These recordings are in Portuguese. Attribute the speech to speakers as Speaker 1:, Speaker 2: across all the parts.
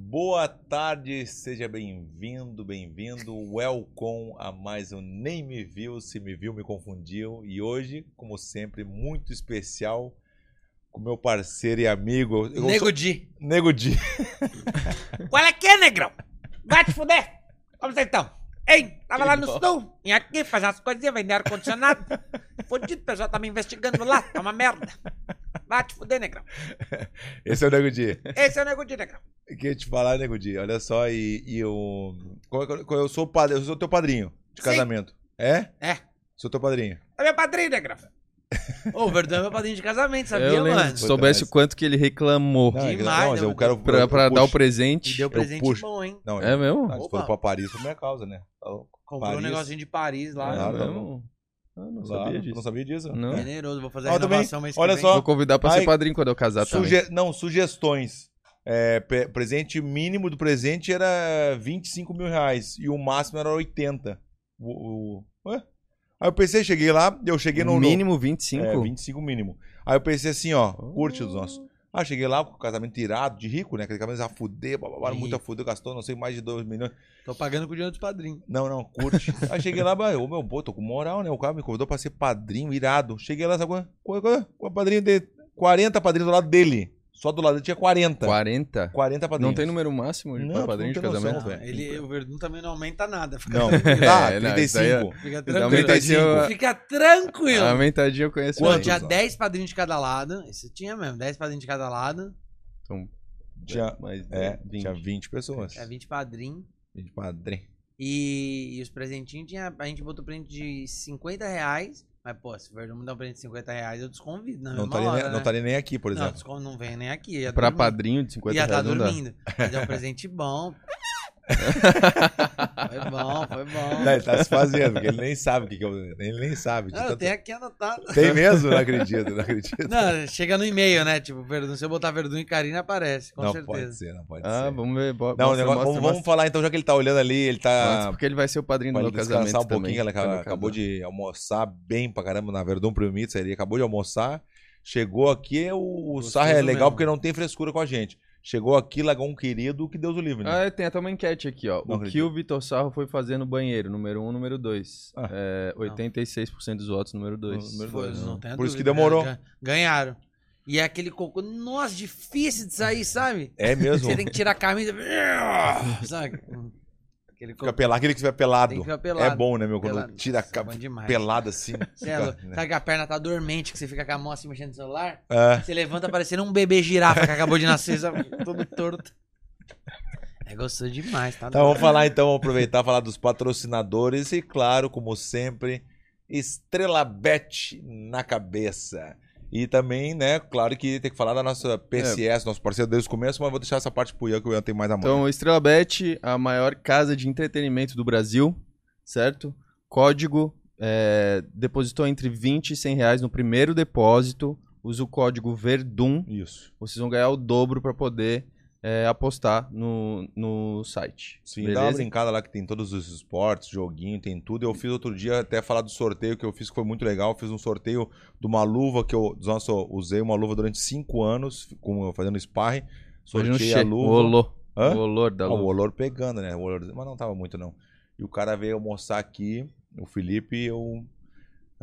Speaker 1: Boa tarde, seja bem-vindo, bem-vindo, welcome a mais um Nem Me Viu, Se Me Viu Me Confundiu. E hoje, como sempre, muito especial com meu parceiro e amigo. eu- eu
Speaker 2: Nego
Speaker 1: sou-
Speaker 2: Di.
Speaker 1: Nego Di.
Speaker 2: Qual é que é, negrão? Vai te fuder! Como vocês estão? Hein? Tava lá no sul, vim aqui fazer umas coisinhas, vender ar-condicionado. Fudido, o pessoal tá me investigando lá, tá uma merda. Vai te fuder, negrão.
Speaker 1: Esse é o Nego Di.
Speaker 2: Esse é o Nego Di, negrão.
Speaker 1: Queria te falar, Nego Di, olha só, e, e eu. qual é que Eu eu sou o padre, eu sou teu padrinho de
Speaker 2: Sim.
Speaker 1: casamento. É?
Speaker 2: É.
Speaker 1: Sou teu padrinho.
Speaker 2: É meu padrinho, negrão. Ô, o Verdão é meu padrinho de casamento, sabia,
Speaker 3: eu lembro,
Speaker 2: mano?
Speaker 3: se soubesse o quanto que ele reclamou
Speaker 1: é que-
Speaker 2: Demais,
Speaker 1: mas
Speaker 2: né,
Speaker 1: eu quero.
Speaker 3: pra,
Speaker 1: eu-
Speaker 3: pra
Speaker 1: eu
Speaker 3: dar o
Speaker 1: puxo.
Speaker 3: presente.
Speaker 2: Deu
Speaker 1: Eu
Speaker 2: presente
Speaker 1: puxo.
Speaker 2: bom, hein?
Speaker 1: Não,
Speaker 3: É mesmo?
Speaker 1: Ah, se for
Speaker 2: Opa.
Speaker 1: pra Paris, foi minha causa, né? Tá louco.
Speaker 2: Comprou um
Speaker 1: Paris.
Speaker 2: negocinho de Paris lá.
Speaker 1: Claro.
Speaker 3: Ah,
Speaker 1: não.
Speaker 3: não. Ah, não
Speaker 1: Lá,
Speaker 3: sabia
Speaker 1: Não
Speaker 3: disso.
Speaker 1: sabia disso?
Speaker 3: Não.
Speaker 1: É.
Speaker 2: Generoso, vou fazer a
Speaker 1: Ó, também,
Speaker 2: renovação mês que
Speaker 1: olha
Speaker 2: vem.
Speaker 1: só,
Speaker 3: Vou convidar pra
Speaker 1: Ai,
Speaker 3: ser padrinho quando eu casar também.
Speaker 1: Suge- Não, sugestões. É, pe- presente mínimo do presente era 25 mil reais e o máximo era 80. O, o- ué? Aí eu pensei, cheguei lá, eu cheguei no. no-
Speaker 3: Mínimo 25.
Speaker 1: É, 25 mínimo. Aí eu pensei assim, ó,
Speaker 3: Oh.
Speaker 1: curte os nossos. Ah, cheguei lá com o casamento tirado de rico, né? Aquele casamento a fuder, blá, blá, blá,
Speaker 2: De
Speaker 1: muito a
Speaker 2: rico.
Speaker 1: fuder, gastou não sei mais de 2 milhões.
Speaker 2: Tô pagando com o dinheiro dos padrinhos.
Speaker 1: Não, não, curte. Aí cheguei lá, bah, ô meu, pô, tô com moral, né? O cara me convidou pra ser padrinho, irado. Cheguei lá, sabe qual é? O padrinho de 40 padrinhos do lado dele. Só do lado dele tinha 40.
Speaker 3: 40.
Speaker 1: 40 padrinhos.
Speaker 3: Não tem número máximo de-
Speaker 1: Não,
Speaker 3: pra
Speaker 1: tu
Speaker 3: padrinho
Speaker 1: não
Speaker 3: de
Speaker 1: tem noção,
Speaker 3: casamento?
Speaker 1: velho.
Speaker 2: Ele, o Verdão também não aumenta nada. Fica
Speaker 1: Tá Não,
Speaker 2: tranquilo.
Speaker 1: tá,
Speaker 3: É, não, isso daí é-
Speaker 1: 35.
Speaker 2: Fica
Speaker 3: Dá uma
Speaker 2: tranquilo.
Speaker 3: aumentadinha, eu-
Speaker 2: Fica tranquilo.
Speaker 3: Ah, A aumentadinha eu conheço.
Speaker 2: Não,
Speaker 1: Quantos?
Speaker 3: bem.
Speaker 2: tinha
Speaker 1: ó?
Speaker 2: 10 padrinhos de cada lado. Isso tinha mesmo, 10 padrinhos de cada lado.
Speaker 3: Então,
Speaker 1: Tinha,
Speaker 3: mais
Speaker 1: é,
Speaker 3: 20.
Speaker 1: tinha 20 pessoas.
Speaker 2: Tinha 20 padrinhos.
Speaker 1: 20 padrinhos.
Speaker 2: É E, e os presentinhos tinha. A gente botou presente de 50 reais. Mas, pô, se o Verdão me dá um presente de 50 reais, eu desconvido. Na
Speaker 1: Não
Speaker 2: mesma
Speaker 1: estaria,
Speaker 2: hora,
Speaker 1: nem,
Speaker 2: né?
Speaker 1: não estaria nem aqui, por
Speaker 2: Não,
Speaker 1: exemplo.
Speaker 2: desconto não vem nem aqui. tá Ia
Speaker 3: Pra
Speaker 2: dormir.
Speaker 3: padrinho de 50
Speaker 2: Ia estar
Speaker 3: reais não dá.
Speaker 2: dormindo. Mas é um presente bom. foi bom, foi bom.
Speaker 1: Não, ele tá se fazendo, porque ele nem sabe o que, que eu. Ele nem sabe. de
Speaker 2: Não, Ah, eu
Speaker 1: tanto-
Speaker 2: tenho aqui anotado.
Speaker 1: Tem mesmo? Não acredito, não acredito.
Speaker 2: Não, chega no e-mail, né? Tipo, Verdun, se eu botar Verdun e Karina, aparece, com
Speaker 1: Não pode
Speaker 2: certeza.
Speaker 1: ser, não pode
Speaker 3: Ah,
Speaker 1: ser.
Speaker 3: vamos ver. bo-
Speaker 1: Não, o
Speaker 3: mostra,
Speaker 1: negócio-
Speaker 3: mostra,
Speaker 1: vamos, vamos
Speaker 3: mostra.
Speaker 1: falar então, já que ele tá olhando ali, ele
Speaker 3: Mostra,
Speaker 1: tá.
Speaker 3: porque ele vai ser o padrinho do
Speaker 1: Pra ele
Speaker 3: meu
Speaker 1: descansar
Speaker 3: casamento
Speaker 1: um pouquinho,
Speaker 3: também,
Speaker 1: que ela
Speaker 3: quando eu
Speaker 1: acabou,
Speaker 3: casar.
Speaker 1: de almoçar bem pra caramba na Verdão Primo Mix ali, acabou de almoçar, chegou aqui, o, o
Speaker 2: Gostoso
Speaker 1: Sarra é legal
Speaker 2: mesmo.
Speaker 1: porque não tem frescura com a gente. Chegou aqui, largou um querido, que Deus o livre, né?
Speaker 2: É.
Speaker 3: Ah, tem até uma enquete aqui, ó.
Speaker 1: Não
Speaker 3: o que
Speaker 1: acredito.
Speaker 3: o Vitor Sarro foi fazer no banheiro? Número 1, um, número 2.
Speaker 1: Ah.
Speaker 3: É, 86% dos votos, número 2.
Speaker 1: Número
Speaker 2: Foi,
Speaker 1: dois,
Speaker 2: não
Speaker 1: né?
Speaker 2: tenho
Speaker 1: Por isso que
Speaker 2: dúvida,
Speaker 1: demorou.
Speaker 2: né? Gan- Ganharam. E é aquele cocô, nossa, difícil de sair, sabe?
Speaker 1: É mesmo.
Speaker 2: Você tem que tirar a camisa. Sabe? Aquele
Speaker 1: Fica
Speaker 2: cocô.
Speaker 1: pelado, aquele que fica pelado.
Speaker 2: Tem que ficar pelado.
Speaker 1: É bom, né, meu? Quando
Speaker 2: Pelado.
Speaker 1: tira a
Speaker 2: Nossa, é
Speaker 1: ca-
Speaker 2: bom demais.
Speaker 1: pelada assim.
Speaker 2: Você é louco.
Speaker 1: fica, né?
Speaker 2: Sabe que a perna tá dormente, que você fica com a mão assim mexendo no celular?
Speaker 1: É.
Speaker 2: Você levanta parecendo um bebê girafa que acabou de nascer, sabe? Todo torto. É gostoso demais, tá?
Speaker 1: Então vamos falar então, vamos aproveitar falar dos patrocinadores e claro, como sempre, Estrela Bet na cabeça. E também, né, claro que tem que falar da nossa PCS, nosso parceiro desde o começo, mas vou deixar essa parte pro Ian, que o Ian tem mais a mão.
Speaker 3: É. Então, Estrela Bet, a maior casa de entretenimento do Brasil, certo? Código, é, depositou entre 20 e 100 reais no primeiro depósito. Usa o código VERDUM.
Speaker 1: Isso.
Speaker 3: Vocês vão ganhar o dobro para poder é, apostar no, no site.
Speaker 1: Sim, dá uma
Speaker 3: beleza?
Speaker 1: brincada lá que tem todos os esportes, joguinho, tem tudo. Eu fiz outro dia até falar do sorteio que eu fiz, que foi muito legal. Eu fiz um sorteio de uma luva que eu. Nossa, eu usei uma luva durante cinco anos, como fazendo sparring.
Speaker 3: Imagina o
Speaker 1: Sorteei a
Speaker 3: che-
Speaker 1: luva.
Speaker 3: O olor.
Speaker 1: Hã?
Speaker 3: O olor da
Speaker 1: Ah, o
Speaker 3: luva.
Speaker 1: olor pegando, né? O olor... Mas não tava muito, não. E o cara veio almoçar aqui, o Felipe, e eu.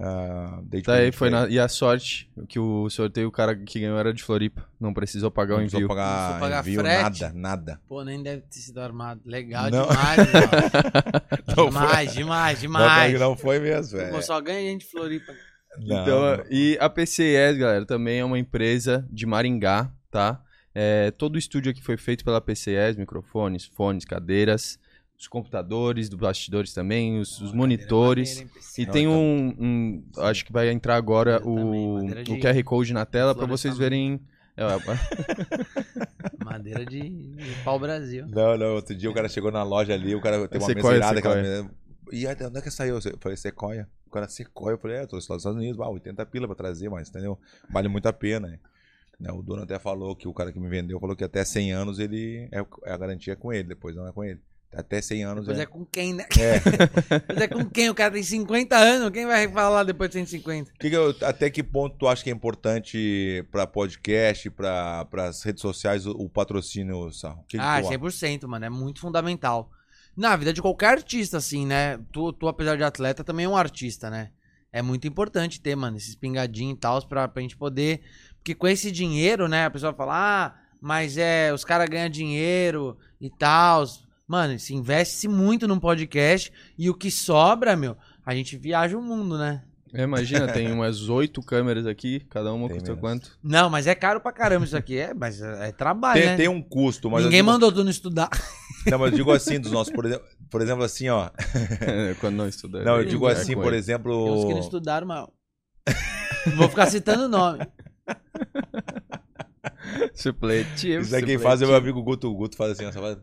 Speaker 1: ah, dei de
Speaker 3: Tá aí,
Speaker 1: presente
Speaker 3: foi
Speaker 1: pra ele.
Speaker 3: na- E a sorte, que o sorteio, o cara que ganhou era de Floripa. Não precisou
Speaker 1: Não
Speaker 3: pagar o
Speaker 1: precisou
Speaker 3: um envio.
Speaker 1: pagar,
Speaker 2: Não precisou pagar
Speaker 1: envio,
Speaker 2: frete.
Speaker 1: nada, nada.
Speaker 2: Pô, nem deve ter sido armado. Legal
Speaker 1: Não. Então
Speaker 2: demais, mano.
Speaker 1: Não
Speaker 2: demais, demais,
Speaker 1: Não, pior
Speaker 2: demais,
Speaker 1: que não foi mesmo, é.
Speaker 2: Pô, só ganha gente de Floripa.
Speaker 1: Não,
Speaker 3: Então, e a PCES, galera, também é uma empresa de Maringá, tá? É, todo o estúdio aqui foi feito pela PCES, microfones, fones, cadeiras, os computadores, dos bastidores também, os, os monitores.
Speaker 2: é
Speaker 3: E
Speaker 1: Não,
Speaker 3: tem
Speaker 1: então-
Speaker 3: um, um- Acho que vai entrar agora
Speaker 2: Madeira também,
Speaker 3: o,
Speaker 2: madeira de
Speaker 3: o QR Code na tela pra vocês
Speaker 2: florestamento.
Speaker 3: verem. é,
Speaker 2: Madeira de, de pau-brasil.
Speaker 1: Não, não, outro dia o cara chegou na loja ali, o cara tem uma mesa
Speaker 3: É Sequoia,
Speaker 1: irada, aquela
Speaker 3: sequoia.
Speaker 1: mesa. E aí, onde é que saiu? Eu falei, sequoia. O cara, sequoia. Eu falei, é, eu trouxe lá dos Estados Unidos, ah, 80 pila pra trazer, mas entendeu? Vale muito a pena. né? Né, O dono até falou que o cara que me vendeu falou que até 100 anos ele é é a garantia é com ele, depois não é com ele. até 100 anos.
Speaker 2: Pois
Speaker 1: é.
Speaker 2: é com quem, né?
Speaker 1: É.
Speaker 2: Pois é com quem? O cara tem 50 anos, quem vai falar depois de 150?
Speaker 1: Que que eu- até que ponto tu acha que é importante pra podcast, pra as redes sociais, o, o patrocínio, Sarro? Que que
Speaker 2: ah,
Speaker 1: tu acha?
Speaker 2: 100%, mano, é muito fundamental. Na vida de qualquer artista, assim, né? Tu, tu, apesar de atleta, também é um artista, né? É muito importante ter, mano, esses pingadinhos e tal, pra, pra gente poder. Porque com esse dinheiro, né? A pessoa fala, ah, mas é, os caras ganham dinheiro e tal. Mano, se investe-se muito num podcast e o que sobra, meu, a gente viaja o mundo, né?
Speaker 3: É, Imagina, tem umas oito câmeras aqui, cada uma
Speaker 1: Tem
Speaker 3: custa
Speaker 1: mesmo.
Speaker 3: quanto?
Speaker 2: Não, mas é caro pra caramba isso aqui. É, mas é é trabalho,
Speaker 1: Tem,
Speaker 2: né?
Speaker 1: tem um custo, mas.
Speaker 2: Ninguém
Speaker 1: eu digo,
Speaker 2: mandou tu não estudar.
Speaker 1: Não, mas eu digo assim dos nossos, por exemplo, por exemplo assim, ó.
Speaker 3: Quando não estuda.
Speaker 1: Não, eu
Speaker 3: é
Speaker 1: digo
Speaker 3: é
Speaker 1: assim, por
Speaker 3: coisa.
Speaker 2: Tem uns que não
Speaker 1: exemplo.
Speaker 2: estudaram, mas. Não Vou ficar citando o nome.
Speaker 3: Supletivo.
Speaker 1: Isso aí
Speaker 2: tipo,
Speaker 1: quem faz é meu amigo Guto. O Guto faz assim, ó, só faz-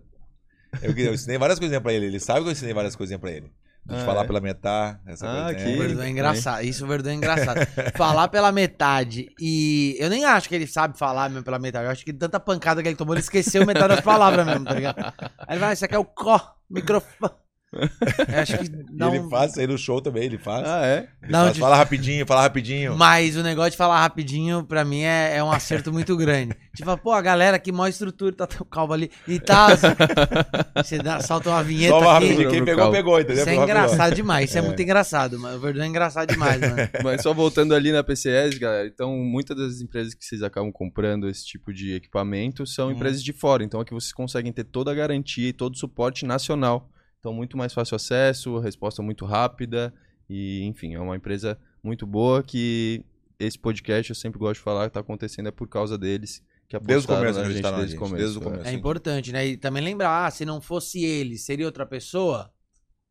Speaker 1: Eu, que- eu ensinei várias coisinhas pra ele. Ele sabe que eu ensinei várias coisinhas pra ele. De
Speaker 3: Ah,
Speaker 1: falar
Speaker 3: é?
Speaker 1: pela metade, essa
Speaker 3: Ah,
Speaker 1: coisa.
Speaker 2: O
Speaker 1: né?
Speaker 3: que-
Speaker 2: Verdun é engraçado. Isso o Verdun é engraçado. Falar pela metade. E eu nem acho que ele sabe falar mesmo pela metade. Eu acho que de tanta pancada que ele tomou, ele esqueceu metade das palavras mesmo, tá ligado? Aí ele vai, isso aqui é o có, microfone. Eu acho que
Speaker 1: E
Speaker 2: dá
Speaker 1: ele
Speaker 2: um,
Speaker 1: faz, aí no show também, ele faz.
Speaker 3: Ah, é?
Speaker 1: Ele
Speaker 2: dá um
Speaker 1: faz, assim,
Speaker 2: de-
Speaker 1: Fala rapidinho, fala rapidinho.
Speaker 2: Mas o negócio de falar rapidinho, pra mim, é, é um acerto muito grande. Tipo, pô, a galera que mó estrutura, tá tão calma ali e tal. Você dá, solta uma vinheta
Speaker 1: Só
Speaker 2: aqui.
Speaker 1: rapidinho. Quem
Speaker 3: No
Speaker 1: pegou,
Speaker 3: calmo.
Speaker 1: pegou, entendeu?
Speaker 2: Isso é
Speaker 1: Pegou rapidão.
Speaker 2: engraçado demais, isso é, muito engraçado, mano. O Verdun é engraçado demais, mano.
Speaker 3: Mas só voltando ali na PCS, galera, então muitas das empresas que vocês acabam comprando esse tipo de equipamento são
Speaker 1: Hum.
Speaker 3: empresas de fora, então aqui vocês conseguem ter toda a garantia e todo o suporte nacional. Então muito mais fácil acesso, resposta muito rápida e, enfim, é uma empresa muito boa que esse podcast eu sempre gosto de falar, está acontecendo é por causa deles, que
Speaker 1: Desde o
Speaker 3: apostaram
Speaker 1: começo
Speaker 3: na né, gente,
Speaker 1: acreditaram na
Speaker 3: desde o
Speaker 1: gente,
Speaker 3: começo.
Speaker 1: desde o
Speaker 3: é.
Speaker 1: começo.
Speaker 2: É
Speaker 1: Sim.
Speaker 2: importante, né? E também lembrar, ah, se não fosse ele, seria outra pessoa?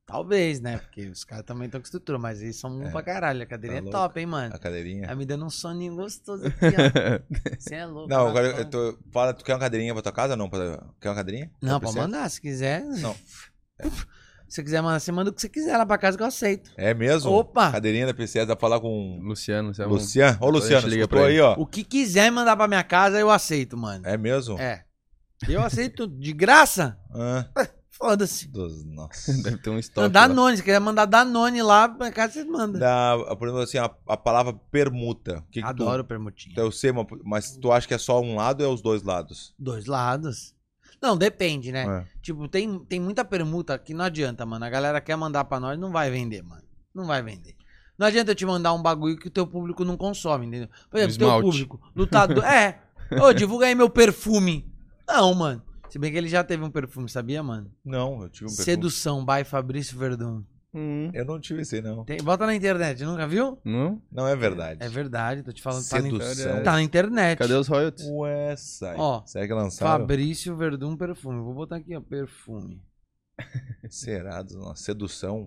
Speaker 2: Talvez, né? Porque os caras também estão com estrutura, mas eles são um pra caralho. A cadeira
Speaker 1: Tá
Speaker 2: é
Speaker 1: louco. é.
Speaker 2: top, hein, mano?
Speaker 1: A cadeirinha.
Speaker 2: Tá me dando um soninho gostoso aqui, ó. Você é louco.
Speaker 1: Não,
Speaker 2: tá
Speaker 1: agora eu
Speaker 2: top.
Speaker 1: tô... fala, tu quer uma cadeirinha pra tua casa ou não? Pra- Quer uma cadeirinha?
Speaker 2: Não,
Speaker 1: Pra
Speaker 2: pode
Speaker 1: você?
Speaker 2: mandar, se quiser.
Speaker 1: Não.
Speaker 2: Se você quiser mandar, você manda o que você quiser lá pra casa que eu aceito.
Speaker 1: É mesmo?
Speaker 2: Opa!
Speaker 1: Cadeirinha da PCS, dá pra falar com
Speaker 3: Luciano, você é
Speaker 1: o
Speaker 3: um-
Speaker 1: Luciano. Ô,
Speaker 3: Depois a
Speaker 1: Luciano,
Speaker 3: gente liga
Speaker 1: escutou
Speaker 3: pra
Speaker 1: aí,
Speaker 3: ele.
Speaker 1: ó.
Speaker 2: O que quiser mandar pra minha casa, eu aceito, mano.
Speaker 1: É mesmo?
Speaker 2: É. Eu aceito tudo. De graça?
Speaker 1: Ah,
Speaker 2: Foda-se.
Speaker 1: dos... Nossa.
Speaker 3: Deve ter um estoque.
Speaker 2: Não,
Speaker 3: lá.
Speaker 2: Danone, se quiser mandar Danone lá, pra casa você manda.
Speaker 1: da, por exemplo, assim, a, a palavra permuta. Que que tu-
Speaker 2: Adoro permutinha.
Speaker 1: eu sei, mas- mas tu acha que é só um lado ou é os dois lados?
Speaker 2: Dois lados. Não, depende, né?
Speaker 1: É.
Speaker 2: Tipo, tem, tem muita permuta que não adianta, mano. A galera quer mandar pra nós, não vai vender, mano. Não vai vender. Não adianta eu te mandar um bagulho que o teu público não consome, entendeu? Por
Speaker 1: Um
Speaker 2: exemplo, teu
Speaker 3: Esmalte.
Speaker 2: público, lutador. é. Ô, divulga aí meu perfume. Não, mano. Se bem que ele já teve um perfume, sabia, mano?
Speaker 1: Não, eu tive um perfume.
Speaker 2: Sedução by Fabrício Verdun.
Speaker 3: Hum.
Speaker 1: Eu não tive esse, não.
Speaker 2: Tem- bota na internet, nunca viu?
Speaker 3: Não?
Speaker 1: Não é verdade.
Speaker 2: É verdade, tô te falando. Tá na, in-
Speaker 1: Sedução.
Speaker 2: tá na internet.
Speaker 3: Cadê os royalties?
Speaker 1: Ué, sai.
Speaker 2: Ó,
Speaker 1: Será que lançaram?
Speaker 2: Fabrício Verdun Perfume. Vou botar aqui, ó. Perfume.
Speaker 1: Será? Nossa, sedução?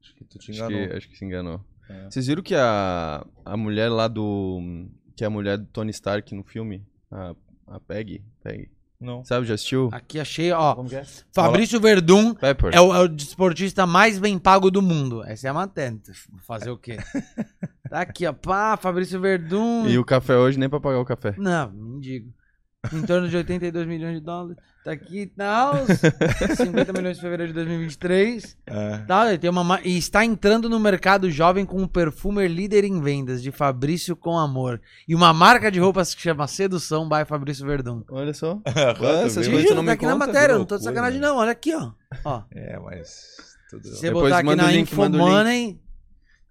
Speaker 1: Acho que tu te
Speaker 3: Acho
Speaker 1: enganou.
Speaker 3: que, acho que se enganou.
Speaker 1: É.
Speaker 3: Vocês viram que a, a mulher lá do. Que é a mulher do Tony Stark no filme? A, a Peggy? Peggy.
Speaker 1: Não.
Speaker 3: Sabe, já assistiu?
Speaker 2: Aqui achei, ó.
Speaker 1: Como que é?
Speaker 2: Fabrício Verdun
Speaker 3: Pepper.
Speaker 2: é o, é o desportista mais bem pago do mundo. Essa é a matéria. Fazer o quê? Tá aqui, ó. Pá, Fabrício Verdun.
Speaker 3: E o café hoje nem pra pagar o café.
Speaker 2: Não, mendigo. Em torno de 82 milhões de dólares. Tá aqui, tal. 50 milhões de fevereiro de 2023.
Speaker 1: É.
Speaker 2: Tá, ele tem uma ma- e está entrando no mercado jovem com um perfumer líder em vendas de Fabrício com Amor. E uma marca de roupas que chama Sedução by Fabrício Verdun.
Speaker 3: Olha só.
Speaker 1: Agora tu
Speaker 3: essas
Speaker 1: viu?
Speaker 3: coisas
Speaker 2: Juro,
Speaker 3: não me
Speaker 2: tá aqui na
Speaker 3: conta,
Speaker 2: matéria,
Speaker 1: que
Speaker 2: não tô de
Speaker 1: loucura,
Speaker 2: sacanagem,
Speaker 1: né?
Speaker 2: não. Olha aqui, ó. Ó.
Speaker 1: É, mas. Tudo...
Speaker 2: Se você
Speaker 3: Depois
Speaker 2: botar aqui
Speaker 3: manda o
Speaker 2: na
Speaker 3: link, manda o link.
Speaker 2: Infomoney.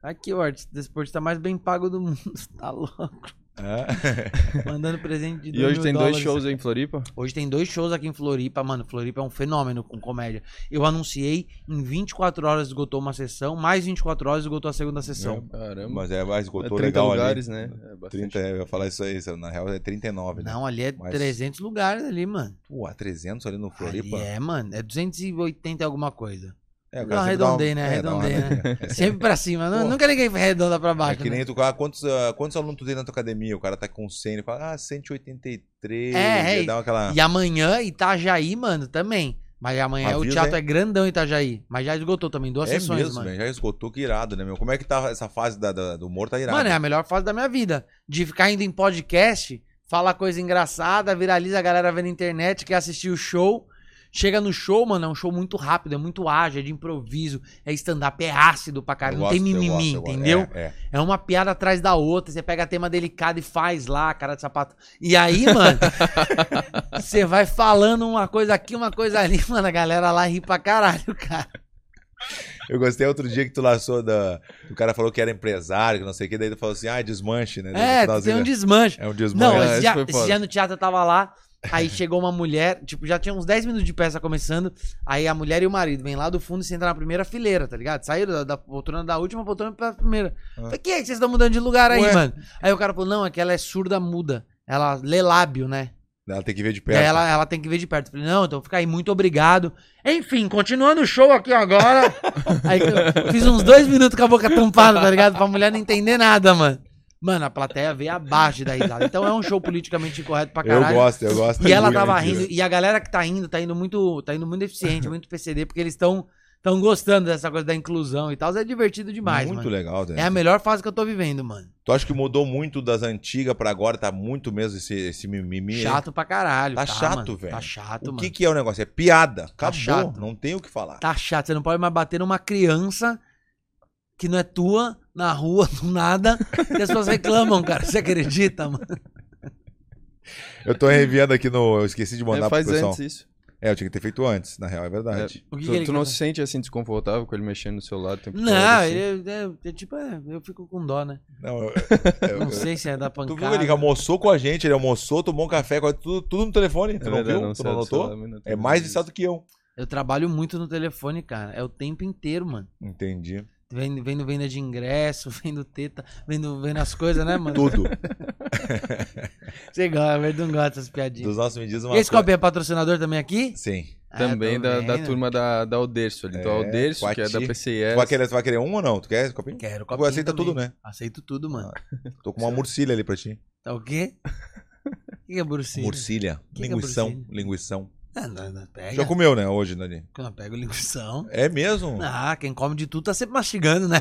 Speaker 2: Tá aqui, o artista desportista mais bem pago do mundo. Tá louco.
Speaker 1: É.
Speaker 2: Mandando presente de
Speaker 3: E
Speaker 2: dois
Speaker 3: hoje
Speaker 2: mil
Speaker 3: tem dois
Speaker 2: dólares.
Speaker 3: shows em Floripa?
Speaker 2: Hoje tem dois shows aqui em Floripa, mano. Floripa é um fenômeno com comédia. Eu anunciei, em 24 horas esgotou uma sessão, mais 24 horas esgotou a segunda sessão.
Speaker 3: Caramba.
Speaker 1: Mas é, mas
Speaker 3: É
Speaker 1: esgotou
Speaker 3: 30
Speaker 1: legal
Speaker 3: lugares,
Speaker 1: ali.
Speaker 3: né? É bastante.
Speaker 1: 30, eu ia falar isso aí, na real é 39, né?
Speaker 2: Não, ali é
Speaker 1: Mas-
Speaker 2: 300 lugares ali, mano.
Speaker 1: Pô, 300 ali no Floripa?
Speaker 2: Ali é, mano. É 280 e alguma coisa.
Speaker 1: É, eu
Speaker 2: Não,
Speaker 1: quero sempre dar
Speaker 2: arredondei, né?
Speaker 1: é, dar uma
Speaker 2: Arredondei, né?
Speaker 1: arredondada.
Speaker 2: Sempre pra cima. Não-
Speaker 1: Pô.
Speaker 2: Nunca ninguém redonda pra
Speaker 1: É
Speaker 2: baixo.
Speaker 1: que
Speaker 2: né?
Speaker 1: nem tu, ah, quantos, ah, quantos alunos tu tem na tua academia? O cara tá com 100, ele fala, ah, 183.
Speaker 2: É, é,
Speaker 1: e dá aquela...
Speaker 2: E amanhã, Itajaí, mano, também. Mas amanhã
Speaker 1: Avisa,
Speaker 2: o teatro
Speaker 1: hein?
Speaker 2: é grandão em Itajaí. Mas já esgotou também, duas
Speaker 1: é
Speaker 2: sessões,
Speaker 1: mesmo,
Speaker 2: mano.
Speaker 1: velho, já esgotou, que irado, né, meu? Como é que tá essa fase da, da- do humor, tá irado.
Speaker 2: Mano, é a melhor fase da minha vida. De ficar indo em podcast, falar coisa engraçada, viraliza a galera vendo na internet, quer assistir o show. Chega no show, mano, é um show muito rápido, é muito ágil, é de improviso, é stand-up, é ácido pra
Speaker 1: Eu
Speaker 2: caralho, não
Speaker 1: gosto,
Speaker 2: tem
Speaker 1: eu
Speaker 2: mimimi,
Speaker 1: gosto, eu gosto.
Speaker 2: entendeu?
Speaker 1: É, é.
Speaker 2: É uma piada atrás da outra, você pega tema delicado e faz lá, cara de sapato. E aí, mano, você vai falando uma coisa aqui, uma coisa ali, mano, a galera lá ri pra caralho, cara.
Speaker 1: Eu gostei outro dia que tu laçou da. O cara falou que era empresário, que não sei o que, daí tu falou assim, ah, desmanche, né?
Speaker 2: É,
Speaker 1: No
Speaker 2: tem um
Speaker 1: finalzinho,
Speaker 2: desmanche.
Speaker 1: né? É um
Speaker 2: Não,
Speaker 1: desmanche.
Speaker 3: Ah,
Speaker 2: esse
Speaker 3: esse
Speaker 2: dia,
Speaker 3: foi
Speaker 2: esse
Speaker 3: foda.
Speaker 2: dia no teatro eu tava lá, aí chegou uma mulher, tipo, já tinha uns 10 minutos de peça começando, aí a mulher e o marido vem lá do fundo e você entra na primeira fileira, tá ligado? Saíram da, da poltrona da última poltrona pra primeira.
Speaker 1: Ah.
Speaker 2: Falei, que é que vocês estão mudando de lugar aí,
Speaker 1: Ué.
Speaker 2: mano? Aí o cara falou, não, é que ela é surda muda, ela lê lábio, né?
Speaker 1: Ela tem que ver de
Speaker 2: E
Speaker 1: perto.
Speaker 2: aí ela, ela tem que ver de perto. Falei, não, então fica aí, muito obrigado. Enfim, continuando o show aqui agora. aí eu fiz uns dois minutos com a boca tampada, tá ligado? Pra mulher não entender nada, mano. Mano, a plateia veio abaixo da risada. Então é um show politicamente incorreto pra
Speaker 1: Eu
Speaker 2: caralho.
Speaker 1: gosto, eu gosto.
Speaker 2: E ela
Speaker 1: Muito
Speaker 2: tava
Speaker 1: mentira.
Speaker 2: rindo, e a galera que tá indo, tá indo muito, tá indo muito eficiente, muito PCD, porque eles estão tão gostando dessa coisa da inclusão e tal. É divertido demais,
Speaker 1: Muito
Speaker 2: mano.
Speaker 1: legal, né?
Speaker 2: É a melhor fase que eu tô vivendo, mano.
Speaker 1: Tu acha que mudou muito das antigas pra agora? Tá muito mesmo esse, esse mimimi? aí?
Speaker 2: Chato pra caralho.
Speaker 1: é. Tá chato,
Speaker 2: mano.
Speaker 1: velho.
Speaker 2: Tá chato,
Speaker 1: O
Speaker 2: mano. Tá
Speaker 1: que, que é o negócio? É piada. Acabou.
Speaker 2: chato.
Speaker 1: não tem o que falar.
Speaker 2: Tá chato, você não pode mais bater numa criança que não é tua, na rua, do nada, e as pessoas reclamam, cara. Você acredita, mano?
Speaker 1: Eu tô revendo aqui no. Eu esqueci de mandar
Speaker 3: É,
Speaker 1: pro
Speaker 3: faz
Speaker 1: pessoal.
Speaker 3: antes isso.
Speaker 1: É, eu tinha que ter feito antes, na real, é verdade.
Speaker 2: O que
Speaker 3: tu
Speaker 2: que ele
Speaker 3: tu não
Speaker 2: quer-
Speaker 3: se sente assim desconfortável com ele mexendo no celular o tempo todo?
Speaker 2: Não,
Speaker 3: assim?
Speaker 2: eu, eu- eu- tipo, é, eu fico com dó, né?
Speaker 3: É.
Speaker 1: Não, eu- eu-
Speaker 2: Não
Speaker 1: eu-
Speaker 2: sei se é da
Speaker 1: Tu viu? Ele
Speaker 2: pancada.
Speaker 1: almoçou com a gente, ele almoçou, tomou um café, quase tudo, tudo no telefone. Tu
Speaker 3: É
Speaker 1: não
Speaker 3: verdade,
Speaker 1: viu? tu
Speaker 3: sei
Speaker 1: não
Speaker 3: do
Speaker 1: notou?
Speaker 3: celular, mas não tem
Speaker 1: É mais
Speaker 3: nada
Speaker 1: viciado que eu.
Speaker 2: Eu trabalho muito no telefone, cara. É o tempo inteiro, mano.
Speaker 1: Entendi.
Speaker 2: Vendo, vendo venda de ingresso, vendo teta, vendo, vendo as coisas, né, mano?
Speaker 1: Tudo.
Speaker 2: Você gosta, eu não gosta dessas piadinhas.
Speaker 1: Dos nossos me diz uma
Speaker 2: E esse
Speaker 1: coisa.
Speaker 2: copo é patrocinador também aqui?
Speaker 1: Sim.
Speaker 2: Ah,
Speaker 3: Também
Speaker 2: tô
Speaker 3: da, da
Speaker 2: vendo.
Speaker 3: turma da, da Alderso ali. do
Speaker 1: Tá É,
Speaker 3: Alderso, que é da
Speaker 1: Quati.
Speaker 3: PCIS.
Speaker 1: Tu vai, querer, tu vai querer um ou não? Tu quer esse copinho?
Speaker 2: Quero
Speaker 1: Tu
Speaker 2: copinho
Speaker 1: aceita
Speaker 2: também.
Speaker 1: tudo, né?
Speaker 2: Aceito tudo, mano.
Speaker 1: Tô com uma murcilha ali pra ti.
Speaker 2: Tá o quê? O que que é burucina?
Speaker 1: Murcilha.
Speaker 2: Que que é
Speaker 1: linguição.
Speaker 2: murcilha?
Speaker 1: linguição.
Speaker 2: Ah, não, não, pega.
Speaker 1: Já comeu, né, hoje, Dani?
Speaker 2: Não, pega o linguição.
Speaker 1: É mesmo?
Speaker 2: Ah, quem come de tudo tá sempre mastigando, né?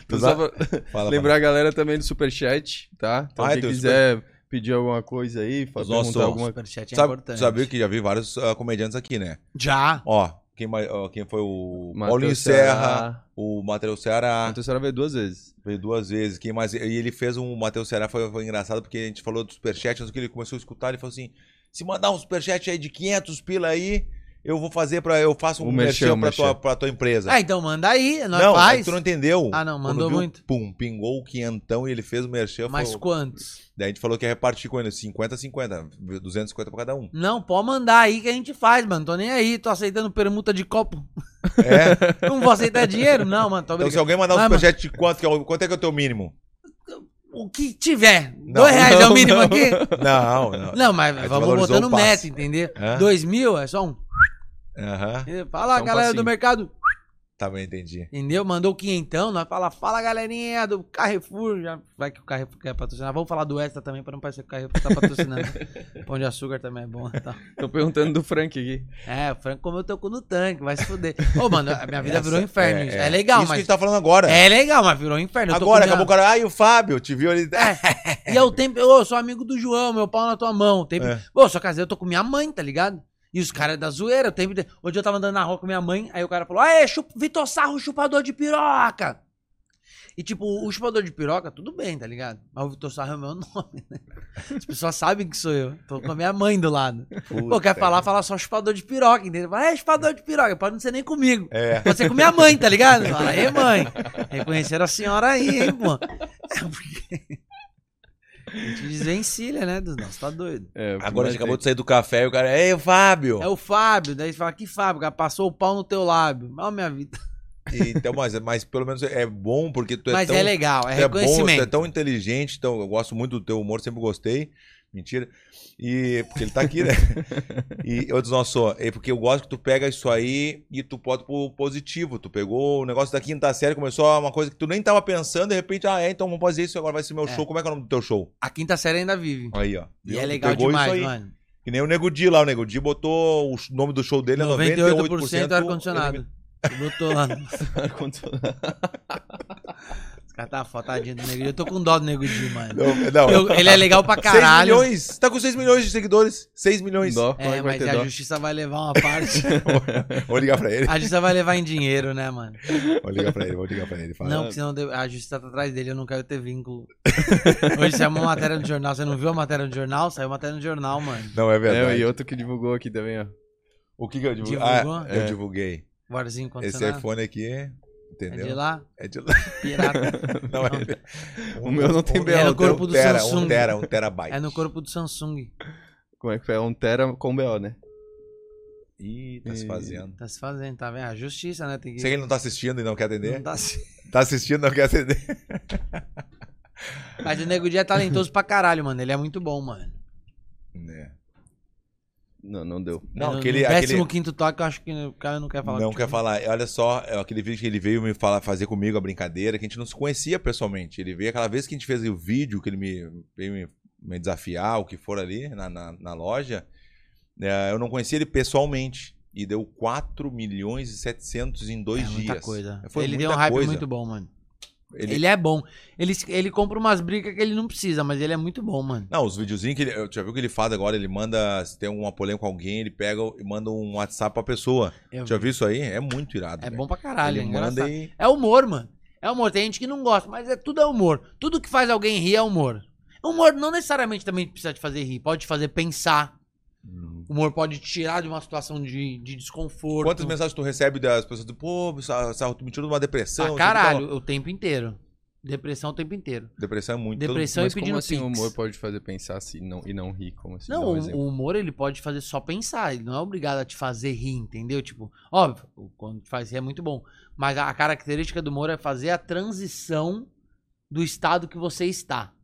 Speaker 1: Tu
Speaker 3: Tu
Speaker 1: dá-
Speaker 3: só pra-
Speaker 1: Fala,
Speaker 3: lembrar a galera também do Superchat, tá? Então,
Speaker 1: Ah,
Speaker 3: quem
Speaker 1: tem o
Speaker 3: quiser pedir alguma coisa aí, fa-
Speaker 1: Os
Speaker 3: perguntar
Speaker 1: nossos-
Speaker 2: O
Speaker 3: alguma coisa.
Speaker 2: superchat é
Speaker 1: Sabe,
Speaker 2: importante.
Speaker 1: sabia que já vi vários ah, comediantes aqui, né?
Speaker 2: Já.
Speaker 1: Ó, quem, ma- ó, quem foi o Paulinho Serra, o Matheus Ceará,
Speaker 3: Matheus Serra veio duas vezes.
Speaker 1: veio duas vezes. Quem mais? E ele fez um. O Matheus Ceará foi, foi engraçado porque a gente falou do superchat, não sei o que ele começou a escutar ele falou assim: se mandar um superchat aí de 500 pila aí, eu vou fazer pra. Eu faço um
Speaker 3: O
Speaker 1: merchan
Speaker 3: merchan, o
Speaker 1: pra tua,
Speaker 3: merchan.
Speaker 1: pra tua empresa.
Speaker 2: Ah, então manda aí, nós
Speaker 1: não, é que
Speaker 2: faz.
Speaker 1: tu não entendeu.
Speaker 2: Ah, não,
Speaker 1: Quando
Speaker 2: mandou
Speaker 1: viu,
Speaker 2: muito.
Speaker 1: Pum, pingou o quinhentão e ele fez o merchan.
Speaker 2: Mas
Speaker 1: foi-
Speaker 2: quantos?
Speaker 1: Daí a gente falou que ia repartir com ele 50-50, 250 pra cada um.
Speaker 2: Não, pode mandar aí que a gente faz, mano. Tô nem aí, tô aceitando permuta de copo.
Speaker 1: É.
Speaker 2: Não vou aceitar dinheiro? Não, mano, tô
Speaker 1: Então, se
Speaker 2: brincando.
Speaker 1: alguém mandar um
Speaker 2: Vai, mano.
Speaker 1: superchat de quanto, que é o- quanto é que é o teu mínimo?
Speaker 2: O que tiver. Dois reais é o
Speaker 3: não,
Speaker 2: mínimo
Speaker 3: não.
Speaker 2: aqui?
Speaker 1: Não, não.
Speaker 2: Não, mas
Speaker 1: Aí tu
Speaker 2: vamos
Speaker 1: valorizou
Speaker 2: botando
Speaker 1: o passe.
Speaker 2: meta, entendeu?
Speaker 1: Hã?
Speaker 2: Dois mil é só um.
Speaker 1: Aham.
Speaker 2: Fala,
Speaker 3: Só um
Speaker 2: galera do
Speaker 3: passinho.
Speaker 2: mercado.
Speaker 1: Tá bem, entendi.
Speaker 2: Entendeu? Mandou o quinhentão, nós fala, fala galerinha do Carrefour, já vai que o Carrefour quer patrocinar. Vamos falar do Extra também, pra não parecer que o Carrefour tá patrocinando. Pão de açúcar também é bom e tal.
Speaker 3: Tô perguntando do Frank aqui.
Speaker 2: É, o Franco comeu teu cu no tanque, vai se fuder. Ô, mano, a minha vida
Speaker 1: Essa-
Speaker 2: virou um inferno. isso. É, legal,
Speaker 1: Isso que a
Speaker 2: mas...
Speaker 1: gente tá falando agora.
Speaker 2: É legal, mas virou um inferno. Eu tô
Speaker 1: agora,
Speaker 2: comendo-
Speaker 1: acabou o cara. Ai, o Fábio, te viu ali. né?
Speaker 2: É, e eu tempo... Ô, eu sou amigo do João, meu pau na tua mão. o Tempo...
Speaker 1: É.
Speaker 2: Ô, só casei, eu tô com minha mãe, tá ligado? E os caras da zoeira, o tempo... de- Hoje eu tava andando na rua com minha mãe, aí o cara falou, aê, chup... Vitor Sarro, chupador de piroca! E tipo, o chupador de piroca, tudo bem, tá ligado? Mas o Vitor Sarro é o meu nome, né? As pessoas sabem que sou eu. Tô com a minha mãe do lado. Pô, quer falar, fala só chupador de piroca, entendeu? Vai, é chupador de piroca, pode não ser nem comigo.
Speaker 1: É.
Speaker 2: Pode ser com minha mãe, tá ligado? Fala, ei, mãe, reconheceram a senhora aí, hein, pô. É porque... A gente desvencilha, né, dos nossos, tá doido.
Speaker 3: É, o que
Speaker 1: Agora a
Speaker 3: mais
Speaker 1: gente acabou
Speaker 3: tem.
Speaker 1: de sair do café e o cara. Ei, o Fábio.
Speaker 2: É o Fábio, daí você fala, que Fábio, cara, passou o pau no teu lábio. Mal minha vida.
Speaker 1: Então, mas, mas pelo menos é bom porque tu é
Speaker 2: Mas
Speaker 1: tão.
Speaker 2: é legal, é
Speaker 1: tu é bom, tu é
Speaker 2: reconhecimento.
Speaker 1: tão inteligente. Então, eu gosto muito do teu humor, sempre gostei. Mentira. E. Porque ele tá aqui, né? E eu desnoçou. É porque eu gosto que tu pega isso aí e tu bota pro positivo. Tu pegou o negócio da quinta série, começou uma coisa que tu nem tava pensando, de repente, ah, é, então vamos fazer isso agora, vai ser meu
Speaker 2: É.
Speaker 1: show. Como é que é o nome do teu show?
Speaker 2: A quinta série ainda vive.
Speaker 1: Aí, ó.
Speaker 2: E
Speaker 1: Viu?
Speaker 2: é
Speaker 1: Tu
Speaker 2: legal
Speaker 1: pegou isso
Speaker 2: demais,
Speaker 1: aí.
Speaker 2: mano.
Speaker 1: Que nem o Nego Di lá, o Nego Di botou o sh- nome do show dele é 98%,
Speaker 2: é 98% ar-condicionado. Botou lá.
Speaker 3: Ar-condicionado.
Speaker 2: Os Catar a foto tadinho do Nego Di. Eu tô com dó do Nego Di, mano.
Speaker 1: Não, não.
Speaker 2: Eu- ele é legal pra
Speaker 1: 6
Speaker 2: caralho.
Speaker 1: milhões. Tá com 6 milhões de seguidores. 6 milhões.
Speaker 3: Dó,
Speaker 2: É,
Speaker 3: vai
Speaker 2: mas
Speaker 3: ter
Speaker 2: a
Speaker 3: dó.
Speaker 2: justiça vai levar uma parte.
Speaker 1: Vou ligar pra ele.
Speaker 2: A justiça vai levar em dinheiro, né, mano?
Speaker 1: Vou ligar pra ele, vou ligar pra ele. Fala.
Speaker 2: Não, porque senão deu- a justiça tá atrás dele, eu não quero ter vínculo. Hoje saiu uma matéria no jornal. Você não viu a matéria no jornal? Saiu matéria no jornal, mano.
Speaker 1: Não, é
Speaker 3: É,
Speaker 1: verdade.
Speaker 3: e outro que divulgou aqui também, ó.
Speaker 1: O que, que eu divulguei?
Speaker 2: Divulgou?
Speaker 1: Ah,
Speaker 3: É.
Speaker 1: eu divulguei.
Speaker 2: Barzinho
Speaker 1: Esse
Speaker 2: condicionado.
Speaker 1: iPhone aqui,
Speaker 2: É de
Speaker 1: entendeu?
Speaker 2: lá,
Speaker 1: É de lá.
Speaker 2: pirata.
Speaker 1: Não, é...
Speaker 3: O meu não tem
Speaker 1: um-
Speaker 3: BO,
Speaker 1: um
Speaker 3: É no
Speaker 2: corpo do
Speaker 1: tera,
Speaker 2: Samsung.
Speaker 1: Um tera, um terabyte.
Speaker 2: É no corpo do Samsung.
Speaker 3: Como é que foi? É um Tera com BO, né?
Speaker 1: Ih, tá se fazendo.
Speaker 2: Tá se fazendo, tá vendo? A justiça, né? Tem que.
Speaker 1: Sei que ele não tá assistindo e não quer atender.
Speaker 2: Não tá se-
Speaker 1: Tá assistindo e não quer atender.
Speaker 2: Mas o Nego Di é talentoso pra caralho, mano. Ele é muito bom, mano.
Speaker 1: É.
Speaker 3: Não, não deu.
Speaker 1: Não,
Speaker 2: no,
Speaker 1: aquele.
Speaker 2: no
Speaker 1: aquele...
Speaker 2: 15 quinto toque, eu acho que o cara não quer falar.
Speaker 1: não
Speaker 2: contigo.
Speaker 1: quer falar. Olha só, é aquele vídeo que ele veio me falar, fazer comigo a brincadeira, que a gente não se conhecia pessoalmente. Ele veio aquela vez que a gente fez o vídeo, que ele me veio me, me desafiar, o que for ali na, na, na loja. é, eu não conhecia ele pessoalmente. E deu 4 milhões e 700 em dois
Speaker 2: É
Speaker 1: dias.
Speaker 2: muita coisa.
Speaker 1: Foi
Speaker 2: ele
Speaker 1: muita
Speaker 2: deu um hype
Speaker 1: coisa.
Speaker 2: muito bom, mano. Ele...
Speaker 1: Ele-
Speaker 2: é bom. Ele, ele compra umas brigas que ele não precisa, mas ele é muito bom, mano.
Speaker 1: Não, os videozinhos que ele. eu- Já viu o que ele faz agora? Ele manda. Se tem alguma polêmica com alguém, ele pega e manda um WhatsApp pra pessoa.
Speaker 2: Eu-
Speaker 1: Já viu isso aí? É muito irado.
Speaker 2: É
Speaker 1: velho.
Speaker 2: bom pra caralho, é
Speaker 1: Ele
Speaker 2: engraçado.
Speaker 1: manda e.
Speaker 2: É humor, mano. É humor. Tem gente que não gosta, mas é tudo é humor. Tudo que faz alguém rir é humor. Humor não necessariamente também precisa te fazer rir, pode te fazer pensar.
Speaker 1: Uhum.
Speaker 2: Humor pode te tirar de uma situação de, de desconforto.
Speaker 1: Quantas mensagens tu recebe das pessoas? do, Pô, Sarro, tu me tirou de uma depressão.
Speaker 2: Ah,
Speaker 1: isso aqui e tal?"
Speaker 2: caralho, o tempo inteiro. Depressão o tempo inteiro.
Speaker 1: Depressão é muito. todo-
Speaker 2: Depressão
Speaker 3: Mas
Speaker 2: e pedindo
Speaker 3: como assim o
Speaker 2: pix.
Speaker 3: humor pode fazer pensar assim não, e não rir? Como assim? Dá
Speaker 2: Não,
Speaker 3: um
Speaker 2: o-
Speaker 3: exemplo.
Speaker 2: o humor ele pode fazer só pensar, ele não é obrigado a te fazer rir, entendeu? Tipo, óbvio, o- quando te faz rir é muito bom, mas a, a característica do humor é fazer a transição do estado que você está,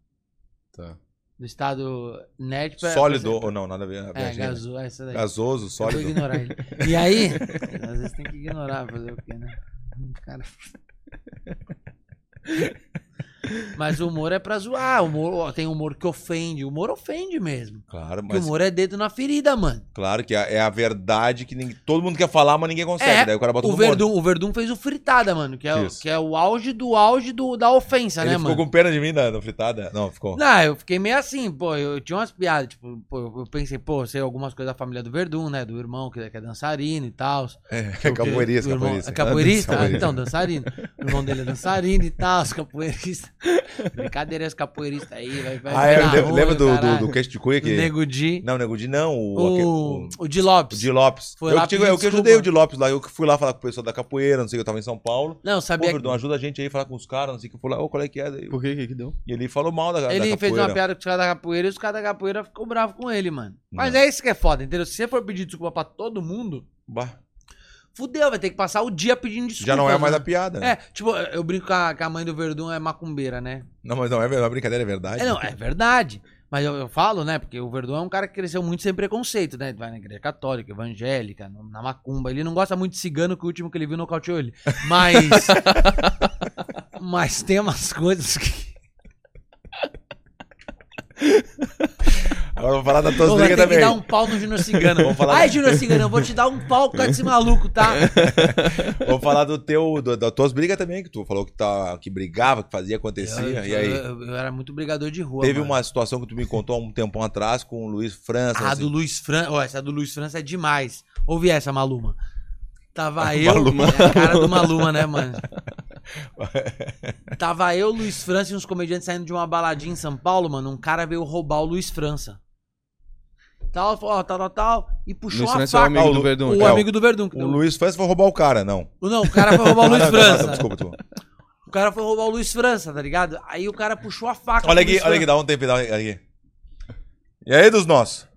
Speaker 3: Tá.
Speaker 2: do estado nerd pra-
Speaker 1: Sólido ou não, nada a ver. a
Speaker 2: É,
Speaker 1: viagem, né?
Speaker 2: gaso, é essa daí.
Speaker 1: Gasoso,
Speaker 2: Eu vou
Speaker 1: sólido.
Speaker 2: ignorar ele. E aí, às vezes tem que ignorar, fazer o quê, né? Cara. Mas o humor é pra zoar, o humor, ó, tem humor que ofende, o humor ofende mesmo.
Speaker 1: Claro,
Speaker 2: Porque o
Speaker 1: mas
Speaker 2: humor é dedo na ferida, mano.
Speaker 1: claro que é é a verdade que ninguém- todo mundo quer falar, mas ninguém consegue.
Speaker 2: É,
Speaker 1: Daí o cara bota
Speaker 2: O
Speaker 1: no
Speaker 2: Verdun, o Verdun fez o fritada, mano, que é, o-
Speaker 1: Isso.
Speaker 2: que é o auge do auge do, da ofensa,
Speaker 1: Ele
Speaker 2: né,
Speaker 1: ficou
Speaker 2: mano?
Speaker 1: com pena de mim na, na fritada? Não, ficou.
Speaker 2: Não, eu fiquei meio assim, pô, eu, eu tinha umas piadas, tipo, pô, eu eu pensei, pô, eu sei algumas coisas da família do Verdun, né, do irmão que, que é dançarino e tal.
Speaker 1: É,
Speaker 2: Porque
Speaker 1: capoeirista,
Speaker 2: o irmão-
Speaker 1: capoeirista.
Speaker 2: é Capoeirista? Ah,
Speaker 1: Capoeirista.
Speaker 2: então, dançarino. O irmão dele é dançarino e tal, os capoeiristas. Brincadeira, os capoeiristas aí. Vai, vai,
Speaker 1: Ah, é,
Speaker 2: vai na
Speaker 1: lembra,
Speaker 2: rua,
Speaker 1: lembra do, do,
Speaker 2: caralho.
Speaker 1: do queixo de cuia
Speaker 2: Do
Speaker 1: que.
Speaker 2: Nego Di.
Speaker 1: Não, Nego de não, o, aque-
Speaker 2: O,
Speaker 1: o-
Speaker 2: o Di Lopes.
Speaker 1: o de Lopes.
Speaker 2: Foi
Speaker 1: eu
Speaker 2: lá
Speaker 1: que, tive-
Speaker 2: pedir
Speaker 1: eu que ajudei
Speaker 2: desculpa.
Speaker 1: o de Lopes lá. Eu que fui lá falar com o pessoal da capoeira, não sei o que, eu tava em São Paulo.
Speaker 2: Não,
Speaker 1: Pô,
Speaker 2: sabia.
Speaker 1: Verdão, ajuda a gente aí, falar com os caras, não sei o que. Eu fui lá, ô, qual é que é? Daí-
Speaker 3: Por que que que deu?
Speaker 1: E ele falou mal da, da
Speaker 2: Ele
Speaker 1: capoeira.
Speaker 2: fez uma piada com os caras da capoeira e os caras da capoeira ficou bravos com ele, mano. Mas é isso que é foda, entendeu? Se você for pedir desculpa pra todo mundo,
Speaker 1: Bah,
Speaker 2: fudeu, vai ter que passar o dia pedindo desculpa.
Speaker 1: já não é mais a
Speaker 2: né?
Speaker 1: piada, né?
Speaker 2: É, tipo, eu brinco com a, com a mãe do Verdun é macumbeira, né?
Speaker 1: Não, mas não é, ver- não é brincadeira, é verdade.
Speaker 2: É, não, é verdade. Mas eu, eu falo, né? Porque o Verdun é um cara que cresceu muito sem preconceito, né? Ele vai na igreja católica, evangélica, no- na macumba. Ele não gosta muito de cigano, que o último que ele viu nocauteou ele. Mas. mas tem umas coisas que.
Speaker 1: Agora vamos falar da
Speaker 2: Ô, vai
Speaker 1: tosbriga
Speaker 2: ter
Speaker 1: também.
Speaker 2: que dar um pau no Junior Cigano.
Speaker 1: Vamos falar-
Speaker 2: Ai, Junior Cigano, eu vou te dar um pau por causa desse maluco, tá? um-
Speaker 1: Vamos falar do teu, do, da tosbriga também, que tu falou que, tá, que brigava, que fazia, acontecia.
Speaker 2: eu,
Speaker 1: e aí?
Speaker 2: eu- eu- eu era muito brigador de rua.
Speaker 1: Teve
Speaker 2: É, mano.
Speaker 1: uma situação que tu me contou há um tempão atrás com o Luiz França.
Speaker 2: A do
Speaker 1: assim.
Speaker 2: Luiz França. Ó, essa do Luiz França é demais. Ouvi essa, Maluma. Tava eu.
Speaker 1: Maluma.
Speaker 2: É a cara do Maluma, né, mano? Tava eu, Luiz França e uns comediantes saindo de uma baladinha em São Paulo, mano. Um cara veio roubar o Luiz França. Tal, falou, ó, tal, tal, tal. E puxou
Speaker 3: Luiz
Speaker 2: uma
Speaker 3: França é o
Speaker 2: faca.
Speaker 1: Ah,
Speaker 3: amigo
Speaker 1: o
Speaker 3: do
Speaker 1: Lu-
Speaker 3: Verdun.
Speaker 2: O
Speaker 1: É, o-
Speaker 2: amigo do Verdun. que
Speaker 1: O
Speaker 2: deu-
Speaker 1: Luiz França foi roubar o cara, não.
Speaker 2: Não, o cara foi roubar o Luiz
Speaker 1: Ah, não, tá, tá,
Speaker 2: França.
Speaker 1: Desculpa, tu.
Speaker 2: O cara foi roubar o Luiz França, tá ligado? Aí o cara puxou a faca.
Speaker 1: Olha
Speaker 2: do
Speaker 1: aqui, olha
Speaker 2: Luiz França.
Speaker 1: aqui, dá um tempo, dá um aqui. E aí, dos nossos?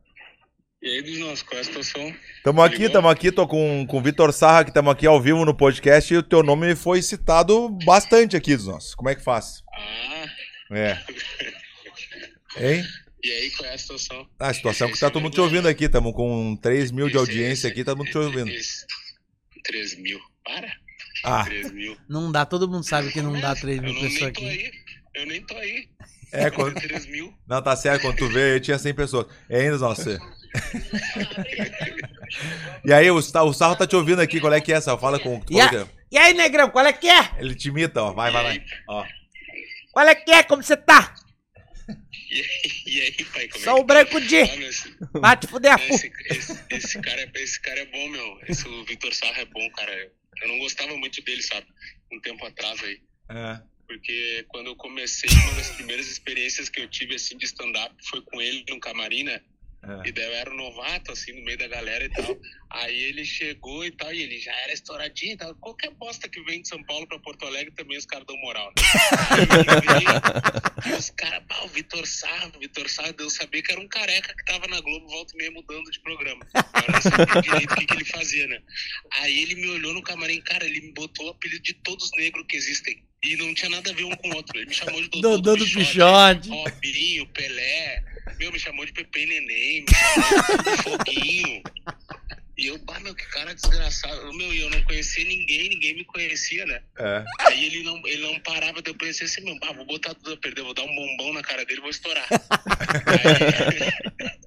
Speaker 4: E aí, dos nossos, qual é a situação?
Speaker 1: Tamo aqui, tamo
Speaker 4: é.
Speaker 1: aqui, tô com, com o Vitor Sarra, que tamo aqui ao vivo no podcast, e o teu nome foi citado bastante aqui dos nossos. Como é que faz?
Speaker 4: Ah,
Speaker 1: É. Hein?
Speaker 4: e aí, qual é a situação?
Speaker 1: Ah, a situação que tá todo mundo te ouvindo aqui. Estamos com 3 mil de audiência aqui, todo mundo te ouvindo.
Speaker 4: 3 mil. Para?
Speaker 1: Ah,
Speaker 4: 3 mil.
Speaker 2: Não dá, todo mundo sabe que não dá 3 mil
Speaker 4: eu não,
Speaker 2: pessoas
Speaker 4: nem tô
Speaker 2: aqui.
Speaker 4: aí. Eu nem tô aí.
Speaker 1: é. Quando...
Speaker 4: 3 mil.
Speaker 1: Não, tá certo. Quando tu veio, eu tinha 100 pessoas. É ainda, nossa. E aí, o, Sa- o Sarro tá te ouvindo aqui. Qual é que é, Sarro? Fala com o que tu
Speaker 2: E a-
Speaker 1: falou que-
Speaker 2: E aí, negrão, qual é que é?
Speaker 1: Ele te imita, ó. Vai, vai, vai. Ó.
Speaker 5: Qual é que é? Como você tá?
Speaker 4: E aí, e aí, pai, como
Speaker 5: Sou o
Speaker 4: é que tá?
Speaker 5: Branco de.
Speaker 4: Ah, meu, esse,
Speaker 5: Vai te fuder, fu.
Speaker 4: esse, esse- esse cara, é- esse cara é bom, meu. Esse o Vitor Sarra é bom, cara. Eu, eu não gostava muito dele, sabe? Um tempo atrás aí.
Speaker 1: É,
Speaker 4: Porque quando eu comecei, uma das primeiras experiências que eu tive, assim, de stand-up foi com ele num camarim, né?
Speaker 2: É.
Speaker 4: E daí eu era um novato, assim, no meio da galera e tal. Aí ele chegou e tal, e ele já era estouradinho e tal. Qualquer bosta que vem de São Paulo pra Porto Alegre também os caras dão moral, né? Aí ele veio, e os caras, pá, o Vitor Sarro, o Vitor Sarro, deu saber que era um careca que tava na Globo, volta e meia mudando de programa. Eu não sabia direito o que, que ele fazia, né? Aí ele me olhou no camarim, cara, ele me botou o apelido de todos os negros que existem. E não tinha nada a ver um com o outro. Ele me chamou de Dodô,
Speaker 2: Dodô do Pichote.
Speaker 4: Robinho, Pelé. Meu, me chamou de Pepe Neném, me chamou de Foguinho. E eu, bah, meu, que cara desgraçado. Meu, e eu não conhecia ninguém, ninguém me conhecia, né?
Speaker 1: É.
Speaker 4: Aí ele não, ele não parava, daí eu pensei assim, meu, bah, vou botar tudo a perder, vou dar um bombão na cara dele, vou estourar. aí,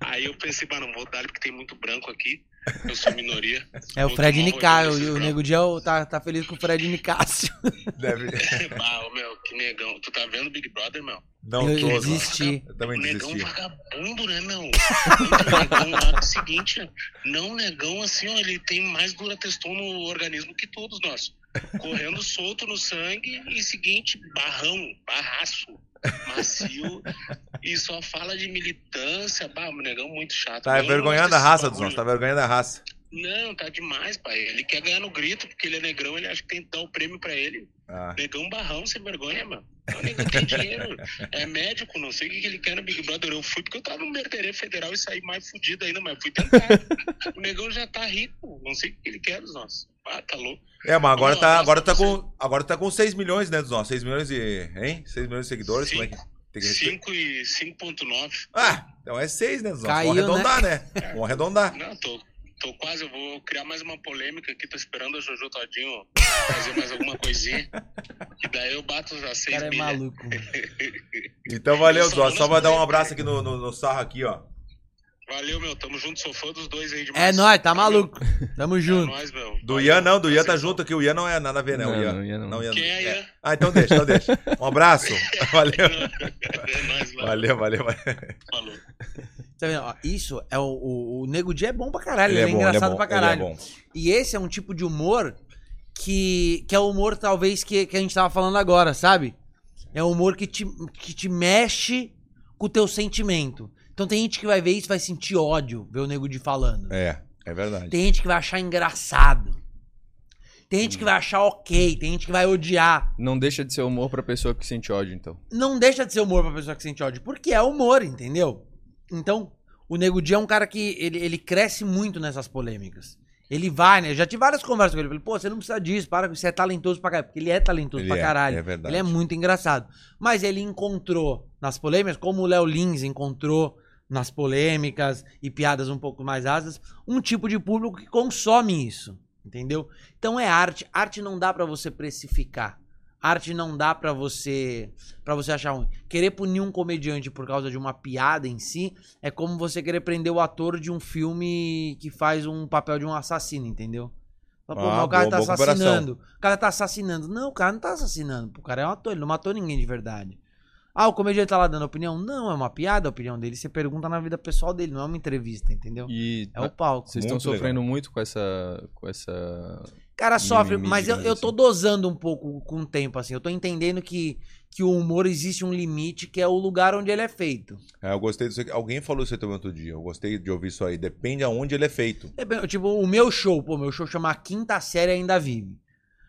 Speaker 4: aí eu pensei, bah, não vou dar ele porque tem muito branco aqui, eu sou minoria.
Speaker 2: É o
Speaker 4: Vou
Speaker 2: Fred
Speaker 4: tomar um
Speaker 2: Nicásio.
Speaker 4: rodízio
Speaker 2: E o
Speaker 4: branco.
Speaker 2: Nego Dia ó, tá, tá feliz com o Fred Nicásio.
Speaker 1: Deve...
Speaker 4: Bah, ô, meu, que negão. Tu tá vendo Big Brother, meu?
Speaker 1: Não,
Speaker 2: Eu
Speaker 1: tô, não.
Speaker 2: desisti.
Speaker 1: Eu também
Speaker 4: O negão
Speaker 1: desisti.
Speaker 4: vagabundo, né, meu? Muito negão lá, é o seguinte, né? não negão assim, ó, ele tem mais dura textura no organismo que todos nós. Correndo solto no sangue e seguinte, barrão, barraço, macio, e só fala de militância, bah, o negão muito chato.
Speaker 1: Tá
Speaker 4: Eu não gosto
Speaker 1: envergonhando a
Speaker 4: desse
Speaker 1: raça dos
Speaker 4: bagulho.
Speaker 1: nossos, tá envergonhando a raça.
Speaker 4: Não, tá demais, pai. Ele quer ganhar no grito, porque ele é negrão, ele acha que tem que dar o prêmio pra ele.
Speaker 1: Ah.
Speaker 4: Negão um barrão, sem vergonha, mano. O negão tem dinheiro. É médico, não sei o que que ele quer no Big Brother. Eu fui porque eu tava no merderê federal e saí mais fudido ainda, mas fui tentar. o negão já tá rico. Não sei o que que ele quer dos nossos. Ah, tá louco.
Speaker 1: É, mas agora
Speaker 4: Um
Speaker 1: tá,
Speaker 4: abraço
Speaker 1: agora tá
Speaker 4: pra
Speaker 1: com. Agora tá com 6 milhões, né, dos nossos? 6 milhões e. Hein? 6 milhões de seguidores? Como é que. Tem que respeitar?
Speaker 4: 5 e 5.9.
Speaker 1: Ah, então é 6, né, dos nossos?
Speaker 2: Caiu,
Speaker 1: Vamos arredondar, né? Vamos arredondar.
Speaker 4: Não, tô, tô quase. Eu vou criar mais uma polêmica aqui. Tô esperando a Jojo Todinho fazer mais alguma coisinha. E daí eu bato as
Speaker 2: O
Speaker 4: 6
Speaker 2: cara é
Speaker 4: milhas.
Speaker 2: maluco. mano.
Speaker 1: Então valeu,
Speaker 4: Só
Speaker 1: Zó. Só pra dar um
Speaker 4: nós-
Speaker 1: abraço aqui no, no, no sarro aqui, ó.
Speaker 4: Valeu, meu. Tamo junto. Sou fã dos dois aí
Speaker 2: É
Speaker 4: demais.
Speaker 2: nóis, tá maluco. Tamo
Speaker 4: É
Speaker 2: junto.
Speaker 4: nóis, meu.
Speaker 1: Do
Speaker 4: Valeu.
Speaker 1: Ian não, do Ian tá
Speaker 4: Vocês
Speaker 1: junto aqui. O Ian não é nada a ver, né? o
Speaker 3: Não,
Speaker 1: Ian.
Speaker 3: não, Ian não.
Speaker 4: Quem é Ian?
Speaker 1: Ah, então deixa, então deixa. Um abraço. Valeu.
Speaker 4: É nóis, valeu.
Speaker 1: Valeu, valeu, valeu.
Speaker 4: Falou.
Speaker 2: Tá vendo? ó, isso é o, o, o Nego Dia é bom pra caralho. Ele,
Speaker 1: Ele
Speaker 2: é,
Speaker 1: bom, ele
Speaker 2: engraçado
Speaker 1: bom,
Speaker 2: pra
Speaker 1: ele
Speaker 2: caralho.
Speaker 1: bom.
Speaker 2: E esse é um tipo de humor que, que é o humor, talvez, que, que a gente tava falando agora, sabe? É um humor que te, que te mexe com o teu sentimento. Então tem gente que vai ver isso e vai sentir ódio ver o Nego de falando.
Speaker 1: É, é verdade.
Speaker 2: Tem gente que vai achar engraçado. Tem gente que vai achar ok, tem gente que vai odiar.
Speaker 3: Não deixa de ser humor pra pessoa que sente ódio, então.
Speaker 2: Não deixa de ser humor pra pessoa que sente ódio, porque é humor, entendeu? Então, o Nego Di é um cara que ele, ele cresce muito nessas polêmicas. Ele vai, né? Eu já tive várias conversas com ele. Eu Falei, pô, você não precisa disso, para que você é talentoso pra caralho. Porque ele é talentoso
Speaker 1: Ele
Speaker 2: pra
Speaker 1: é,
Speaker 2: caralho.
Speaker 1: é verdade.
Speaker 2: Ele é muito engraçado. Mas ele encontrou nas polêmicas, como o Léo Lins encontrou nas polêmicas e piadas um pouco mais ácidas, um tipo de público que consome isso, entendeu? Então é arte. Arte não dá pra você precificar. Arte não dá pra você para você achar ruim. Querer punir um comediante por causa de uma piada em si é como você querer prender o ator de um filme que faz um papel de um assassino, entendeu? Fala, Pô,
Speaker 1: Ah,
Speaker 2: mas o cara
Speaker 1: boa,
Speaker 2: tá
Speaker 1: boa comparação.
Speaker 2: assassinando. O cara tá assassinando. Não, o cara não tá assassinando. pô, O cara é um ator, ele não matou ninguém de verdade. Ah, o comediante tá lá dando opinião? Não, é uma piada a opinião dele. Você pergunta na vida pessoal dele, não é uma entrevista, entendeu?
Speaker 3: E
Speaker 2: É o palco.
Speaker 3: vocês estão
Speaker 1: um Muito legal.
Speaker 3: sofrendo muito com essa. com essa.
Speaker 2: cara sofre,
Speaker 3: Mimimi,
Speaker 2: mas eu,
Speaker 3: digamos
Speaker 2: eu tô
Speaker 3: assim.
Speaker 2: dosando um pouco com o tempo, assim. Eu tô entendendo que, que o humor existe um limite, que é o lugar onde ele é feito.
Speaker 1: É, eu gostei disso aqui. Alguém falou isso aí também outro dia. Eu gostei de ouvir isso aí. Depende aonde ele é feito.
Speaker 2: É bem, tipo, o meu show, pô, meu show chama A Quinta Série Ainda Vive.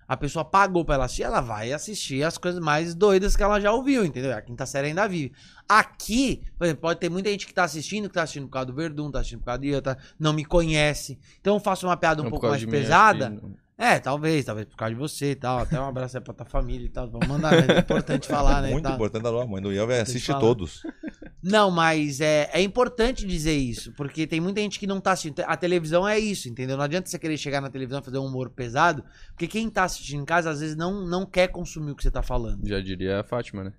Speaker 2: A pessoa pagou pra ela assistir, ela vai assistir as coisas mais doidas que ela já ouviu, entendeu? É A quinta série ainda vive. Aqui, por exemplo, pode ter muita gente que tá assistindo, que tá assistindo por causa do Verdun, tá assistindo por causa do Ian, tá- não me conhece. Então eu faço uma piada um
Speaker 3: não, por
Speaker 2: pouco
Speaker 3: causa
Speaker 2: mais
Speaker 3: de mim, acho
Speaker 2: pesada.
Speaker 3: que não-
Speaker 2: É, talvez, talvez por causa de você e tal. Até um abraço aí pra tua família e tal. Vamos mandar, mas é importante falar, né? e
Speaker 1: Muito
Speaker 2: tal.
Speaker 1: importante. Alô, a mãe do Ian vai assiste
Speaker 2: falar. É,
Speaker 1: todos.
Speaker 2: Não, mas é, é importante dizer isso, porque tem muita gente que não tá assistindo. A televisão é isso, entendeu? Não adianta você querer chegar na televisão e fazer um humor pesado, porque quem tá assistindo em casa às vezes não, não quer consumir o que você tá falando.
Speaker 3: Já diria a Fátima, né?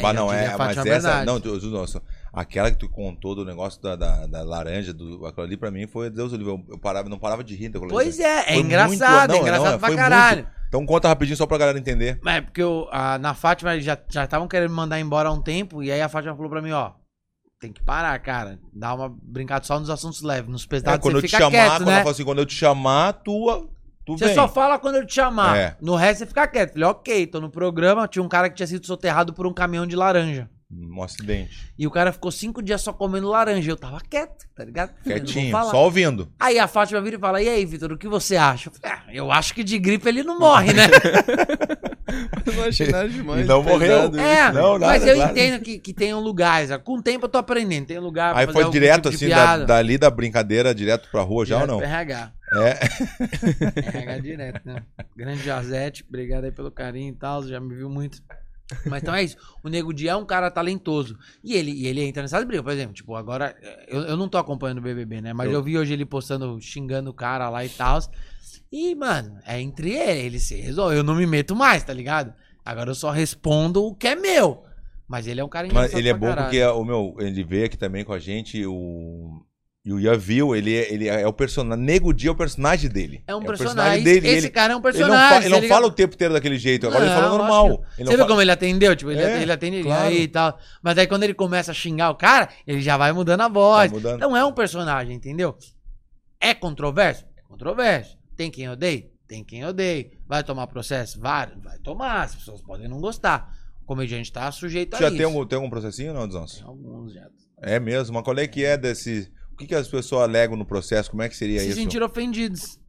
Speaker 1: Bah,
Speaker 2: eu
Speaker 1: não,
Speaker 2: diria
Speaker 1: é,
Speaker 2: a
Speaker 1: mas
Speaker 2: Fátima
Speaker 1: essa.
Speaker 2: Bernardes.
Speaker 1: Não, tu- tu- nossa, aquela que tu contou do negócio da, da, da laranja, do, aquilo ali pra mim foi, Deus do livro, eu parava, não parava de rir daquilo ali.
Speaker 2: Pois é, é
Speaker 1: Foi muito-
Speaker 2: engraçado,
Speaker 1: não,
Speaker 2: é engraçado
Speaker 1: não,
Speaker 2: pra
Speaker 1: foi
Speaker 2: caralho.
Speaker 1: Então conta rapidinho só pra galera entender.
Speaker 2: É, porque eu, a- na Fátima eles já já estavam querendo me mandar embora há um tempo, e aí a Fátima falou pra mim, ó, tem que parar, cara. Dá uma brincada só nos assuntos leves, nos pesados
Speaker 1: É, quando
Speaker 2: você
Speaker 1: eu te
Speaker 2: fica
Speaker 1: chamar,
Speaker 2: quieto,
Speaker 1: quando
Speaker 2: né?
Speaker 1: ela fala assim, quando eu te chamar, tu, tu
Speaker 2: Você
Speaker 1: vem.
Speaker 2: só fala quando eu te chamar.
Speaker 1: É.
Speaker 2: No resto você fica quieto. Falei, ok, tô no programa, tinha um cara que tinha sido soterrado por um caminhão de laranja.
Speaker 1: Um acidente.
Speaker 2: E o cara ficou cinco dias só comendo laranja. Eu tava quieto, tá ligado? Eu não vou
Speaker 1: Quietinho,
Speaker 2: falar.
Speaker 1: só ouvindo.
Speaker 2: Aí a Fátima vira e fala: E aí, Vitor, o que você acha? Eu, falei, "Ah, eu acho que de gripe ele não morre, né?
Speaker 3: Eu não achei nada
Speaker 1: E
Speaker 3: demais.
Speaker 1: não morreu.
Speaker 3: pesado
Speaker 2: é,
Speaker 3: isso.
Speaker 1: Não, nada,
Speaker 2: mas eu
Speaker 1: claro.
Speaker 2: entendo que, que tem um lugar. sabe? Com o tempo eu tô aprendendo. Tem um lugar. pra
Speaker 1: Aí
Speaker 2: fazer
Speaker 1: foi
Speaker 2: algum
Speaker 1: direto,
Speaker 2: tipo de
Speaker 1: assim, da,
Speaker 2: piada.
Speaker 1: dali da brincadeira, direto pra rua já ou não?
Speaker 2: Direto RH.
Speaker 1: É.
Speaker 2: RH direto, né? Grande Jazete, obrigado aí pelo carinho e tal, já me viu muito. Mas então é isso. O Nego Di é um cara talentoso. E ele, e ele entra nessas brigas. Por exemplo, tipo, agora. Eu, eu não tô acompanhando o BBB, né? Mas eu, vi hoje ele postando, xingando o cara lá e tal. E, mano, é entre ele. Ele se resolve. Eu não me meto mais, tá ligado? Agora eu só respondo o que é meu. Mas ele é um cara
Speaker 1: Mas
Speaker 2: engraçado
Speaker 1: ele é
Speaker 2: pra
Speaker 1: bom
Speaker 2: caralho.
Speaker 1: porque o meu, ele veio aqui também com a gente, o. E o Yavil, ele, é- ele é o personagem. Nego Dia é o personagem dele.
Speaker 2: É um
Speaker 1: o
Speaker 2: personagem.
Speaker 1: dele. e
Speaker 2: Esse
Speaker 1: ele,
Speaker 2: cara é um
Speaker 1: ele
Speaker 2: personagem.
Speaker 1: não, fa- ele não
Speaker 2: tá ligado?
Speaker 1: fala o tempo inteiro daquele jeito. Agora ele
Speaker 2: Não,
Speaker 1: fala
Speaker 2: lógico
Speaker 1: normal.
Speaker 2: que-
Speaker 1: Ele
Speaker 2: Você
Speaker 1: não
Speaker 2: viu como ele atendeu? Tipo, ele,
Speaker 1: É,
Speaker 2: ele atende ele
Speaker 1: claro.
Speaker 2: aí e tal. Mas aí quando ele começa a xingar o cara, ele já vai mudando a voz.
Speaker 1: Tá mudando.
Speaker 2: Então é um personagem, entendeu? É controverso? É controverso. Tem quem odeia? Tem quem odeia. Vai tomar processo? Vai, vai tomar. As pessoas podem não gostar. O comediante tá sujeito
Speaker 1: Tu
Speaker 2: a
Speaker 1: já
Speaker 2: isso.
Speaker 1: tem algum, tem algum processinho, não, Desonso?
Speaker 2: Tem alguns já.
Speaker 1: É mesmo, mas qual é que é desse. O que, que as pessoas alegam no processo? Como é que seria
Speaker 2: Se
Speaker 1: isso?
Speaker 2: sentiram ofendidos.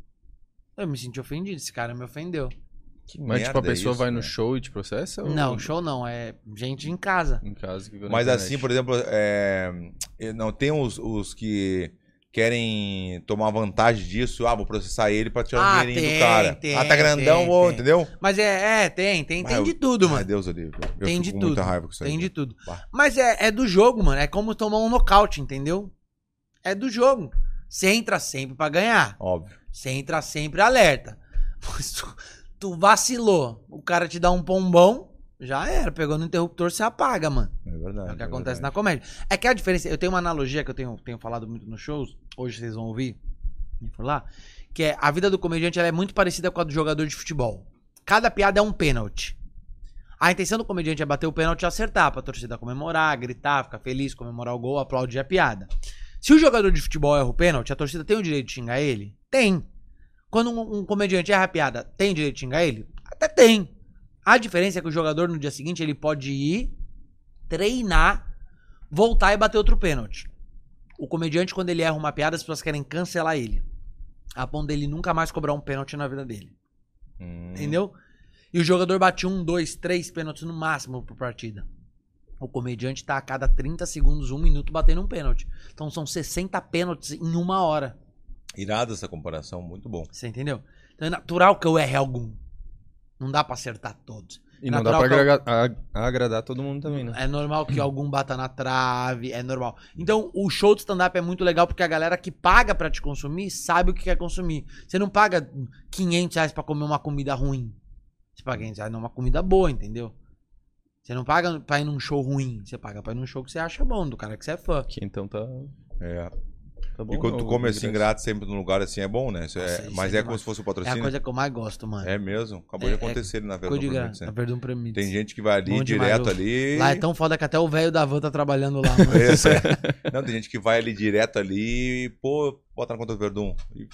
Speaker 2: Eu me senti ofendido, esse cara me ofendeu.
Speaker 1: Que
Speaker 3: Mas, tipo,
Speaker 1: merda
Speaker 3: a pessoa
Speaker 1: isso,
Speaker 3: vai no
Speaker 1: né?
Speaker 3: show e te processa? ou-
Speaker 2: Não, show não, é gente em casa.
Speaker 3: Em casa que viu na
Speaker 1: Mas
Speaker 3: internet?
Speaker 1: assim, por exemplo, é, eh, não tem os, os que querem tomar vantagem disso. Ah, vou processar ele pra tirar
Speaker 2: Ah,
Speaker 1: o dinheirinho
Speaker 2: tem,
Speaker 1: do cara.
Speaker 2: tem,
Speaker 1: ah, tá grandão,
Speaker 2: tem,
Speaker 1: vou,
Speaker 2: tem.
Speaker 1: entendeu?
Speaker 2: Mas é, é tem, tem,
Speaker 1: Ah,
Speaker 2: tem
Speaker 1: eu-
Speaker 2: de tudo,
Speaker 1: Ai,
Speaker 2: mano.
Speaker 1: Deus, Olívio. Eu
Speaker 2: Tem
Speaker 1: fico
Speaker 2: de
Speaker 1: com muita
Speaker 2: tudo.
Speaker 1: raiva com isso aí.
Speaker 2: Tem de tudo.
Speaker 1: Bah.
Speaker 2: Mas é, é do jogo, mano. É como tomar um nocaute, entendeu? É do jogo. Você entra sempre pra ganhar.
Speaker 1: Óbvio.
Speaker 2: Você entra sempre alerta. Mas tu, tu vacilou. O cara te dá um pombão, já era. Pegou no interruptor, você apaga, mano.
Speaker 1: É verdade.
Speaker 2: É o que acontece na comédia. É que a diferença. Eu tenho uma analogia que eu tenho, tenho falado muito nos shows. Hoje vocês vão ouvir, me for lá. Que é a vida do comediante ela é muito parecida com a do jogador de futebol. Cada piada é um pênalti. A intenção do comediante é bater o pênalti e acertar, pra torcida comemorar, gritar, ficar feliz, comemorar o gol, aplaudir a piada. Se o jogador de futebol erra o pênalti, a torcida tem o direito de xingar ele? Tem. Quando um, um comediante erra a piada, tem direito de xingar ele? Até tem. A diferença é que o jogador no dia seguinte ele pode ir treinar, voltar e bater outro pênalti. O comediante, quando ele erra uma piada, as pessoas querem cancelar ele. A ponto dele nunca mais cobrar um pênalti na vida dele.
Speaker 3: Hum.
Speaker 2: Entendeu? E o jogador bate um, dois, três pênaltis no máximo por partida. O comediante tá a cada 30 segundos, um minuto, batendo um pênalti. Então são 60 pênaltis em uma hora.
Speaker 1: Irada essa comparação, muito bom.
Speaker 2: Você entendeu? Então é natural que eu erre algum. Não dá pra acertar todos.
Speaker 3: E não dá
Speaker 2: natural
Speaker 3: pra
Speaker 2: que eu-
Speaker 3: agradar, a- agradar todo mundo também, né?
Speaker 2: É normal que algum bata na trave, é normal. Então, o show de stand-up é muito legal porque a galera que paga pra te consumir sabe o que quer consumir. Você não paga 500 reais pra comer uma comida ruim. Você paga 500 reais numa comida boa, entendeu? Você não paga pra ir num show ruim. Você paga pra ir num show que você acha bom, do cara que você é fã.
Speaker 3: Que então tá,
Speaker 1: É.
Speaker 3: tá bom.
Speaker 1: E
Speaker 2: é
Speaker 1: quando tu
Speaker 3: não,
Speaker 1: come
Speaker 3: o
Speaker 1: assim,
Speaker 3: ingresso.
Speaker 1: grátis, sempre num lugar assim, é bom, né? Isso é-
Speaker 2: Nossa, isso
Speaker 1: mas
Speaker 2: é
Speaker 1: é,
Speaker 2: demais.
Speaker 1: como se fosse o
Speaker 2: É a
Speaker 1: patrocínio.
Speaker 2: coisa que eu mais gosto, mano.
Speaker 1: É, mesmo. Acabou de
Speaker 2: É-
Speaker 1: acontecer ali na
Speaker 2: Ficou de
Speaker 1: verdade.
Speaker 2: graça, na Verdun Premits.
Speaker 1: Tem gente que vai ali
Speaker 2: Bom demais,
Speaker 1: direto
Speaker 2: eu-
Speaker 1: ali.
Speaker 2: Lá é tão foda que até o velho da van tá trabalhando lá, mano.
Speaker 1: Isso, é. Não, tem gente que vai ali direto ali e, pô, bota na conta do Verdun. E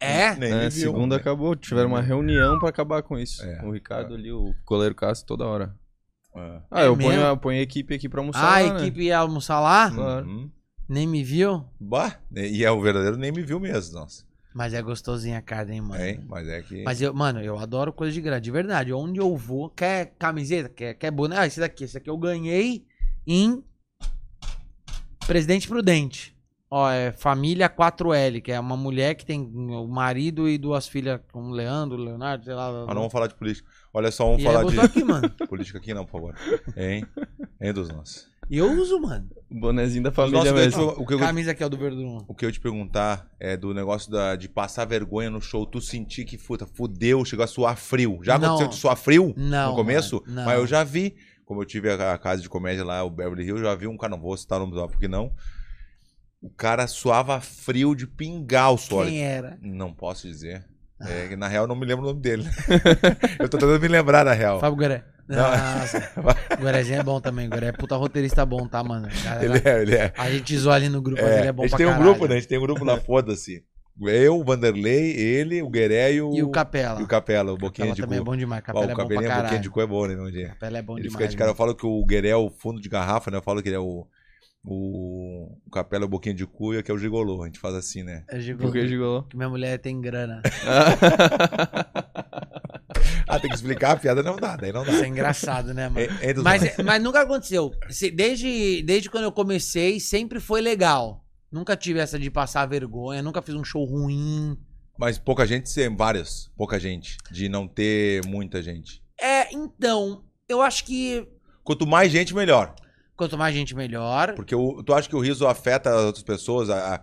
Speaker 2: É?
Speaker 1: nem
Speaker 3: É,
Speaker 1: me viu. né? Hum.
Speaker 3: segunda acabou, tiveram uma reunião pra acabar com isso.
Speaker 1: É.
Speaker 3: O Ricardo ali, o goleiro Cássio, toda hora.
Speaker 1: É.
Speaker 3: Ah,
Speaker 2: É
Speaker 3: eu ponho,
Speaker 2: mesmo?
Speaker 3: a- ponho a equipe aqui pra almoçar.
Speaker 2: Ah, a
Speaker 3: lá, né?
Speaker 2: equipe ia almoçar lá?
Speaker 3: Claro.
Speaker 1: Uhum.
Speaker 2: Nem me viu?
Speaker 1: Bah, e é o verdadeiro nem me viu mesmo, nossa.
Speaker 2: Mas é gostosinha a carne, hein, mano?
Speaker 1: É, hein? mas é que.
Speaker 2: Mas eu, mano, eu adoro coisa de graça, de verdade. Onde eu vou, quer camiseta, quer, quer boné. Ah, esse daqui, esse daqui eu ganhei em Presidente Prudente. Ó, é Família 4L, que é uma mulher que tem o marido e duas filhas, como Leandro, Leonardo, sei lá.
Speaker 1: Mas não vamos falar de política. Olha só, vamos
Speaker 2: e
Speaker 1: falar
Speaker 2: eu
Speaker 1: de
Speaker 2: uso aqui, mano.
Speaker 1: política aqui não, por favor. Hein? Hein, dos nossos.
Speaker 2: E eu uso, mano.
Speaker 3: O bonezinho da
Speaker 1: Os nossos
Speaker 3: família
Speaker 1: dois,
Speaker 3: mesmo.
Speaker 1: o, que eu,
Speaker 2: Camisa aqui, ó, do Verdun.
Speaker 1: o que eu te perguntar é do negócio da, de passar vergonha no show, tu sentir que puta, fudeu, chegou a suar frio. Já
Speaker 2: Não.
Speaker 1: aconteceu de suar frio?
Speaker 2: Não.
Speaker 1: no começo,
Speaker 2: mano, não.
Speaker 1: mas eu já vi. Como eu tive a, a casa de comédia lá, o Beverly Hills, eu já vi um cara, não vou citar o nome do lá, porque não. O cara suava frio de pingar o suor.
Speaker 2: Quem é? Ah. era?
Speaker 1: Não posso dizer. É, que na real, eu não me lembro o nome dele. eu tô tentando me lembrar, na real.
Speaker 2: Fábio Guaré.
Speaker 1: Não.
Speaker 2: Nossa, o Guarezinho é bom também. O Guaré é puta roteirista bom, tá, mano? A galera-
Speaker 1: Ele é, ele é.
Speaker 2: A gente zoa ali no grupo, mas
Speaker 1: É,
Speaker 2: ele é bom
Speaker 1: a gente
Speaker 2: pra
Speaker 1: tem um
Speaker 2: caralho.
Speaker 1: grupo, né? A gente tem um grupo lá, foda-se. Eu, o Vanderlei, ele, o Gueré e o,
Speaker 2: E o Capela.
Speaker 1: e o Capela, o Boquinha
Speaker 2: Capela
Speaker 1: de
Speaker 2: também é
Speaker 1: Cu.
Speaker 2: bom demais.
Speaker 1: Ó, o
Speaker 2: Capela é bom pra
Speaker 1: cabelinho, o Boquinha
Speaker 2: caralho.
Speaker 1: de Cu é bom, né, meu dia?
Speaker 2: Capela é bom
Speaker 1: Ele
Speaker 2: demais.
Speaker 1: fica de cara, eu
Speaker 2: mano.
Speaker 1: falo que o Gueré é o fundo de garrafa, né? Eu falo que ele é o, o, o Capela, é o Boquinha de Cu e aqui é o Gigolô. A gente faz assim, né?
Speaker 2: Eu digo
Speaker 3: Porque gigolô.
Speaker 2: que minha mulher tem grana.
Speaker 1: Ah, tem que explicar a piada, não dá, daí não dá.
Speaker 2: Isso é engraçado, né, mano?
Speaker 1: É- entre os
Speaker 2: Mas,
Speaker 1: nós.
Speaker 2: mas nunca aconteceu. Se- Desde, desde quando eu comecei, sempre foi legal. Nunca tive essa de passar vergonha, nunca fiz um show ruim.
Speaker 1: Mas pouca gente, sim, vários, pouca gente. De não ter muita gente.
Speaker 2: É, então, eu acho que
Speaker 1: Quanto mais gente, melhor.
Speaker 2: quanto mais gente, melhor.
Speaker 1: Porque o, tu acha que o riso afeta as outras pessoas a, a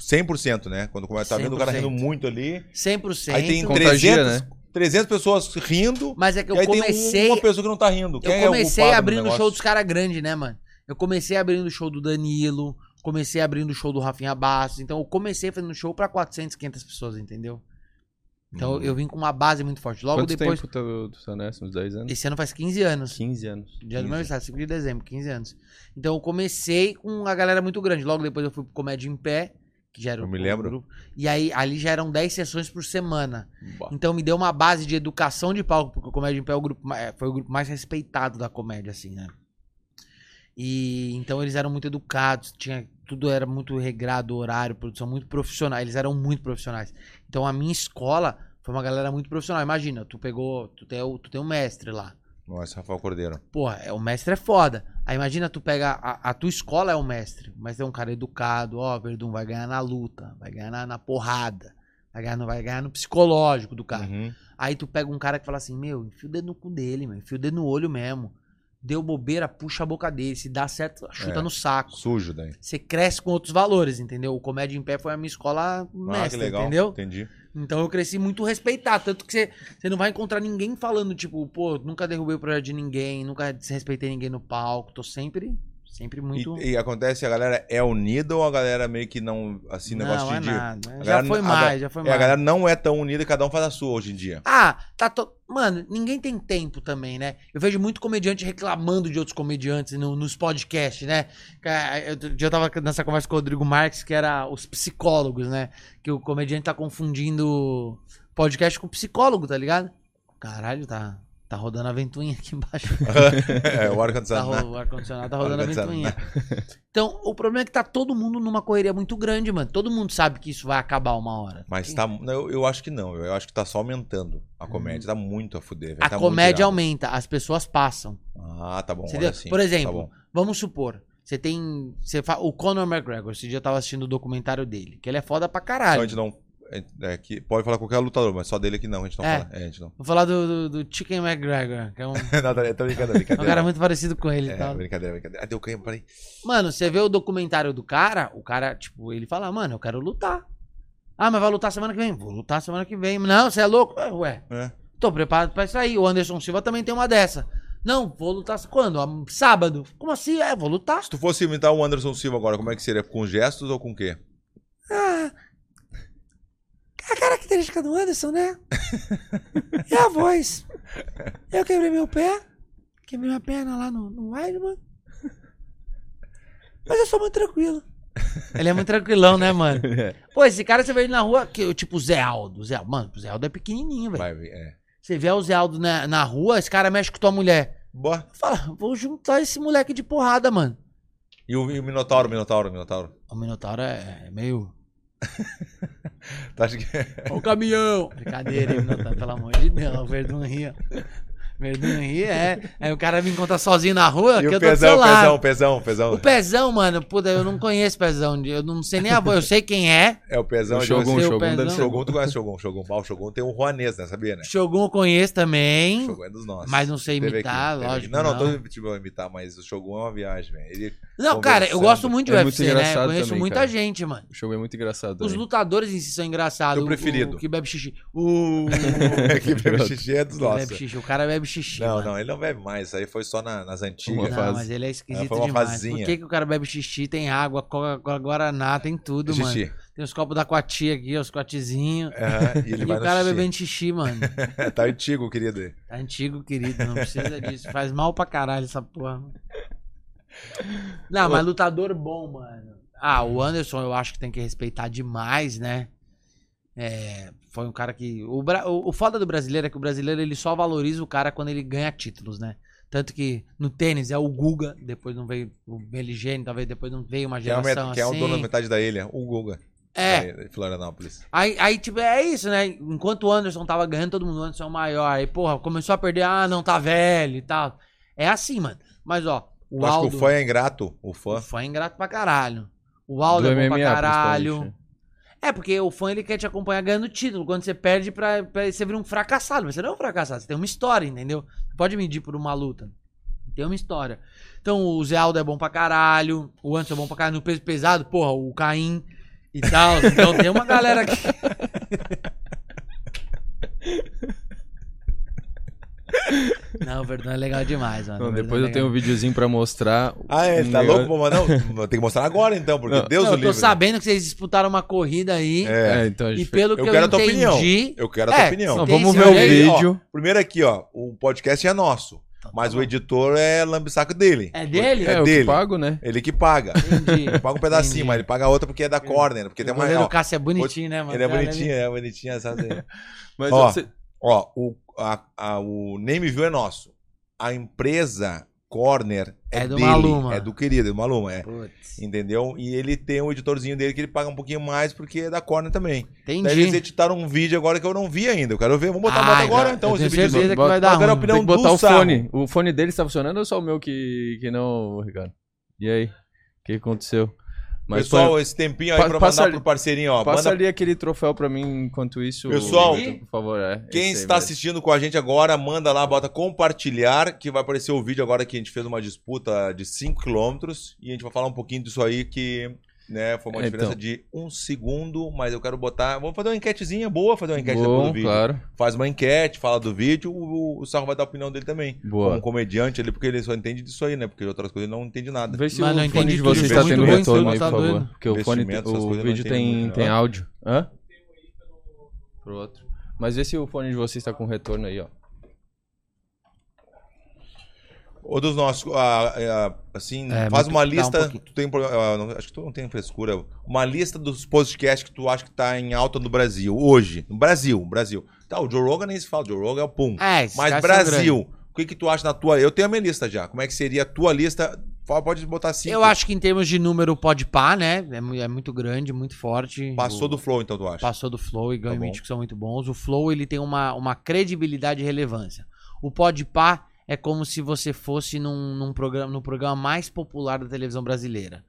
Speaker 1: 100%, né? Quando começa tá vendo o cara rindo
Speaker 2: 100%.
Speaker 1: muito ali.
Speaker 2: 100%.
Speaker 1: Aí tem
Speaker 3: Contagia,
Speaker 1: 300, 300 pessoas rindo.
Speaker 2: Mas é que
Speaker 1: e
Speaker 2: eu
Speaker 1: aí tem
Speaker 2: comecei.
Speaker 1: um- uma pessoa que não tá rindo. Quem
Speaker 2: eu comecei
Speaker 1: é o culpado
Speaker 2: abrindo
Speaker 1: no
Speaker 2: o show
Speaker 1: negócio?
Speaker 2: dos caras grandes, né, mano? Eu comecei abrindo o show do Danilo, comecei abrindo o show do Rafinha Bastos. Então eu comecei fazendo show pra 400, 500 pessoas, entendeu?
Speaker 1: Uhum.
Speaker 2: Então eu vim com uma base muito forte. Logo
Speaker 3: Quanto
Speaker 2: depois,
Speaker 3: tempo tu, tu tá nessa? Uns 10 anos?
Speaker 2: esse ano faz 15 anos.
Speaker 3: 15 anos.
Speaker 2: Dia do meu aniversário, 5 de dezembro, 15 anos. Então eu comecei com a galera muito grande. Logo depois eu fui pro Comédia em Pé, que já era
Speaker 1: Eu
Speaker 2: o-
Speaker 1: me
Speaker 2: o
Speaker 1: lembro.
Speaker 2: grupo. E aí ali já eram 10 sessões por semana.
Speaker 1: Bah.
Speaker 2: Então me deu uma base de educação de palco, porque o Comédia em Pé é o grupo, ma- é, foi o grupo mais respeitado da comédia, assim, né? E então eles eram muito educados, tinha tudo era muito regrado, horário, produção muito profissional. Eles eram muito profissionais. Então a minha escola foi uma galera muito profissional. Imagina, tu pegou, tu tem, o- tu tem um mestre lá.
Speaker 1: Nossa, Rafael Cordeiro.
Speaker 2: Porra, é, o mestre é foda. Aí imagina tu pega. A, a tua escola é o mestre. O mestre é um cara educado, ó, Verdun, vai ganhar na luta, vai ganhar na, na porrada, vai ganhar, no, vai ganhar no psicológico do cara.
Speaker 1: Uhum.
Speaker 2: Aí tu pega um cara que fala assim, meu, enfia o dedo no cu dele, meu, enfia o dedo no olho mesmo. Deu bobeira, puxa a boca dele. Se dá certo, tá chuta
Speaker 1: É.
Speaker 2: no saco.
Speaker 1: Sujo daí.
Speaker 2: Você cresce com outros valores, entendeu? O Comédia em Pé foi a minha escola mestra,
Speaker 1: ah, que legal.
Speaker 2: entendeu?
Speaker 1: Entendi.
Speaker 2: Então eu cresci muito respeitado. Tanto que você, você não vai encontrar ninguém falando, tipo, pô, nunca derrubei o projeto de ninguém, nunca desrespeitei ninguém no palco. Tô sempre, sempre muito.
Speaker 1: E, e acontece, a galera é unida ou a galera meio que não. Assim, negócio de.
Speaker 2: é
Speaker 1: de-
Speaker 2: nada. Já
Speaker 1: galera-
Speaker 2: foi
Speaker 1: a
Speaker 2: mais, já foi
Speaker 1: É,
Speaker 2: mais.
Speaker 1: a galera não é tão unida, cada um faz a sua hoje em dia.
Speaker 2: Ah, tá. To... Mano, ninguém tem tempo também, né? Eu vejo muito comediante reclamando de outros comediantes no- nos podcasts, né? Ca- Eu, outro dia eu tava nessa conversa com o Rodrigo Marques, que era os psicólogos, né? Que o comediante tá confundindo podcast com psicólogo, tá ligado? Caralho, tá, tá rodando a ventoinha aqui embaixo.
Speaker 1: é, o
Speaker 2: Tá
Speaker 1: ar-condicionado.
Speaker 2: ro- o ar-condicionado tá rodando a
Speaker 1: Ar-condicionado.
Speaker 2: ventoinha. Então, o problema é que tá todo mundo numa correria muito grande, mano. Todo mundo sabe que isso vai acabar uma hora.
Speaker 1: Mas tá. não, Eu, eu acho que não. Eu acho que tá só aumentando a comédia. Tá muito a fuder, velho.
Speaker 2: Hum. A
Speaker 1: tá muito
Speaker 2: comédia
Speaker 1: irado.
Speaker 2: aumenta, as pessoas passam.
Speaker 1: Ah, tá bom.
Speaker 2: Você
Speaker 1: Olha
Speaker 2: entendeu?
Speaker 1: assim,
Speaker 2: Por exemplo,
Speaker 1: Tá bom.
Speaker 2: Vamos supor, você tem. Você fa... O Conor McGregor, esse dia eu tava assistindo o documentário dele, que ele é foda pra
Speaker 1: Só a
Speaker 2: caralho.
Speaker 1: gente não. é- é que pode falar qualquer lutador, mas só dele aqui não. A gente não
Speaker 2: É.
Speaker 1: fala. É, a gente não.
Speaker 2: Vou falar do, do, do Chicken McGregor, que é um, é
Speaker 1: Nada, é tô brincando, é
Speaker 2: um
Speaker 1: brincadeira.
Speaker 2: cara muito parecido com ele e
Speaker 1: É,
Speaker 2: tal.
Speaker 1: brincadeira, brincadeira. Ah, deu quem? Peraí.
Speaker 2: Mano, você vê o documentário do cara, o cara, tipo, ele fala, mano, eu quero lutar. Ah, mas vai lutar semana que vem? Vou lutar semana que vem. Não, você é louco? Ah, Ué,
Speaker 1: É.
Speaker 2: Tô preparado pra isso aí. O Anderson Silva também tem uma dessa. Não, vou lutar quando? Am- Sábado. Como assim? É, vou lutar.
Speaker 1: Se tu fosse imitar o Anderson Silva agora, como é que seria? Com gestos ou com o quê?
Speaker 2: Ah, a característica do Anderson, né? É a voz. Eu quebrei meu pé, quebrei minha perna lá no, no Weidman. Mas eu sou muito tranquilo. Ele é muito tranquilão, né, mano? Pô, esse cara você vê ele na rua, que, tipo o Zé Aldo. Zé, mano, o Zé Aldo é pequenininho, velho.
Speaker 1: Vai, é.
Speaker 2: Você vê o Zé Aldo na, na rua, esse cara mexe com tua mulher.
Speaker 1: Boa.
Speaker 2: Fala, vou juntar esse moleque de porrada, mano.
Speaker 1: E o, e o Minotauro, Minotauro, Minotauro.
Speaker 2: O Minotauro é é meio.
Speaker 1: Tu acha que.
Speaker 2: Ó o caminhão! Brincadeira, hein, Minotauro, pelo amor de Deus. O Verdun ria. Verdun ria, é. Aí o cara me encontra sozinho na rua,
Speaker 1: E
Speaker 2: Ah, que
Speaker 1: o
Speaker 2: eu tô do seu
Speaker 1: pesão, pesão,
Speaker 2: lado.
Speaker 1: pesão, pesão.
Speaker 2: O Pezão, mano, puta, eu não conheço Pezão. Eu não sei nem a voz, eu sei quem é.
Speaker 1: É o pesão.
Speaker 3: O um
Speaker 1: é de você.
Speaker 3: Shogun, o
Speaker 2: Seu
Speaker 3: Shogun deve
Speaker 2: pezão.
Speaker 3: ser bom.
Speaker 1: Shogun, tu conhece Shogun, Shogun. Ah, o Shogun tem um Juanes, né? Sabia, né?
Speaker 2: Shogun eu conheço também.
Speaker 1: Shogun é dos nossos.
Speaker 2: Mas não sei
Speaker 1: Teve
Speaker 2: imitar,
Speaker 1: teve
Speaker 2: lógico,
Speaker 1: Não, não,
Speaker 2: não.
Speaker 1: tô tipo, imitar, mas o Shogun é uma viagem, velho. Ele-
Speaker 2: Não, cara, eu gosto
Speaker 1: Conversando.
Speaker 2: muito de
Speaker 3: É muito
Speaker 2: UFC, né? Eu
Speaker 3: engraçado
Speaker 2: conheço
Speaker 3: também,
Speaker 2: muita
Speaker 3: cara.
Speaker 2: gente, mano.
Speaker 3: O jogo é muito engraçado.
Speaker 2: Os
Speaker 3: também.
Speaker 2: lutadores em si são engraçados.
Speaker 1: Teu
Speaker 2: O-
Speaker 1: preferido.
Speaker 2: O, que bebe xixi. O.
Speaker 1: que bebe xixi é dos
Speaker 2: que
Speaker 1: nossos.
Speaker 2: bebe xixi. O cara bebe xixi.
Speaker 1: Não,
Speaker 2: mano.
Speaker 1: não, ele não bebe mais. Isso aí foi só na- nas
Speaker 3: Uma
Speaker 1: antigas.
Speaker 2: não,
Speaker 3: fase.
Speaker 2: mas ele é
Speaker 1: Ela
Speaker 2: esquisito
Speaker 1: foi uma
Speaker 2: demais.
Speaker 1: fasezinha.
Speaker 2: Por que, que o cara bebe xixi, tem água, coca, Coca- guaraná, tem tudo, mano.
Speaker 1: Xixi.
Speaker 2: Tem os copos da Coati aqui, os coatizinhos.
Speaker 1: É, e ele
Speaker 2: E
Speaker 1: vai
Speaker 2: o
Speaker 1: no
Speaker 2: cara
Speaker 1: xixi.
Speaker 2: bebendo xixi, mano.
Speaker 1: Tá antigo, querido.
Speaker 2: Tá antigo, querido. Não precisa disso. Faz mal pra caralho essa porra. mano. Não, mas lutador bom, mano. Ah, o Anderson eu acho que tem que respeitar demais, né? É, foi um cara que. O, bra- o, o foda do brasileiro é que o brasileiro ele só valoriza o cara quando ele ganha títulos, né? Tanto que no tênis é o Guga, depois não veio o Meligene, talvez depois não veio uma
Speaker 1: Que é, o, met-
Speaker 2: geração
Speaker 1: que é o
Speaker 2: assim.
Speaker 1: dono da metade da ilha, o Guga.
Speaker 2: É,
Speaker 1: da- de Florianópolis.
Speaker 2: Aí, aí, tipo, é isso, né? Enquanto o Anderson tava ganhando, todo mundo, o Anderson é o maior. Aí, porra, começou a perder, ah, não, tá velho e tal. É assim, mano. Mas, ó, o
Speaker 1: Eu acho
Speaker 2: Aldo...
Speaker 1: que o fã é ingrato. O
Speaker 2: o
Speaker 1: fã.
Speaker 2: fã é ingrato pra caralho. O Aldo é bom pra
Speaker 3: né?
Speaker 2: caralho. É, porque o fã, ele quer te acompanhar ganhando título. Quando você perde, pra, pra- você vira um fracassado. Mas você não é um fracassado, você tem uma história, entendeu? Você pode medir por uma luta. Tem uma história. Então, o Zé Aldo é bom pra caralho. O Anderson é bom pra caralho. No peso pesado, porra, o Caim e tal. Então, tem uma galera aqui... Não, o Verdun é legal demais, mano. O
Speaker 3: Não,
Speaker 2: Verdun
Speaker 3: depois
Speaker 2: é
Speaker 3: eu tenho um videozinho pra mostrar.
Speaker 1: Ah, ele tá
Speaker 3: Um-
Speaker 1: louco pra mandar? Não, Tem que mostrar agora então, porque
Speaker 3: Não,
Speaker 1: Deus
Speaker 2: Não,
Speaker 1: o
Speaker 2: eu tô
Speaker 1: livre.
Speaker 2: sabendo que vocês disputaram uma corrida aí.
Speaker 1: É.
Speaker 3: É, então a
Speaker 2: e
Speaker 3: gente fez-
Speaker 2: pelo
Speaker 1: Eu
Speaker 2: que eu
Speaker 1: quero a tua
Speaker 2: entendi.
Speaker 1: opinião. Eu quero a
Speaker 2: É,
Speaker 1: tua opinião.
Speaker 3: Não,
Speaker 2: tem
Speaker 3: vamos
Speaker 2: esse
Speaker 3: ver o
Speaker 2: olhar aí,
Speaker 1: é
Speaker 3: vídeo.
Speaker 1: Ó, primeiro aqui, ó. O podcast é nosso. Mas o editor é lambisaco dele.
Speaker 2: É dele?
Speaker 1: É
Speaker 3: eu que
Speaker 1: dele.
Speaker 3: pago, né?
Speaker 1: Ele que paga.
Speaker 2: Entendi.
Speaker 1: Ele paga um pedacinho,
Speaker 2: Entendi.
Speaker 1: mas ele paga a outra porque é da corner. Porque tem
Speaker 2: O
Speaker 1: uma.
Speaker 2: goleiro
Speaker 1: Ó,
Speaker 2: Cássio é bonitinho, né, mano?
Speaker 1: ele é
Speaker 2: Olha ali.
Speaker 1: bonitinho, é bonitinho essa dele.
Speaker 3: Mas
Speaker 1: Ó,
Speaker 3: eu sei-
Speaker 1: Ó, o, a, a- o Name View é nosso. A empresa Corner é,
Speaker 2: É do
Speaker 1: dele.
Speaker 2: Maluma.
Speaker 1: É do querido, é do Maluma, é.
Speaker 2: Putz,
Speaker 1: Entendeu? E ele tem um editorzinho dele que ele paga um pouquinho mais porque é da Corner também. Daí eles
Speaker 2: entendi.
Speaker 1: editaram um vídeo agora que eu não vi ainda. Eu quero ver. Vamos botar
Speaker 2: Ai,
Speaker 1: bota agora
Speaker 2: eu
Speaker 1: então
Speaker 2: tenho
Speaker 1: esse vídeo.
Speaker 2: certeza que vai dar
Speaker 1: Qual era a
Speaker 2: ruim.
Speaker 1: opinião
Speaker 3: Tem que botar
Speaker 1: do
Speaker 3: o
Speaker 1: Sarro?
Speaker 3: fone. O fone dele está funcionando ou só o meu que, que não, Ricardo? E aí? O que aconteceu? Mas
Speaker 1: Pessoal,
Speaker 3: põe-
Speaker 1: esse tempinho aí
Speaker 3: Pa-
Speaker 1: pra
Speaker 3: passa
Speaker 1: mandar
Speaker 3: ali-
Speaker 1: pro parceirinho, ó.
Speaker 3: passa
Speaker 1: Manda
Speaker 3: ali aquele troféu pra mim enquanto isso.
Speaker 1: Pessoal,
Speaker 3: por favor. é,
Speaker 1: Quem
Speaker 3: esse aí,
Speaker 1: está
Speaker 3: vai.
Speaker 1: assistindo com a gente agora, manda lá, bota compartilhar, que vai aparecer o vídeo agora que a gente fez uma disputa de 5 km e a gente vai falar um pouquinho disso aí que né, foi uma
Speaker 3: É,
Speaker 1: diferença
Speaker 3: então.
Speaker 1: de um segundo, mas eu quero botar. Vou fazer uma enquetezinha boa, fazer uma enquete depois
Speaker 3: Bom,
Speaker 1: do vídeo.
Speaker 3: claro.
Speaker 1: Faz uma enquete, fala do vídeo, o, o Sarro vai dar a opinião dele também. Como
Speaker 3: Boa.
Speaker 1: comediante ali, porque ele só entende disso aí, né? Porque de outras coisas ele não entende nada.
Speaker 3: Vê se
Speaker 2: Mano, eu
Speaker 3: o fone
Speaker 2: entendi
Speaker 3: de
Speaker 2: tudo,
Speaker 3: vocês
Speaker 1: isso
Speaker 3: tá
Speaker 1: é muito
Speaker 3: tendo
Speaker 1: bom,
Speaker 3: retorno aí,
Speaker 2: isso aí,
Speaker 3: por
Speaker 2: tá
Speaker 3: favor.
Speaker 2: doido.
Speaker 3: Porque o fone, tem-
Speaker 1: Investimento, essas coisas
Speaker 3: o
Speaker 1: não
Speaker 3: vídeo
Speaker 1: entendo
Speaker 3: tem,
Speaker 1: muito,
Speaker 3: tem
Speaker 1: né?
Speaker 3: áudio. Hã? Pro outro. Mas vê se o fone de vocês tá com retorno aí, ó.
Speaker 1: Ou dos nossos, ah, ah, assim,
Speaker 2: É, mas
Speaker 1: faz
Speaker 2: tem
Speaker 1: uma
Speaker 2: que dar um
Speaker 1: lista.
Speaker 2: pouquinho.
Speaker 1: tu tem, pro- ah, não- acho que tu não tem frescura. Uma lista dos podcasts que tu acha que tá em alta no Brasil, hoje. No Brasil, Brasil. Tá, o Joe Rogan nem se fala, o Joe Rogan é o pum.
Speaker 2: É, esses
Speaker 1: Mas
Speaker 2: caras são grandes.
Speaker 1: Brasil, o que que tu acha na tua. Eu tenho a minha lista já. Como é que seria a tua lista? Fala, Pode botar cinco.
Speaker 2: Eu acho que em termos de número pode pá, né? É, mu- é muito grande, muito forte.
Speaker 1: Passou
Speaker 2: O-
Speaker 1: do flow, então tu acha?
Speaker 2: Passou do Flow e Ganho
Speaker 1: Tá bom.
Speaker 2: Mítico são muito bons. O Flow, ele tem uma, uma credibilidade e relevância. O Podpah é como se você fosse num, num programa, no programa mais popular da televisão brasileira.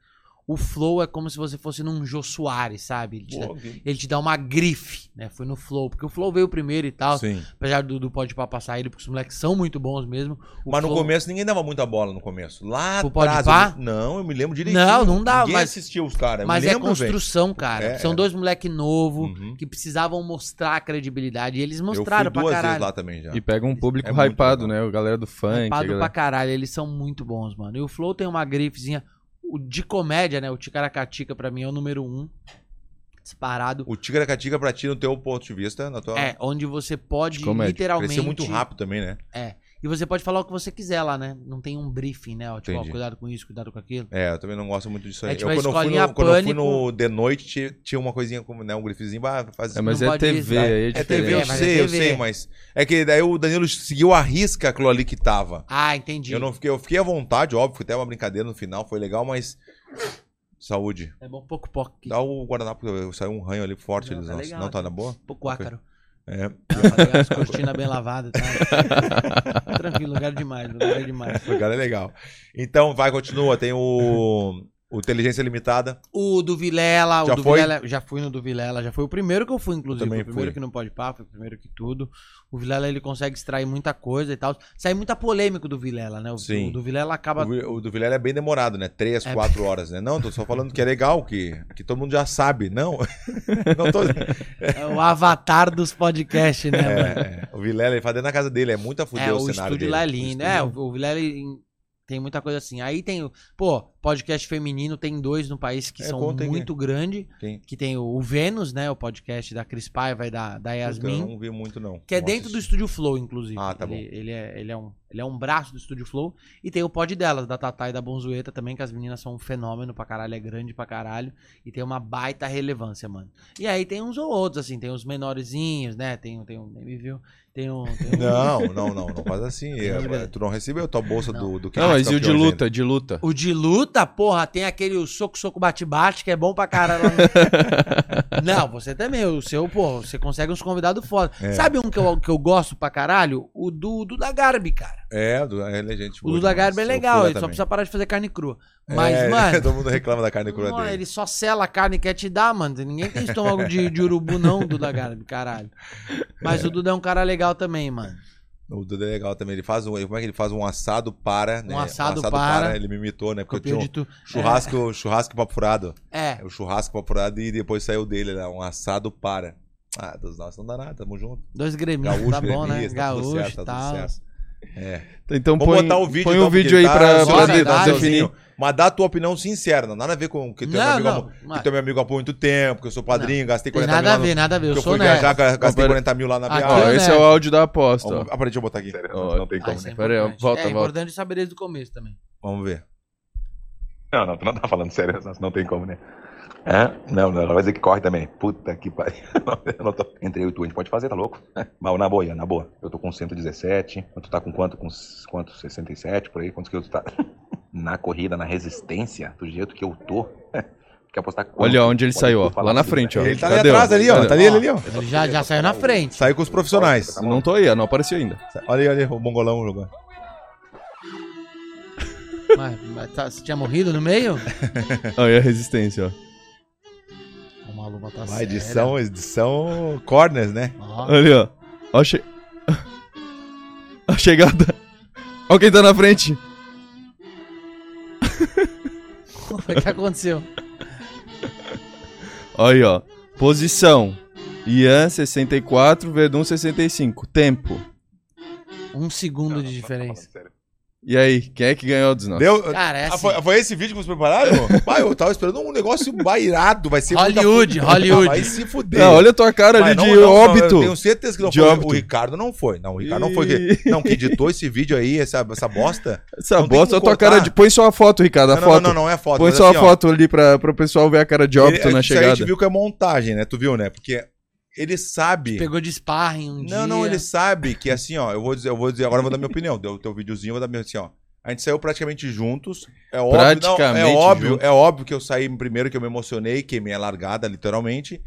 Speaker 2: O Flow é como se você fosse num Jô Soares, sabe? Ele te, dá,
Speaker 1: Boa, ok.
Speaker 2: ele te dá uma grife, né? Foi no Flow, porque o Flow veio primeiro e tal.
Speaker 1: Sim.
Speaker 2: Apesar do, do Podpah passar ele, porque os moleques são muito bons mesmo. O
Speaker 1: Mas no
Speaker 2: Flow-
Speaker 1: começo ninguém dava muita bola no começo. Lá
Speaker 2: Pro
Speaker 1: atrás.
Speaker 2: Podpah?
Speaker 1: eu- Não, eu me lembro direitinho.
Speaker 2: Não, não dava,
Speaker 1: Ninguém
Speaker 2: mas-
Speaker 1: assistiu os caras.
Speaker 2: Mas
Speaker 1: eu me
Speaker 2: é
Speaker 1: lembro, velho.
Speaker 2: construção, cara.
Speaker 1: É,
Speaker 2: São
Speaker 1: é.
Speaker 2: dois moleque novo
Speaker 1: Uhum.
Speaker 2: que precisavam mostrar a credibilidade. E eles
Speaker 1: Eu fui
Speaker 2: mostraram pra
Speaker 1: duas vezes
Speaker 2: caralho.
Speaker 1: lá também já.
Speaker 3: E pega um público
Speaker 1: É muito
Speaker 3: hypado,
Speaker 1: legal.
Speaker 3: né? O galera do funk. a
Speaker 2: Hypado
Speaker 3: galera-
Speaker 2: pra caralho. Eles são muito bons, mano. E o Flow tem uma grifezinha. O de comédia, né? O Ticaracatica, pra mim, é o número um. Disparado.
Speaker 1: O Tigra Catica pra ti, no teu ponto de vista, na tua.
Speaker 2: É, onde você pode
Speaker 3: De comédia.
Speaker 2: literalmente.
Speaker 1: Cresceu muito rápido também, né?
Speaker 2: E você pode falar o que você quiser lá, né? Não tem um briefing, né? Ó, tipo, ó,
Speaker 1: Entendi.
Speaker 2: cuidado com isso, cuidado com aquilo.
Speaker 1: É, eu também não gosto muito disso aí.
Speaker 2: É, tipo,
Speaker 1: eu,
Speaker 2: a
Speaker 1: quando, eu fui
Speaker 2: escolinha
Speaker 1: no, quando eu fui
Speaker 2: Pânico-
Speaker 1: no The Noite, ti- tinha uma coisinha como, né? Um grifezinho, bah, faz
Speaker 3: É, mas
Speaker 2: Não
Speaker 3: é
Speaker 2: pode
Speaker 3: TV,
Speaker 2: isso,
Speaker 3: aí é
Speaker 1: É
Speaker 3: diferente.
Speaker 1: TV, eu
Speaker 2: mas é
Speaker 1: sei, eu
Speaker 2: TV.
Speaker 1: sei, mas. É que daí o Danilo seguiu a risca aquilo ali que tava.
Speaker 2: Ah, entendi.
Speaker 1: Eu não fiquei, eu fiquei à vontade, óbvio, foi até uma brincadeira no final, foi legal, mas. Saúde.
Speaker 2: É bom pouco pouco.
Speaker 1: Dá o guardanapo, porque eu- saiu um ranho ali forte.
Speaker 2: Não,
Speaker 1: eles
Speaker 2: tá
Speaker 1: não,
Speaker 2: legal,
Speaker 1: não tá
Speaker 2: tá
Speaker 1: na boa?
Speaker 2: Pouco ácaro.
Speaker 1: É.
Speaker 2: As cortinas bem lavadas, tá? Tranquilo, lugar demais, lugar demais.
Speaker 1: O cara é legal. Então, vai, continua. Tem o. o Inteligência Limitada.
Speaker 2: O do Vilela,
Speaker 1: Já
Speaker 2: o do
Speaker 1: foi?
Speaker 2: Vilela, já fui no do Vilela, já foi o primeiro que eu fui, inclusive.
Speaker 1: também
Speaker 2: foi o primeiro
Speaker 1: fui.
Speaker 2: que não pode pá, foi o primeiro que tudo. O Vilela ele consegue extrair muita coisa e tal. Sai muita polêmico do Vilela, né? O,
Speaker 1: Sim.
Speaker 2: o do Vilela acaba.
Speaker 1: O, Vi- o do Vilela é bem demorado, né? Três,
Speaker 2: É.
Speaker 1: quatro horas, né? Não, tô só falando que é legal, que, que todo mundo já sabe. Não. Não tô.
Speaker 2: É o avatar dos podcasts, né, mano?
Speaker 1: É, o Vilela, ele faz dentro da casa dele. É muita fuder
Speaker 2: É,
Speaker 1: o, um
Speaker 2: o
Speaker 1: cenário dele.
Speaker 2: estúdio lá é
Speaker 1: O
Speaker 2: lindo.
Speaker 1: estúdio-
Speaker 2: É, o, o Vilela ele tem muita coisa assim. Aí tem. o- Pô, podcast feminino, tem dois no país que
Speaker 1: É,
Speaker 2: são
Speaker 1: contem,
Speaker 2: muito grandes.
Speaker 1: Tem.
Speaker 2: Que tem o, o Vênus, né? O podcast da Cris Paiva e da, da
Speaker 1: Puta,
Speaker 2: Yasmin.
Speaker 1: eu não vi muito, não.
Speaker 2: Que é
Speaker 1: Não
Speaker 2: dentro do
Speaker 1: assisti.
Speaker 2: Estúdio Flow, inclusive.
Speaker 1: Ah, tá
Speaker 2: ele, Ele é, ele, é um, ele é um braço do Estúdio Flow. E tem o pod delas, da Tatá e da Bonzueta também, que as meninas são um fenômeno pra caralho, é grande pra caralho. E tem uma baita relevância, mano. E aí tem uns ou outros, assim, tem os menorzinhos, né? Tem, tem um. Nem me viu. Tem um. Tem um-
Speaker 1: Não, não, não, não faz assim. É,
Speaker 2: Jura?
Speaker 1: tu não recebeu a tua bolsa
Speaker 2: Não.
Speaker 1: do, do
Speaker 3: Não, mas e o
Speaker 1: Campeões
Speaker 3: de
Speaker 1: ainda.
Speaker 3: luta, de luta.
Speaker 2: O de luta, porra, tem aquele soco-soco bate-bate, que é bom pra caralho. Não, você também, o seu, porra, você consegue uns convidados foda.
Speaker 1: É.
Speaker 2: Sabe um que eu, que eu gosto pra caralho? O do Duda Garbi, cara.
Speaker 1: É, do- ele é gente
Speaker 2: O
Speaker 1: boa
Speaker 2: Duda
Speaker 1: demais.
Speaker 2: Garbi é
Speaker 1: Eu fui
Speaker 2: legal,
Speaker 1: lá
Speaker 2: ele só
Speaker 1: também.
Speaker 2: precisa parar de fazer carne crua. Mas,
Speaker 1: É,
Speaker 2: mano,
Speaker 1: Todo mundo reclama da carne crua
Speaker 2: não,
Speaker 1: dele.
Speaker 2: ele só sela a carne e quer te dar, mano. Ninguém tem estômago de, de urubu, não, o Duda Garbi, caralho. Mas o Duda é um cara legal também, mano.
Speaker 1: O Duda é legal também. Ele faz um. Como é que ele faz um assado para, né?
Speaker 2: assado para.
Speaker 1: Ele me imitou, né? Porque eu
Speaker 2: Copiou
Speaker 1: tinha
Speaker 2: de É.
Speaker 1: um
Speaker 2: tu.
Speaker 1: churrasco, churrasco papo furado.
Speaker 2: É.
Speaker 1: É o churrasco papo furado e depois saiu dele, né? Um assado para. Ah, dos nossos não dá nada, tamo junto.
Speaker 2: Dois gremistas,
Speaker 1: Gaúcho,
Speaker 2: tá bom, né?
Speaker 1: gremista, tá tudo
Speaker 2: Gaúcho
Speaker 1: certo,
Speaker 2: e
Speaker 1: tá
Speaker 2: tal.
Speaker 1: tudo certo. É.
Speaker 3: Então
Speaker 1: Vamos
Speaker 3: põe,
Speaker 1: botar o vídeo,
Speaker 3: põe
Speaker 1: então,
Speaker 3: um vídeo
Speaker 1: porque
Speaker 3: aí
Speaker 1: tá
Speaker 3: pra, pra
Speaker 1: seu
Speaker 2: Bora,
Speaker 3: de-
Speaker 1: Zezinho,
Speaker 2: dá,
Speaker 1: seu
Speaker 3: definir. é
Speaker 1: Zezinho. Mas dá a tua opinião sincera, não nada a ver com que teu
Speaker 2: Não,
Speaker 1: um amigo,
Speaker 2: não,
Speaker 1: que
Speaker 2: mas-
Speaker 1: teu meu amigo há muito tempo, que eu sou padrinho, gastei
Speaker 2: Tem
Speaker 1: 40
Speaker 2: nada
Speaker 1: mil. lá
Speaker 2: a
Speaker 1: no-
Speaker 2: ver, nada a ver.
Speaker 1: que
Speaker 2: Eu
Speaker 1: eu
Speaker 2: sou
Speaker 1: fui
Speaker 2: honesto.
Speaker 1: viajar, ga- gastei
Speaker 3: Ó,
Speaker 1: 40 mil lá na
Speaker 2: aqui,
Speaker 1: viagem.
Speaker 3: Ó,
Speaker 2: né?
Speaker 3: esse é o áudio da aposta. ó.
Speaker 1: Vamos, ah, peraí, deixa eu botar aqui.
Speaker 3: Ó,
Speaker 6: Não tem
Speaker 1: então,
Speaker 2: Ah,
Speaker 6: como. né?
Speaker 1: né?
Speaker 2: isso é,
Speaker 3: Pera aí,
Speaker 2: importante.
Speaker 3: volta,
Speaker 2: é
Speaker 3: volta.
Speaker 2: importante saber desde o começo também.
Speaker 1: Vamos ver.
Speaker 6: Não, não, tu não tá falando sério, não, não tem como, né? É? Não, não, ela vai dizer que corre também. Puta que pariu. Eu não tô- Entre eu e tu, a gente pode fazer, tá louco? Mas na boa, Ian, na boa. Eu tô com 117, tu tá com quanto? Com s- quanto? 67, por aí? Quantos quilos tu tá? Na corrida, na resistência, do jeito que eu tô, quer apostar quanto?
Speaker 3: Olha onde ele
Speaker 6: Pode
Speaker 3: saiu,
Speaker 6: tu
Speaker 3: ó.
Speaker 6: falar
Speaker 3: Lá na
Speaker 6: comigo,
Speaker 3: frente, ó.
Speaker 6: né?
Speaker 1: Ele tá ali
Speaker 3: Cadê, ó?
Speaker 1: atrás ali, ó. Tá ali, ele ali, ó.
Speaker 2: Ele já, já saiu na frente.
Speaker 1: Saiu com os profissionais.
Speaker 3: Não tô aí, ó. Não apareceu ainda.
Speaker 1: Olha aí, olha aí, o mongolão jogando.
Speaker 2: Mas, mas tá- você tinha morrido no meio?
Speaker 3: Olha a resistência, ó.
Speaker 2: O maluco tá
Speaker 3: é
Speaker 1: Vai, edição, edição corners, né?
Speaker 2: Ó,
Speaker 3: Ali, ó. Ó a, che- a chegada. Ó quem tá na frente.
Speaker 2: o que aconteceu?
Speaker 3: Ó Aí, ó. Posição. Ian 64, Verdun 65. Tempo.
Speaker 2: Um segundo
Speaker 6: Não,
Speaker 2: de
Speaker 6: não, tu não tá
Speaker 2: diferença.
Speaker 6: falando sério.
Speaker 3: E aí, quem é que ganhou dos nossos?
Speaker 1: Deu.
Speaker 2: Cara, é
Speaker 1: Ah,
Speaker 2: assim.
Speaker 1: foi, foi esse vídeo que vocês prepararam? Pai, eu tava esperando um negócio bairado, vai ser
Speaker 2: Hollywood,
Speaker 1: muita-
Speaker 2: Hollywood.
Speaker 1: Vai se fuder.
Speaker 3: Não, Ah, olha a tua cara ali
Speaker 1: Mas não-
Speaker 3: de
Speaker 1: não, não,
Speaker 3: óbito.
Speaker 1: eu tenho certeza que não
Speaker 3: De
Speaker 1: foi.
Speaker 3: óbito.
Speaker 1: O Ricardo não foi. Não, o Ricardo não foi. que- Não, que editou esse vídeo aí, essa, essa bosta.
Speaker 3: Essa
Speaker 1: não tem
Speaker 3: bosta, olha a
Speaker 1: como
Speaker 3: tua cara
Speaker 1: cortar.
Speaker 3: de. Põe só a foto, Ricardo. A
Speaker 1: não,
Speaker 3: foto.
Speaker 1: não, não, não é foto.
Speaker 3: Põe
Speaker 1: mas
Speaker 3: só
Speaker 1: assim,
Speaker 3: a
Speaker 1: ó,
Speaker 3: foto ali pra, pra pessoal ver a cara de óbito
Speaker 1: ele-
Speaker 3: na
Speaker 1: isso aí A gente
Speaker 3: chegada.
Speaker 1: viu que é montagem, né? Tu viu, né? Porque ele sabe.
Speaker 2: Pegou de sparring um dia.
Speaker 1: Não, não, ele sabe que assim, ó, eu vou dizer, eu vou dizer, agora eu vou dar minha opinião. Deu o teu videozinho, eu vou dar minha assim, ó. A gente saiu praticamente juntos. É óbvio, não, é
Speaker 3: Praticamente
Speaker 1: óbvio,
Speaker 3: juntos.
Speaker 1: é óbvio que eu saí primeiro, que eu me emocionei, queimei a largada, literalmente.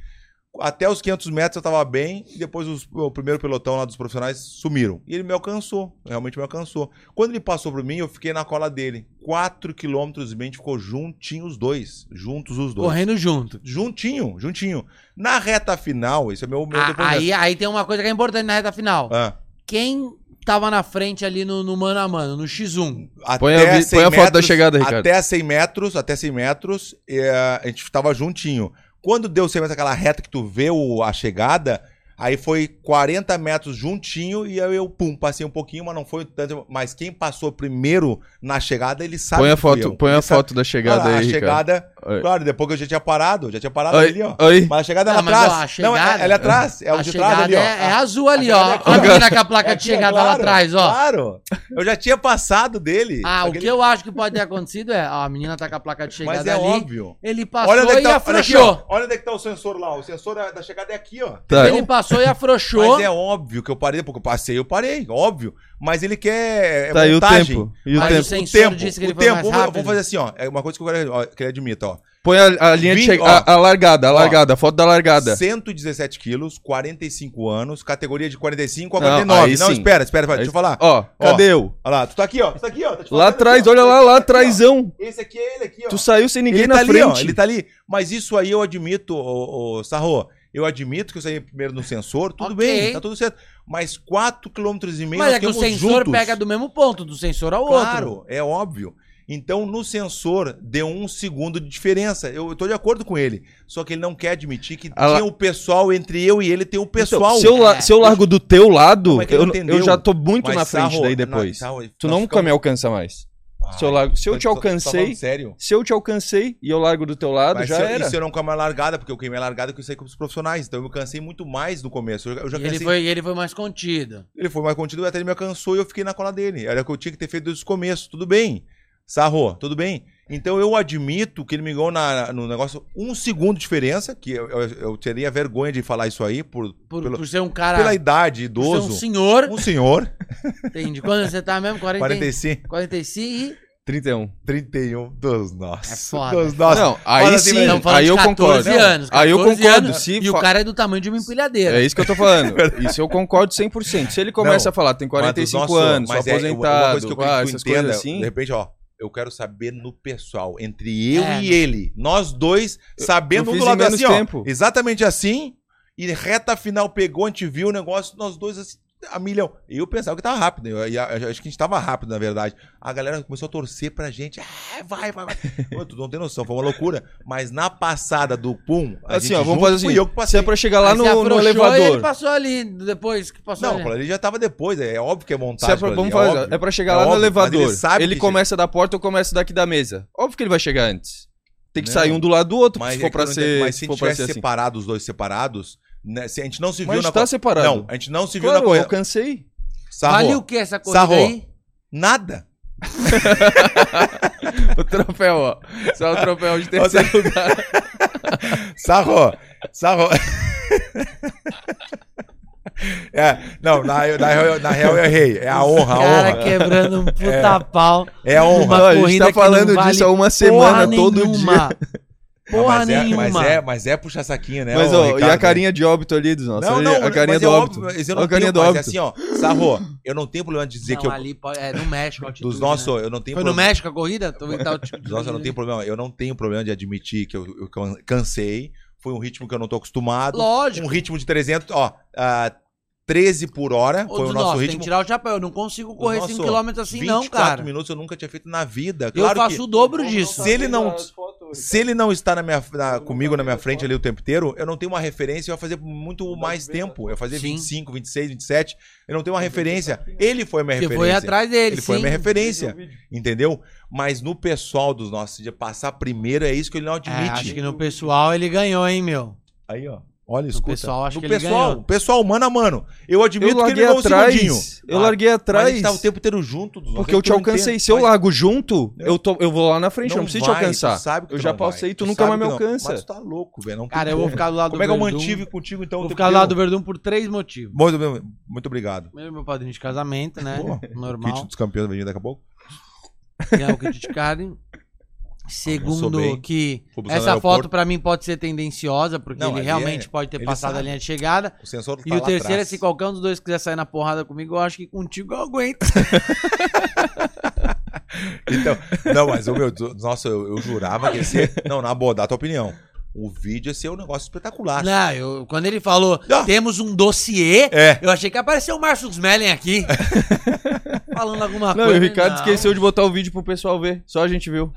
Speaker 1: Até os 500 metros eu tava bem, e depois os- o primeiro pelotão lá dos profissionais sumiram. E ele me alcançou, realmente me alcançou. Quando ele passou por mim, eu fiquei na cola dele. 4 quilômetros e meio, a gente ficou juntinho os dois, juntos os dois.
Speaker 2: Correndo junto.
Speaker 1: Juntinho, juntinho. Na reta final, esse é meu, meu
Speaker 2: Ah,
Speaker 1: depoimento.
Speaker 2: aí, aí tem uma coisa que é importante na reta final.
Speaker 1: Ah.
Speaker 2: Quem tava na frente ali no, no mano a mano, no X1?
Speaker 1: Até
Speaker 3: Põe a vi-
Speaker 1: 100
Speaker 3: põe a foto da
Speaker 1: metros-
Speaker 3: chegada, Ricardo.
Speaker 1: Até 100 metros, até 100 metros, é, a gente tava juntinho. Quando deu 100 metros, aquela reta que tu vê o- a chegada, aí foi 40 metros juntinho e aí eu, pum, passei um pouquinho, mas não foi tanto. Mas quem passou primeiro na chegada, ele sabe
Speaker 3: Põe a
Speaker 1: que fui
Speaker 3: foto,
Speaker 1: eu.
Speaker 3: põe
Speaker 1: Ele
Speaker 3: a
Speaker 1: sabe-
Speaker 3: foto da chegada
Speaker 1: Olha lá,
Speaker 3: aí,
Speaker 1: A
Speaker 3: Ricardo.
Speaker 1: chegada,
Speaker 3: Aí.
Speaker 1: claro, depois que eu já tinha parado, eu já tinha parado ali, ó.
Speaker 3: Aí, aí.
Speaker 1: Mas a chegada é lá
Speaker 2: Não, mas, ó,
Speaker 1: atrás.
Speaker 2: a chegada-
Speaker 1: não, ela é atrás, é o
Speaker 2: a
Speaker 1: de trás
Speaker 2: chegada
Speaker 1: ali, ó.
Speaker 2: é, é azul ali,
Speaker 1: a
Speaker 2: ó.
Speaker 1: chegada é
Speaker 2: Olha a menina com a placa de
Speaker 1: Aqui, ó,
Speaker 2: chegada lá
Speaker 1: claro,
Speaker 2: atrás, ó.
Speaker 1: Claro, eu já tinha passado dele.
Speaker 2: Ah,
Speaker 1: Só
Speaker 2: o que
Speaker 1: ele-
Speaker 2: eu acho que pode ter acontecido é, ó, a menina tá com a placa de chegada
Speaker 1: Mas é
Speaker 2: ali,
Speaker 1: óbvio.
Speaker 2: ele passou
Speaker 1: onde é
Speaker 2: e
Speaker 1: que tá- olha aqui, ó.
Speaker 2: afrouxou.
Speaker 1: Olha onde é que tá o sensor lá. O sensor da da chegada é aqui, ó.
Speaker 3: Tá.
Speaker 2: Ele passou e afrouxou.
Speaker 1: Mas é óbvio que eu parei, porque eu passei, eu parei, óbvio. Mas ele quer é
Speaker 3: Tá, e o
Speaker 1: montagem.
Speaker 3: tempo? E o
Speaker 2: Mas
Speaker 3: tempo?
Speaker 2: o sensor
Speaker 1: tempo,
Speaker 2: disse que ele
Speaker 1: o
Speaker 2: foi
Speaker 1: tempo,
Speaker 2: mais
Speaker 1: vamos-
Speaker 2: rápido.
Speaker 1: Vamos fazer assim, ó. É uma coisa que eu quero ó, que ele admita, ó.
Speaker 3: Põe a, a linha de
Speaker 1: Vinte,
Speaker 3: chegada.
Speaker 1: ó.
Speaker 3: A, a largada, a largada, a foto da largada.
Speaker 1: 117 quilos, 45 anos, categoria de 45 a
Speaker 3: Não,
Speaker 1: 49.
Speaker 3: aí
Speaker 1: Não,
Speaker 3: sim.
Speaker 1: espera, espera, espera,
Speaker 3: Aí-
Speaker 1: deixa eu falar.
Speaker 3: Ó, cadê eu?
Speaker 1: Olha lá, tu tá aqui, ó. Tu tá aqui, ó. tá te
Speaker 3: Lá
Speaker 1: falando aqui,
Speaker 3: atrás,
Speaker 1: ó.
Speaker 3: olha lá, lá
Speaker 1: Aqui, ó.
Speaker 3: atrásão.
Speaker 1: Esse aqui é ele aqui, ó.
Speaker 3: Tu saiu sem ninguém
Speaker 1: ele
Speaker 3: na
Speaker 1: tá ali,
Speaker 3: frente.
Speaker 1: ó, ele tá ali. Mas isso aí eu admito, ô, ô, Sarro. Eu admito que eu saí primeiro no sensor, tudo
Speaker 2: Ok.
Speaker 1: bem, tá tudo certo. Mas 4,5 km
Speaker 2: Mas é que o sensor pega do mesmo ponto, do sensor ao
Speaker 1: Claro,
Speaker 2: outro.
Speaker 1: é óbvio. Então, no sensor, deu um segundo de diferença. Eu, eu tô de acordo com ele. Só que ele não quer admitir que
Speaker 3: Ah lá.
Speaker 1: tinha o pessoal entre eu e ele, tem o pessoal.
Speaker 3: Então, se, eu, la-
Speaker 2: É.
Speaker 3: se eu largo do teu lado,
Speaker 1: Mas é que ele
Speaker 3: eu,
Speaker 1: entendeu.
Speaker 3: eu já tô muito
Speaker 1: Mas,
Speaker 3: na frente
Speaker 1: Sarro,
Speaker 3: daí
Speaker 1: na- tá
Speaker 3: depois.
Speaker 1: Sarro,
Speaker 3: tu
Speaker 1: nós
Speaker 3: nunca
Speaker 1: ficamos-
Speaker 3: me alcança mais. se eu, largo, se eu
Speaker 1: Tô-
Speaker 3: te
Speaker 1: tô- tô Ah, tá falando
Speaker 3: alcancei,
Speaker 1: sério?
Speaker 3: se eu te alcancei e eu largo do teu lado,
Speaker 1: Mas
Speaker 3: Ah, já
Speaker 1: se eu,
Speaker 3: era.
Speaker 1: E se eu não queimar a largada, porque eu queimei a largada que eu saí com os profissionais. Então eu me cansei muito mais no começo. Eu, já- eu já
Speaker 2: E
Speaker 1: cansei.
Speaker 2: ele, foi, e ele foi mais contido.
Speaker 1: Ele foi mais contido, até ele me alcançou e eu fiquei na cola dele. Era o que eu tinha que ter feito desde o começo. Tudo bem. Sarro, tudo bem. Então eu admito que ele me ganhou na- no negócio um segundo de diferença, que eu, eu- eu teria vergonha de falar isso aí por,
Speaker 2: Por,
Speaker 1: Pelo-
Speaker 2: por ser um cara.
Speaker 1: pela idade,
Speaker 2: por ser um
Speaker 1: idoso.
Speaker 2: senhor.
Speaker 1: Um senhor,
Speaker 2: Entendi. Quando você tá mesmo? 40,
Speaker 1: 45,
Speaker 2: 45 e.
Speaker 3: 31.
Speaker 1: 31, dos nossos.
Speaker 2: É foda.
Speaker 1: Dos nossos.
Speaker 3: Não, aí
Speaker 1: assim,
Speaker 3: sim,
Speaker 1: mas
Speaker 2: Estamos falando
Speaker 3: aí
Speaker 2: de
Speaker 3: eu
Speaker 2: 14
Speaker 3: concordo.
Speaker 2: anos.
Speaker 3: Aí eu
Speaker 2: 14
Speaker 3: concordo,
Speaker 2: anos,
Speaker 3: se
Speaker 2: E o
Speaker 3: fa-
Speaker 2: cara é do tamanho de uma empilhadeira.
Speaker 3: É isso que eu tô falando. Isso eu concordo 100%. Se ele começa a falar, tem 45
Speaker 1: Mas os nossos-
Speaker 3: anos, sou
Speaker 1: mas é, uma
Speaker 3: aposentado,
Speaker 1: coisa que eu quero que
Speaker 3: ah,
Speaker 1: tu
Speaker 3: essas coisas
Speaker 1: entenda,
Speaker 3: assim.
Speaker 1: de repente, ó, eu quero saber no pessoal, entre eu
Speaker 2: É,
Speaker 1: e
Speaker 2: não-
Speaker 1: ele, nós dois, sabendo um
Speaker 3: eu fiz
Speaker 1: do
Speaker 3: em
Speaker 1: lado
Speaker 3: menos
Speaker 1: assim, ó,
Speaker 3: tempo.
Speaker 1: exatamente assim, e reta final pegou, a gente viu o negócio, nós dois assim, a milhão. E eu pensava que tava rápido, eu, eu acho que a gente tava rápido, na verdade. A galera começou a torcer pra gente, ah, vai, vai, vai. Ô, tu não tem noção, foi uma loucura, mas na passada do pum, a
Speaker 3: Assim,
Speaker 1: gente
Speaker 3: ó,
Speaker 1: junto,
Speaker 3: vamos fazer
Speaker 1: fui
Speaker 3: assim.
Speaker 1: eu que
Speaker 3: Se
Speaker 1: passei.
Speaker 3: é pra chegar lá
Speaker 2: Aí
Speaker 3: no,
Speaker 2: você
Speaker 3: no
Speaker 2: afrouxou e Ele tá
Speaker 3: elevador.
Speaker 2: passou ali depois que passou.
Speaker 1: Não,
Speaker 2: ali.
Speaker 1: pra ele já tava depois, é, é óbvio que é
Speaker 3: Se
Speaker 1: montagem.
Speaker 3: é pra,
Speaker 1: aquilo ali,
Speaker 3: vamos fazer,
Speaker 1: óbvio.
Speaker 3: é pra chegar
Speaker 1: É
Speaker 3: lá no
Speaker 1: óbvio, mas
Speaker 3: elevador.
Speaker 1: ele sabe
Speaker 3: Ele
Speaker 1: que
Speaker 3: começa da porta, eu começo daqui da mesa. Óbvio que ele vai chegar antes. Tem que
Speaker 1: Não.
Speaker 3: sair um do lado do outro,
Speaker 1: Mas,
Speaker 3: se
Speaker 1: é
Speaker 3: for
Speaker 1: que eu
Speaker 3: pra
Speaker 1: não
Speaker 3: ser,
Speaker 1: entendo, mas
Speaker 3: se
Speaker 1: se a
Speaker 3: for
Speaker 1: gente
Speaker 3: pra
Speaker 1: tivesse
Speaker 3: ser assim.
Speaker 1: separado, os dois separados, né, se a gente não se viu
Speaker 3: Mas
Speaker 1: na
Speaker 3: tá
Speaker 1: co-
Speaker 3: separado.
Speaker 1: Não, a gente não se viu
Speaker 3: Claro,
Speaker 1: na
Speaker 3: eu
Speaker 1: coisa.
Speaker 3: cansei.
Speaker 1: Sarro,
Speaker 2: Vale o que essa corrida
Speaker 1: Sarro.
Speaker 2: aí?
Speaker 1: nada.
Speaker 3: O troféu, ó. Só o troféu de terceiro lugar.
Speaker 1: Sarro, sarro. É, não, na, na, real- na real eu errei. É a honra, a
Speaker 2: Os cara
Speaker 1: honra.
Speaker 2: quebrando um puta pau.
Speaker 1: É a honra.
Speaker 2: Uma
Speaker 3: a gente
Speaker 2: corrida
Speaker 3: tá
Speaker 2: que não
Speaker 3: falando
Speaker 2: vale
Speaker 3: disso há uma
Speaker 2: Porra
Speaker 3: semana, todo dia.
Speaker 2: nenhuma. Porra
Speaker 1: Ah, mas, é,
Speaker 2: nenhuma.
Speaker 1: mas é, mas é puxar saquinho, né?
Speaker 3: Mas,
Speaker 1: ô,
Speaker 3: ó, e a
Speaker 1: Ricardo?
Speaker 3: carinha de óbito ali dos nossos?
Speaker 1: Não,
Speaker 3: ali,
Speaker 1: não,
Speaker 3: a carinha
Speaker 1: mas
Speaker 3: do
Speaker 1: é
Speaker 3: óbito.
Speaker 1: óbvio, mas eu
Speaker 3: Olha
Speaker 1: não
Speaker 3: a carinha
Speaker 1: tenho, mas
Speaker 3: do
Speaker 1: é
Speaker 3: óbito.
Speaker 1: assim, ó, sarro, eu não tenho problema de dizer
Speaker 2: Não,
Speaker 1: que eu
Speaker 2: ali pode- é, no México, a altitude,
Speaker 1: dos nossos,
Speaker 2: né?
Speaker 1: eu não tenho
Speaker 2: Foi no
Speaker 1: problema.
Speaker 2: México a corrida? Tô- tá altitude-
Speaker 1: Nossa, eu não tenho problema. Eu não tenho problema de admitir que eu, eu can- cansei. Foi um ritmo que eu não tô acostumado.
Speaker 2: Lógico.
Speaker 1: Um ritmo de 300, ó, ah, 13 por hora foi
Speaker 2: Ô,
Speaker 1: o
Speaker 2: Dudu,
Speaker 1: nosso
Speaker 2: nossa, Tem
Speaker 1: ritmo.
Speaker 2: que tirar o chapéu. Eu não consigo correr
Speaker 1: nosso
Speaker 2: 5km assim,
Speaker 1: 24
Speaker 2: não, cara.
Speaker 1: minutos eu nunca tinha feito na vida.
Speaker 2: Eu
Speaker 1: Claro
Speaker 2: faço
Speaker 1: que
Speaker 2: o dobro disso.
Speaker 1: se ele não se ele não está na minha, na- comigo na minha frente ali o tempo inteiro, eu não tenho uma referência, eu ia fazer muito mais tempo. Eu ia fazer
Speaker 2: Sim.
Speaker 1: 25, 26, 27. Eu não tenho uma referência. né? Ele tá foi a minha
Speaker 2: Você
Speaker 1: referência.
Speaker 2: foi atrás dele,
Speaker 1: Ele foi a
Speaker 2: sim.
Speaker 1: minha referência, entendeu? Mas no pessoal dos nossos, de passar primeiro, é isso que ele não
Speaker 2: É,
Speaker 1: admite.
Speaker 2: acho que no pessoal ele ganhou, hein, meu.
Speaker 1: Aí, ó. Olha, escuta.
Speaker 2: pessoal, acho
Speaker 1: no
Speaker 2: que ele
Speaker 1: pessoal,
Speaker 2: ganhou.
Speaker 1: pessoal, mano a mano. Eu admito
Speaker 3: Eu
Speaker 1: que ele
Speaker 3: larguei
Speaker 1: me deu um segundinho.
Speaker 3: atrás. Eu larguei
Speaker 1: Mas a gente
Speaker 3: atrás.
Speaker 1: tava o tempo inteiro junto. dos nossos,
Speaker 3: Porque eu
Speaker 1: é que
Speaker 3: te alcancei.
Speaker 1: entendo.
Speaker 3: Se eu
Speaker 1: Mas
Speaker 3: largo junto, eu, tô, eu vou lá na frente, eu não preciso te
Speaker 1: vai, tu
Speaker 3: alcançar.
Speaker 1: sabe que
Speaker 3: Eu
Speaker 1: tu
Speaker 3: já
Speaker 1: não vai.
Speaker 3: passei, tu nunca
Speaker 1: sabe
Speaker 3: mais me
Speaker 1: que não.
Speaker 3: alcança.
Speaker 1: Mas tu tá louco, velho. Não tem
Speaker 2: Cara, eu vou
Speaker 1: como.
Speaker 2: ficar do lado
Speaker 1: Como
Speaker 2: do
Speaker 1: é que eu
Speaker 2: Verdun.
Speaker 1: mantive contigo, então? o
Speaker 2: Vou
Speaker 1: tempo
Speaker 2: ficar do lado do
Speaker 1: inteiro?
Speaker 2: Verdun por três motivos.
Speaker 1: Muito, muito obrigado.
Speaker 2: Primeiro, meu padrinho de casamento, né?
Speaker 1: Boa. Kit
Speaker 2: Normal.
Speaker 1: dos campeões vai vir daqui a pouco.
Speaker 2: Ganhar o kit de carne.
Speaker 1: Almoçou
Speaker 2: Segundo,
Speaker 1: bem.
Speaker 2: que
Speaker 1: Foi pro
Speaker 2: essa
Speaker 1: aeroporto.
Speaker 2: foto pra mim pode ser tendenciosa, porque
Speaker 1: Não,
Speaker 2: ele
Speaker 1: ali
Speaker 2: realmente
Speaker 1: é-
Speaker 2: pode ter
Speaker 1: ele
Speaker 2: passado a
Speaker 1: sabe.
Speaker 2: linha de chegada.
Speaker 1: O sensor tá
Speaker 2: E o
Speaker 1: lá
Speaker 2: terceiro
Speaker 1: atrás.
Speaker 2: é se qualquer um dos dois quiser sair na porrada comigo, eu acho que contigo eu aguento.
Speaker 1: Então, não, mas o meu, do- nossa, eu, eu jurava que ia ser. Não, na boa, dá a tua opinião. O vídeo ia ser um negócio espetacular.
Speaker 2: Não, eu, quando ele falou,
Speaker 1: Não.
Speaker 2: temos um dossiê,
Speaker 1: É.
Speaker 2: eu achei que apareceu o Marcos Mellen aqui. falando alguma
Speaker 3: Não,
Speaker 2: coisa.
Speaker 3: e o Ricardo
Speaker 2: não.
Speaker 3: esqueceu de botar o vídeo pro pessoal ver. Só a gente viu.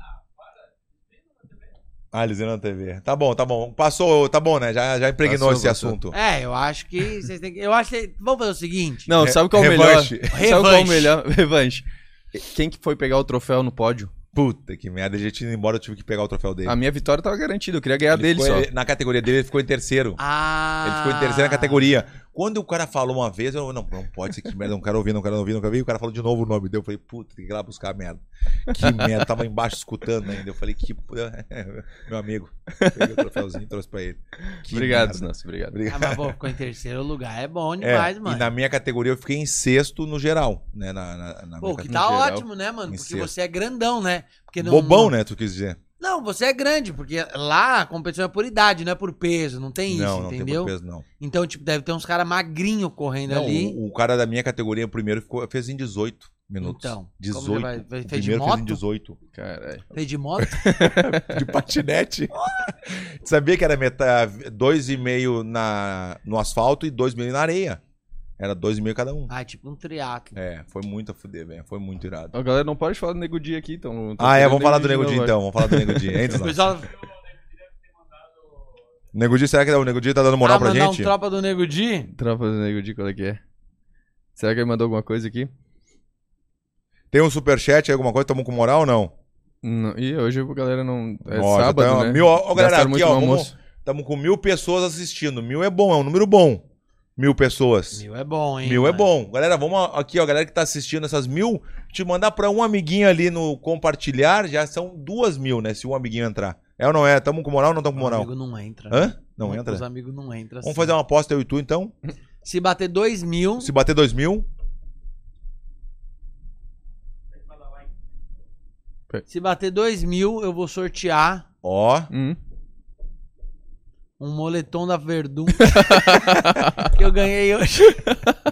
Speaker 1: Ah, eles viram na TV. Tá bom, tá bom. Passou, tá bom, né? Já, já impregnou
Speaker 3: Passou,
Speaker 1: esse
Speaker 3: passou.
Speaker 1: assunto.
Speaker 2: É, eu acho que vocês têm que. Eu acho que. Vamos fazer o seguinte.
Speaker 3: Não,
Speaker 1: Re-
Speaker 3: sabe qual é o melhor?
Speaker 1: revanche.
Speaker 3: Sabe qual é o
Speaker 2: Revanche.
Speaker 3: melhor? Revanche. Quem que foi pegar o troféu no pódio?
Speaker 1: Puta que merda, ele já tinha ido embora, eu tive que pegar o troféu dele.
Speaker 3: A minha vitória tava garantida, eu queria ganhar
Speaker 1: Ele
Speaker 3: dele
Speaker 1: ficou-
Speaker 3: só.
Speaker 1: ele- na categoria dele, ele ficou em terceiro.
Speaker 2: Ah.
Speaker 1: Ele ficou em terceira categoria. Quando o cara falou uma vez, eu não, não pode ser que merda, não quero ouvir, não quero ouvir, não quero ouvir. O cara falou de novo o nome dele. Eu falei, puta, tem que ir lá buscar a merda. Que merda, tava embaixo escutando ainda. Eu falei, que. p- Meu amigo. Peguei o troféuzinho e trouxe pra ele. Que
Speaker 3: Obrigado,
Speaker 1: merda.
Speaker 3: Snus, obrigado.
Speaker 2: Ah, mas pô, ficou em terceiro lugar. É bom
Speaker 1: É,
Speaker 2: demais,
Speaker 1: e
Speaker 2: mano.
Speaker 1: na minha categoria eu fiquei em sexto no geral, né? Na, na, na
Speaker 2: Pô,
Speaker 1: minha
Speaker 2: que
Speaker 1: categoria.
Speaker 2: tá
Speaker 3: geral,
Speaker 2: ótimo, né, mano?
Speaker 1: em
Speaker 2: Porque
Speaker 1: sexto.
Speaker 2: você é grandão, né? Porque não-
Speaker 1: Bobão,
Speaker 2: não-
Speaker 1: né? Tu quis dizer.
Speaker 2: Não, você é grande, porque lá a competição é por idade, não é por peso. Não tem isso,
Speaker 1: não, não tem
Speaker 2: entendeu?
Speaker 1: muito peso, não.
Speaker 2: Então, tipo, deve ter uns caras magrinho correndo
Speaker 1: Não,
Speaker 2: ali.
Speaker 1: o, o cara da minha categoria, o primeiro, ficou, fez em 18 minutos.
Speaker 2: Então, como
Speaker 1: 18.
Speaker 2: ele vai- vai-
Speaker 1: o
Speaker 2: fez de
Speaker 1: primeiro fez em
Speaker 2: moto?
Speaker 1: 18.
Speaker 3: Caralho.
Speaker 2: Fez de moto.
Speaker 1: de patinete. Tu Sabia que era metade, dois e meio na, no asfalto e dois e meio na areia. Era dois e meio cada um.
Speaker 2: Ah, tipo um triatlo.
Speaker 1: É, foi muito a fuder, velho. Foi muito irado.
Speaker 3: Ó, galera, não pode falar do Nego Di aqui, então. não tô
Speaker 1: Ah, é,
Speaker 3: querendo
Speaker 1: vamos falar do
Speaker 3: Di
Speaker 1: Nego
Speaker 3: não,
Speaker 1: Di
Speaker 3: vai.
Speaker 1: então. Vamos falar do Nego Di. Hein,
Speaker 2: O
Speaker 1: Dudão?
Speaker 2: pessoal
Speaker 1: Nego Di, será que o Nego Di tá dando moral
Speaker 2: ah,
Speaker 1: pra
Speaker 2: mandar um
Speaker 1: gente?
Speaker 2: tropa do Nego Di?
Speaker 1: então.
Speaker 3: Tropa do Nego Di, qual é que é? Será que ele mandou alguma coisa aqui?
Speaker 1: Tem um superchat aí, alguma coisa? Estamos com moral ou não?
Speaker 3: Não, e hoje a galera não. É
Speaker 1: Ó, já
Speaker 3: sábado,
Speaker 1: tá-
Speaker 3: né?
Speaker 1: mil- ó, ó, galera,
Speaker 3: Gastaram
Speaker 1: aqui, ó,
Speaker 3: no
Speaker 1: vamos-
Speaker 3: almoço.
Speaker 1: Estamos com mil pessoas assistindo. Mil é bom, é um número bom. Mil pessoas.
Speaker 2: Mil é bom, hein?
Speaker 1: Mil é
Speaker 2: mano?
Speaker 1: bom. Galera, vamos aqui, ó. Galera que tá assistindo essas mil, te mandar pra um amiguinho ali no compartilhar, já são duas mil, né? Se um amiguinho entrar. É ou não é? Tamo com moral ou não tamo com
Speaker 2: Meu
Speaker 1: moral?
Speaker 2: Um amigo não entra. né?
Speaker 1: Hã? Não entra?
Speaker 2: Os amigos não entram.
Speaker 1: Vamos fazer uma aposta, eu e tu, então.
Speaker 2: Se bater dois mil,
Speaker 1: Se bater dois mil,
Speaker 2: se bater dois mil, eu vou sortear
Speaker 1: ó.
Speaker 3: Hum.
Speaker 2: um moletom da Verdun que eu ganhei hoje.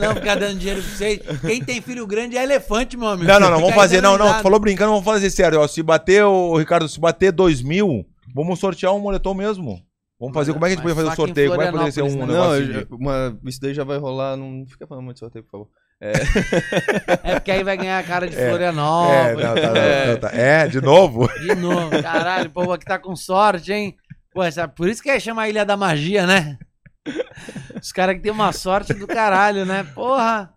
Speaker 2: Não, ficar dando dinheiro pra vocês. Quem tem filho grande é elefante, meu tá amigo.
Speaker 1: Não, não, não, vamos
Speaker 2: Fica aí
Speaker 1: fazer.
Speaker 2: dando
Speaker 1: Não, não,
Speaker 2: risada.
Speaker 1: tu falou brincando, vamos fazer sério. Ó, se bater, ô, Ricardo, se bater dois mil, vamos sortear um moletom mesmo. Vamos fazer. Como é que a gente
Speaker 2: Mas
Speaker 1: podia fazer o
Speaker 2: só que em
Speaker 1: sorteio? Como é que poderia ser um
Speaker 2: Florianópolis, né?
Speaker 3: Não,
Speaker 1: negócio?
Speaker 3: eu-
Speaker 1: de-
Speaker 3: uma- isso daí já vai rolar. Não fica falando muito de sorteio, por favor.
Speaker 2: É porque aí vai ganhar a cara de
Speaker 1: É,
Speaker 2: Florianópolis.
Speaker 1: não, tá, não, tá, tá. é, de novo?
Speaker 2: De novo. Caralho, o povo aqui tá com sorte, hein? Pô, essa- por isso que é chama Ilha da Magia, né? Os caras que tem uma sorte do caralho, né? Porra.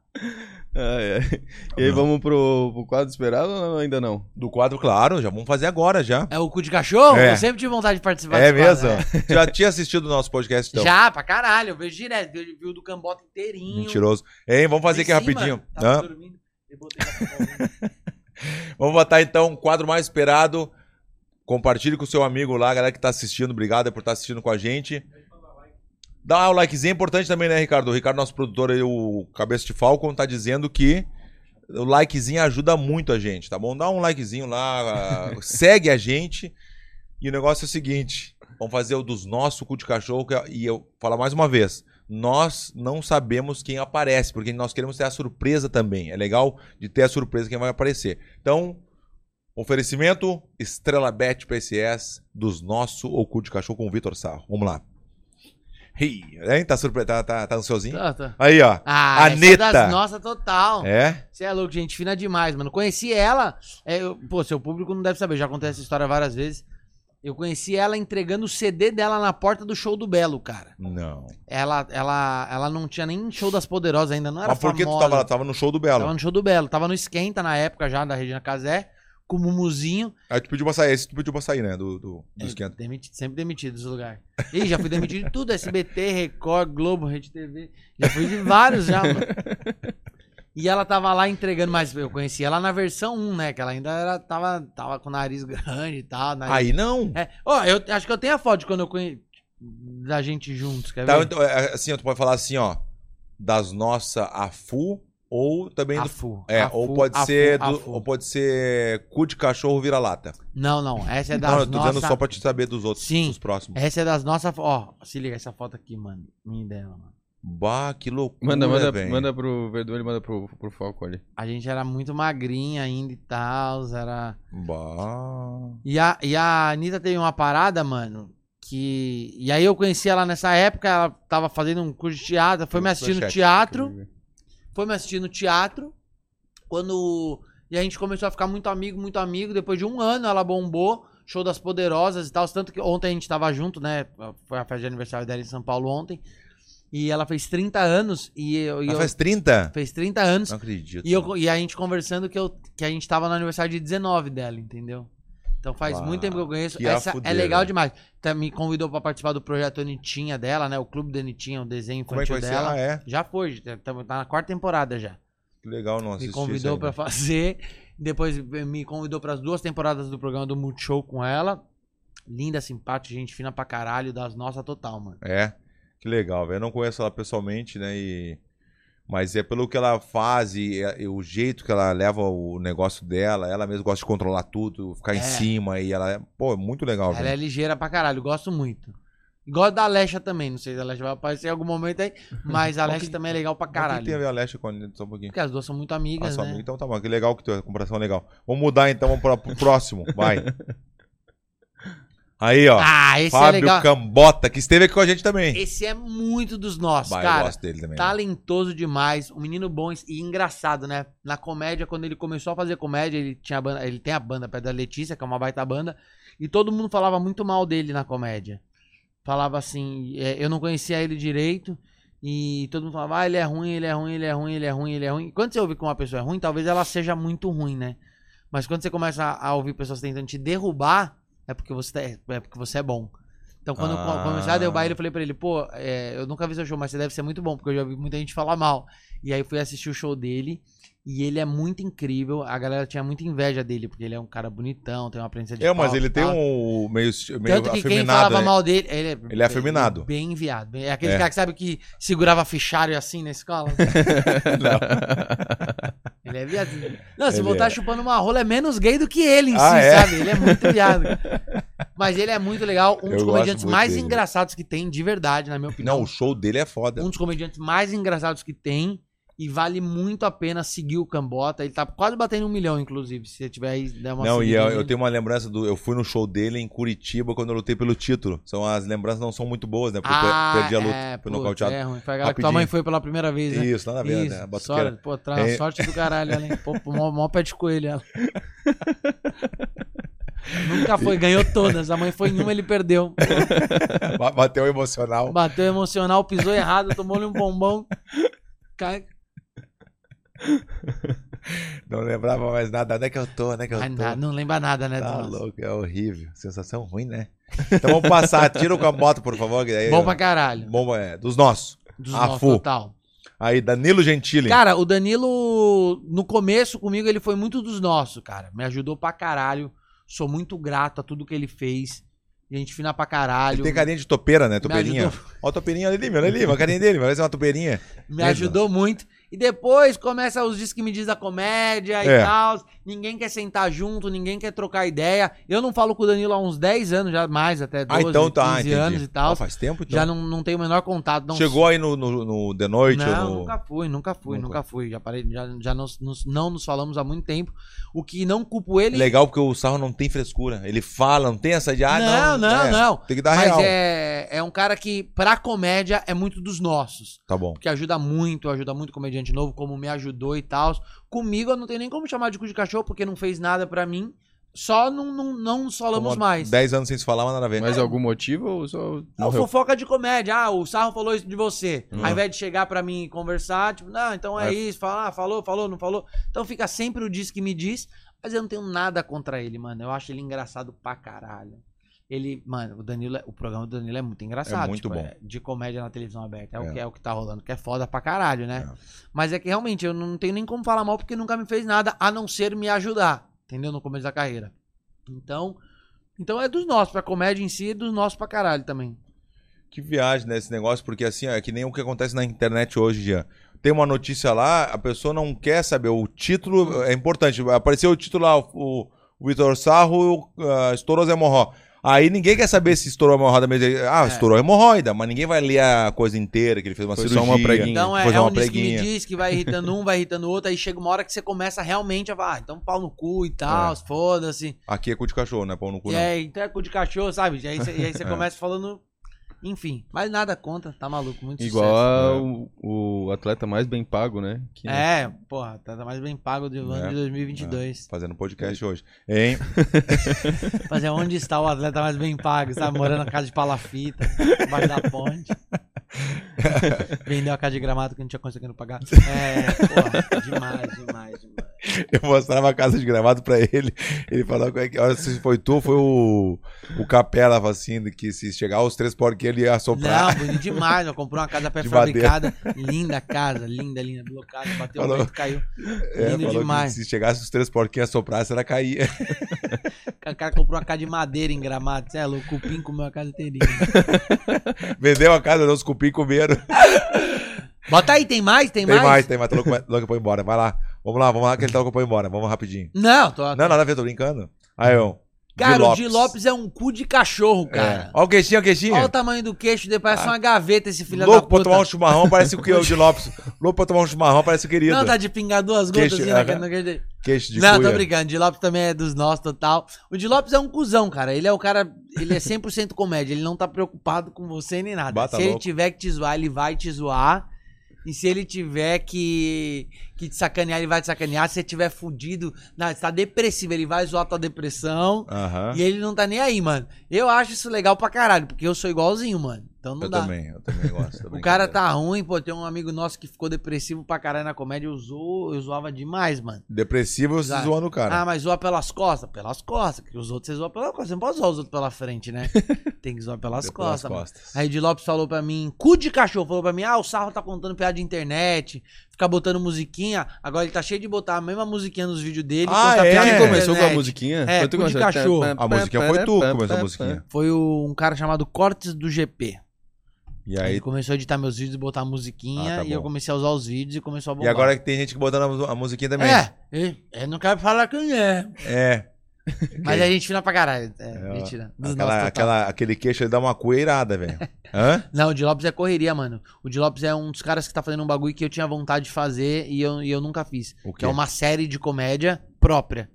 Speaker 3: Ai, ai. E aí vamos pro, pro quadro esperado ou não- ainda não?
Speaker 1: Do quadro, claro, já vamos fazer agora já.
Speaker 2: É o cu de cachorro?
Speaker 1: É.
Speaker 2: Eu sempre tive vontade de participar
Speaker 1: É
Speaker 2: desse quadro,
Speaker 1: mesmo?
Speaker 2: né?
Speaker 1: Já tinha assistido o nosso podcast, então.
Speaker 2: Já, pra caralho. Eu vejo direto. Eu vi o do Cambota inteirinho.
Speaker 1: Mentiroso. Hein, vamos fazer
Speaker 2: Em
Speaker 1: aqui
Speaker 2: cima,
Speaker 1: rapidinho.
Speaker 2: Tava
Speaker 1: Hã?
Speaker 2: dormindo. eu botei pra um fora.
Speaker 1: Vamos botar então o quadro mais esperado. Compartilhe com o seu amigo lá, galera que tá assistindo. Obrigado por estar assistindo com a gente. Dá o likezinho é importante também, né, Ricardo? O Ricardo, nosso produtor aí, o Cabeça de Falcon, tá dizendo que o likezinho ajuda muito a gente, tá bom? Dá um likezinho lá, segue a gente. E o negócio é o seguinte: vamos fazer o dos nossos cu de cachorro. que é- E eu falar mais uma vez: nós não sabemos quem aparece, porque nós queremos ter a surpresa também. É legal de ter a surpresa quem vai aparecer. Então, oferecimento Estrela Bet PCS dos nosso Ocu de Cachorro com o Vitor Sarro. Vamos lá. Ih, hein? Tá, surpre... tá, tá, tá ansiosinho?
Speaker 2: Tá, tá.
Speaker 1: Aí, ó.
Speaker 2: Ah,
Speaker 1: Aneta.
Speaker 2: essa é das nossas total.
Speaker 1: É?
Speaker 2: Você é louco, gente fina demais, mano. Conheci ela. é, eu- pô, seu público não deve saber, já contei essa história várias vezes. Eu conheci ela entregando o CD dela na porta do show do Belo, cara.
Speaker 1: Não.
Speaker 2: Ela, ela, ela não tinha nem show das poderosas ainda, não era
Speaker 1: Mas por que tu
Speaker 2: famosa.
Speaker 1: tava lá? Tu Tava no show do Belo.
Speaker 2: Tava no show do Belo, tava no Esquenta na época já da Regina Casé, com o Mumuzinho.
Speaker 1: Aí tu pediu pra sair. Esse tu pediu pra sair, né? Do, do,
Speaker 2: É,
Speaker 1: do esquenta.
Speaker 2: Demitido, sempre demitido dos lugares. Ih, já fui demitido de tudo: SBT, Record, Globo, Rede TV. Já fui de vários já, mano. E ela tava lá entregando, mas eu conheci ela na versão 1, né? Que ela ainda era, tava, tava com o nariz grande e tal. nariz-
Speaker 1: Aí não.
Speaker 2: É. Ó, eu acho que eu tenho a foto de quando eu conheci. Da gente juntos, quer
Speaker 1: Tá,
Speaker 2: ver?
Speaker 1: então, é, assim, ó, tu pode falar assim, ó. Das nossa AFU ou também do.
Speaker 2: Afu,
Speaker 1: É,
Speaker 2: Afu,
Speaker 1: ou pode
Speaker 2: Afu,
Speaker 1: ser do-
Speaker 2: Afu.
Speaker 1: ou pode ser cu de cachorro vira-lata.
Speaker 2: Não, não. Essa é das
Speaker 1: Não, eu tô
Speaker 2: nossas.
Speaker 1: dizendo só pra te saber dos outros,
Speaker 2: Sim.
Speaker 1: dos próximos.
Speaker 2: Essa é das nossas. Ó, se liga essa foto aqui, mano. Minha e dela, mano.
Speaker 1: Bah, que loucura,
Speaker 3: Manda, manda,
Speaker 1: velho.
Speaker 3: manda pro Verdun e manda pro, pro Falco ali.
Speaker 2: A gente era muito magrinha ainda e tal. Era.
Speaker 1: Bah.
Speaker 2: E a, e a Anitta teve uma parada, mano, que. E aí eu conheci ela nessa época, ela tava fazendo um curso de teatro, foi me assistir no
Speaker 1: Superchat,
Speaker 2: teatro, foi me assistir no teatro. Quando. E a gente começou a ficar muito amigo, muito amigo. Depois de um ano ela bombou, show das poderosas e tal. Tanto que ontem a gente tava junto, né? Foi a festa de aniversário dela em São Paulo ontem. E ela fez 30 anos e eu. E
Speaker 1: Ela
Speaker 2: eu
Speaker 1: faz 30?
Speaker 2: Fez 30 anos.
Speaker 1: Não acredito.
Speaker 2: E, eu- e a gente conversando que, eu, que a gente tava no aniversário de 19 dela, entendeu? Então faz
Speaker 1: Uau,
Speaker 2: muito tempo que eu conheço.
Speaker 1: que
Speaker 2: Essa é
Speaker 1: afudeira.
Speaker 2: legal demais. Tá, me convidou pra participar do projeto Anitinha dela, né? O Clube da Anitinha, o desenho
Speaker 1: Como é que
Speaker 2: infantil
Speaker 1: vai ser?
Speaker 2: dela.
Speaker 1: Ah, é.
Speaker 2: Já foi, já tá, tá na quarta temporada já.
Speaker 1: Que legal, não assisti
Speaker 2: me
Speaker 1: isso né?
Speaker 2: convidou
Speaker 1: ainda.
Speaker 2: pra fazer. Depois me convidou pras duas temporadas do programa do Multishow com ela. Linda, simpática, gente fina pra caralho, das nossas total, mano.
Speaker 1: É, que legal, velho. Eu não conheço ela pessoalmente, né? E... Mas é pelo que ela faz e, é- e o jeito que ela leva o negócio dela. Ela mesma gosta de controlar tudo, ficar em
Speaker 2: É.
Speaker 1: cima. E ela é, pô, é muito legal,
Speaker 2: Ela é
Speaker 1: velho.
Speaker 2: ligeira pra caralho, gosto muito. Gosto da Alexa também, não sei se a Alexa vai aparecer em algum momento aí, mas a
Speaker 1: Qual
Speaker 2: Alexa
Speaker 1: que-
Speaker 2: também é legal pra
Speaker 1: Mas o que tem a
Speaker 2: caralho.
Speaker 1: ver a Leste com a Anitta? Só um pouquinho.
Speaker 2: Porque as duas são muito
Speaker 1: Ah,
Speaker 2: amigas,
Speaker 1: sua
Speaker 2: né?
Speaker 1: amiga. Então tá bom, que legal que tua comparação é legal. Vamos mudar então, vamos pra- pro próximo. Vai. Aí, ó.
Speaker 2: Ah, esse é
Speaker 1: Fábio
Speaker 2: legal.
Speaker 1: Cambota, que esteve aqui com a gente também.
Speaker 2: Esse é muito dos nossos,
Speaker 1: Vai, eu
Speaker 2: cara. Tá
Speaker 1: gosto dele também. né?
Speaker 2: Talentoso demais, um menino bom e engraçado, né? Na comédia, quando ele começou a fazer comédia, ele, tinha a banda, ele tem a banda Pedra Letícia, que é uma baita banda, e todo mundo falava muito mal dele na comédia. Falava assim, é, eu não conhecia ele direito, E todo mundo falava, ah, ele é ruim, ele é ruim, ele é ruim, ele é ruim, ele é ruim. E quando você ouve que uma pessoa é ruim, talvez ela seja muito ruim, né? Mas quando você começa a, a ouvir pessoas tentando te derrubar, é porque você, tá- é, porque você é bom. Então, quando eu
Speaker 1: Ah.
Speaker 2: co- comecei a derrubar ele, eu falei pra ele, pô, é, eu nunca vi seu show, mas você deve ser muito bom, porque eu já ouvi muita gente falar mal. E aí fui assistir o show dele, e ele é muito incrível. A galera tinha muita inveja dele, porque ele é um cara bonitão, tem uma presença de
Speaker 1: É, mas
Speaker 2: palco e
Speaker 1: ele tem
Speaker 2: tal.
Speaker 1: um meio, meio
Speaker 2: tá Tanto que quem
Speaker 1: afeminado.
Speaker 2: falava
Speaker 1: né?
Speaker 2: mal dele. Ele é,
Speaker 1: Ele é afeminado.
Speaker 2: Bem enviado. bem- é aquele
Speaker 1: É.
Speaker 2: cara que sabe que segurava fichário assim na escola. ele é viado. Não, se
Speaker 1: Ele
Speaker 2: voltar
Speaker 1: é.
Speaker 2: chupando uma rola, é menos gay do que ele em
Speaker 1: Ah,
Speaker 2: si,
Speaker 1: é?
Speaker 2: sabe? Ele é muito viado. Mas ele é muito legal. Um
Speaker 1: Eu
Speaker 2: dos
Speaker 1: gosto
Speaker 2: comediantes
Speaker 1: muito
Speaker 2: mais
Speaker 1: dele.
Speaker 2: engraçados que tem, de verdade, na minha opinião.
Speaker 1: Não, o show dele é foda.
Speaker 2: um dos comediantes mais engraçados que tem. E vale muito a pena seguir o Cambota. Ele tá quase batendo um milhão, inclusive. Se você tiver aí, dá uma
Speaker 1: não, e
Speaker 2: seguida
Speaker 1: eu,
Speaker 2: nele.
Speaker 1: eu tenho uma lembrança do. Eu fui no show dele em Curitiba quando eu lutei pelo título. São, as lembranças não são muito boas, né? Porque eu per- perdi a luta.
Speaker 2: é,
Speaker 1: fui
Speaker 2: putz,
Speaker 1: nocauteado.
Speaker 2: É ruim. Foi aquela que tua
Speaker 1: Rapidinho.
Speaker 2: mãe foi pela primeira vez, né?
Speaker 1: Isso, nada a ver, né? A
Speaker 2: Isso,
Speaker 1: batuqueira.
Speaker 2: sorte, pô, traz
Speaker 1: É.
Speaker 2: sorte do caralho, ela, hein? Pô, pô, mó, mó pé de coelho, ela. Nunca foi, ganhou todas. A mãe foi em uma, ele perdeu.
Speaker 1: Ba- Bateu o emocional.
Speaker 2: Bateu emocional, pisou errado, tomou-lhe um bombom. Cai...
Speaker 1: Não lembrava mais nada. Onde é que eu tô? Onde é que eu
Speaker 2: Ai,
Speaker 1: tô?
Speaker 2: nada, não lembra nada, né,
Speaker 1: Tá
Speaker 2: Thomas?
Speaker 1: louco, é horrível. Sensação ruim, né? Então vamos passar. Tira o Cambota, por favor. que daí-
Speaker 2: Bom pra caralho.
Speaker 1: Bom, é, dos nossos.
Speaker 2: Dos
Speaker 1: Afu.
Speaker 2: nossos, total.
Speaker 1: Aí, Danilo Gentili.
Speaker 2: Cara, o Danilo, no começo comigo, ele foi muito dos nossos, cara. Me ajudou pra caralho. Sou muito grato a tudo que ele fez. Gente fina pra caralho.
Speaker 1: Ele tem carinha de topeira, né?
Speaker 2: Me
Speaker 1: Topeirinha.
Speaker 2: ajudou-
Speaker 1: Ó, a topeirinha ali, meu, olha ali, a carinha dele, parece uma topeirinha.
Speaker 2: Me
Speaker 1: Mesmo.
Speaker 2: ajudou muito. E depois começa os diz que me diz da comédia e
Speaker 1: É.
Speaker 2: tal. Ninguém quer sentar junto, ninguém quer trocar ideia. Eu não falo com o Danilo há uns 10 anos, já mais, até 12,
Speaker 1: Ah, então tá,
Speaker 2: 15
Speaker 1: entendi.
Speaker 2: anos e tal.
Speaker 1: Ó, faz tempo, então.
Speaker 2: já não, não tenho o menor contato. Não
Speaker 1: Chegou aí no, no, no The Noite
Speaker 2: não,
Speaker 1: ou no...
Speaker 2: nunca fui, nunca fui,
Speaker 1: Nunca.
Speaker 2: nunca, fui. Já parei, já, já nos- nos- não nos falamos há muito tempo. O que não culpo ele.
Speaker 1: Legal, porque o Sarro não tem frescura. Ele fala, não tem essa de... Ah,
Speaker 2: não,
Speaker 1: não,
Speaker 2: não,
Speaker 1: é,
Speaker 2: não.
Speaker 1: Tem que dar
Speaker 2: Mas
Speaker 1: real.
Speaker 2: é, é um cara que, pra comédia, é muito dos nossos.
Speaker 1: Tá bom.
Speaker 2: porque ajuda muito, ajuda muito comediante novo, como me ajudou e tal. Comigo eu não tenho nem como chamar de cu de cachorro, porque não fez nada pra mim. Só não, não, não nos falamos
Speaker 1: Como
Speaker 2: mais.
Speaker 1: 10 anos sem se falar, mas nada a ver.
Speaker 3: Mas algum motivo ou só
Speaker 2: Não,
Speaker 3: morreu?
Speaker 2: É fofoca de comédia. Ah, o Sarro falou isso de você.
Speaker 3: Hum.
Speaker 2: Ao invés de chegar pra mim e conversar, tipo, não, então é,
Speaker 1: Aí-
Speaker 2: isso. Fala, ah, falou, falou, não falou. Então fica sempre o diz que me diz. Mas eu não tenho nada contra ele, mano. Eu acho ele engraçado pra caralho. Ele, mano, o Danilo, é- o programa do Danilo é muito engraçado. é,
Speaker 1: muito bom.
Speaker 2: de comédia na televisão aberta. É,
Speaker 1: É.
Speaker 2: O que, é o que tá rolando, que é foda pra caralho, né? Mas é que realmente eu não tenho nem como falar mal porque nunca me fez nada, a não ser me ajudar, entendeu? No começo da carreira. Então, então é dos nossos, pra comédia em si, é dos nossos pra caralho também.
Speaker 1: Que viagem, né, esse negócio, porque assim, ó, é que nem o que acontece na internet hoje, Jean. Tem uma notícia lá, a pessoa não quer saber, o título é importante. Apareceu o título lá, o, o Vitor Sarro ah, estourou as hemorró. Aí ninguém quer saber se estourou a hemorroida mesmo. Ah, estourou a hemorroida, mas ninguém vai ler a coisa inteira, que ele fez uma
Speaker 3: Foi só
Speaker 1: cirurgia.
Speaker 3: uma preguinha.
Speaker 2: Então é,
Speaker 1: Fazer
Speaker 2: é
Speaker 1: uma
Speaker 2: um diz que me
Speaker 1: preguinha.
Speaker 2: diz que vai irritando um, vai irritando o outro, aí chega uma hora que você começa realmente a falar, ah, então pau no cu e tal, foda-se.
Speaker 1: Aqui é cu de cachorro, né? É. Pau no cu, É.
Speaker 2: E
Speaker 1: não.
Speaker 2: aí, então é cu de cachorro, sabe? E aí você, e aí você começa falando, enfim, mas nada contra, tá maluco, muito
Speaker 3: Igual ao, o atleta mais bem pago, né? Que-
Speaker 2: sucesso. É, porra, tá mais bem pago do ano
Speaker 1: É,
Speaker 2: de 2022.
Speaker 1: Fazendo podcast hoje. Hein?
Speaker 2: Mas é onde está o atleta mais bem pago, sabe? Morando na casa de palafita, embaixo da ponte. Vendeu a casa de gramado que não tinha conseguido pagar. É, porra, demais, demais, demais.
Speaker 1: Eu mostrava a casa de gramado pra ele. Ele falava como é que. Olha, se foi tu, foi o, o Capela, falava assim, que se chegar os três porquinhos, ele ia
Speaker 2: Não,
Speaker 1: assoprar.
Speaker 2: bonito demais. Eu comprei uma casa
Speaker 1: madeira.
Speaker 2: pré-fabricada. Linda casa, linda, linda. Blocada, bateu
Speaker 1: Falou.
Speaker 2: o vento, caiu.
Speaker 1: É,
Speaker 2: Lindo
Speaker 1: falou
Speaker 2: demais.
Speaker 1: que se chegasse os três porquinhos assoprasse, ela caía.
Speaker 2: O cara comprou uma casa de madeira em gramado. Você é louco, o cupim comeu a casa inteirinha.
Speaker 1: Vendeu a casa, deu os cupim e comeram.
Speaker 2: Bota aí, tem mais? Tem,
Speaker 1: Tem mais,
Speaker 2: mais?
Speaker 1: tem mais. Tá louco, louco pra ir embora. Vai lá. Vamos lá, vamos lá, que ele tá louco pra ir embora. Vamos rapidinho.
Speaker 2: Não, tô...
Speaker 1: Não, nada a ver, tô brincando. Aí, ó.
Speaker 2: cara,
Speaker 1: Di
Speaker 2: o Di Lopes é um cu de cachorro,
Speaker 1: É.
Speaker 2: cara.
Speaker 1: Olha o queixinho, olha o queixinho.
Speaker 2: Olha o tamanho do queixo dele, parece uma gaveta esse filho
Speaker 1: Louco pra
Speaker 2: da puta.
Speaker 1: tomar um chimarrão, parece o que é o de Lopes. Louco pra tomar um chimarrão, parece o querido.
Speaker 2: Não, tá de pingar duas gotas
Speaker 1: Queixo,
Speaker 2: assim na
Speaker 1: aham.
Speaker 2: cara, no queixo dele.
Speaker 1: Queixo de
Speaker 2: Não,
Speaker 1: cuia.
Speaker 2: tô brincando. O Di Lopes também é dos nossos, total. O Di Lopes é um cuzão, cara. Ele é o cara. Ele é 100% comédia. Ele não tá preocupado com você nem nada.
Speaker 1: Bata
Speaker 2: se ele
Speaker 1: louco.
Speaker 2: tiver que te zoar, ele vai te zoar. E se ele tiver que, que te sacanear, ele vai te sacanear. Se você tiver fudido, não, você tá depressivo, ele vai zoar tua depressão.
Speaker 1: Aham.
Speaker 2: E ele não tá nem aí, mano. Eu acho isso legal pra caralho, porque eu sou igualzinho, mano. Então não
Speaker 1: eu
Speaker 2: dá.
Speaker 1: também, eu também gosto. da
Speaker 2: O cara
Speaker 1: brincadeira.
Speaker 2: tá ruim, pô. Tem um amigo nosso que ficou depressivo pra caralho na comédia. Eu, zo... eu zoava demais, mano.
Speaker 1: Depressivo, você
Speaker 2: Exato.
Speaker 1: zoando o cara.
Speaker 2: Ah, mas zoa pelas costas? Pelas costas. Que os outros você zoa pelas costas. Você não pode zoar os outros pela frente, né? Tem que zoar
Speaker 1: Pelas
Speaker 2: pelas costas. mano.
Speaker 1: costas.
Speaker 2: Aí de Lopes falou pra mim, cu de cachorro, falou pra mim, ah, o Sarro tá contando piada de internet, fica botando musiquinha, agora ele tá cheio de botar a mesma musiquinha nos vídeos dele. e
Speaker 1: Ah,
Speaker 2: contar
Speaker 1: é?
Speaker 2: piada
Speaker 1: Quem
Speaker 2: de
Speaker 1: É.
Speaker 3: começou com a
Speaker 2: internet.
Speaker 3: musiquinha?
Speaker 2: É,
Speaker 3: tu
Speaker 2: cu de
Speaker 3: que começou?
Speaker 2: cachorro.
Speaker 1: A musiquinha foi tu que começou a musiquinha.
Speaker 2: Foi o- um cara chamado Cortes do GP.
Speaker 1: E
Speaker 2: Ele
Speaker 1: aí.
Speaker 2: começou a editar meus vídeos e botar musiquinha,
Speaker 1: Ah, tá
Speaker 2: e eu
Speaker 1: bom.
Speaker 2: comecei a usar os vídeos e começou a
Speaker 1: E
Speaker 2: bombar.
Speaker 1: agora que tem gente que botando a mu- a musiquinha também.
Speaker 2: É, eu, eu não quero falar quem é.
Speaker 1: É.
Speaker 2: Mas a gente fina pra caralho. É,
Speaker 1: É, ó.
Speaker 2: mentira. Dos
Speaker 1: Aquela,
Speaker 2: nossos total.
Speaker 1: aquela- aquele queixo ele dá uma cuia irada, velho. Hã?
Speaker 2: Não, o de Lopes é correria, mano. O de Lopes é um dos caras que tá fazendo um bagulho que eu tinha vontade de fazer e eu, e eu nunca fiz.
Speaker 1: O
Speaker 2: Que é uma série de comédia própria.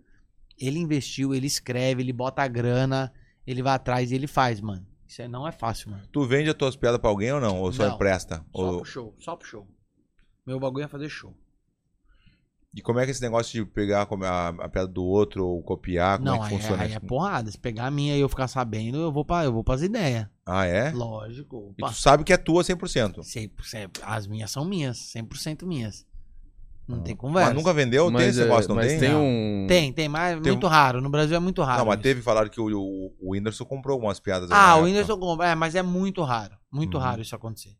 Speaker 2: Ele investiu, ele escreve, ele bota a grana, ele vai atrás e ele faz, mano. Isso aí não é fácil, mano.
Speaker 1: Tu vende as tuas piadas pra alguém ou não? Ou só
Speaker 2: Não.
Speaker 1: empresta?
Speaker 2: Só
Speaker 1: Ou-
Speaker 2: pro show, só pro show. Meu bagulho é fazer show.
Speaker 1: E como é que esse negócio de pegar como a, a piada do outro ou copiar, como
Speaker 2: não,
Speaker 1: é
Speaker 2: aí,
Speaker 1: que funciona
Speaker 2: aí é
Speaker 1: isso?
Speaker 2: porrada. Se pegar a minha e eu ficar sabendo, eu vou pra, eu vou pras ideias.
Speaker 1: Ah, é?
Speaker 2: Lógico.
Speaker 1: E tu
Speaker 2: Opa.
Speaker 1: sabe que é tua 100%.
Speaker 2: 100%, as minhas são minhas, 100% minhas. Não
Speaker 1: Ah.
Speaker 2: tem conversa.
Speaker 1: Mas nunca vendeu? tem esse
Speaker 3: é,
Speaker 1: negócio, não
Speaker 3: mas
Speaker 1: tem?
Speaker 3: tem
Speaker 1: Não.
Speaker 3: um...
Speaker 2: Tem, tem, mas
Speaker 1: Tem
Speaker 2: muito raro. No Brasil é muito raro.
Speaker 1: Não, mas
Speaker 2: isso.
Speaker 1: teve, falaram que o, o, o Whindersson comprou algumas piadas.
Speaker 2: Ah, o
Speaker 1: na época.
Speaker 2: Whindersson compra. É, mas é muito raro. Muito
Speaker 1: Uhum.
Speaker 2: raro isso acontecer.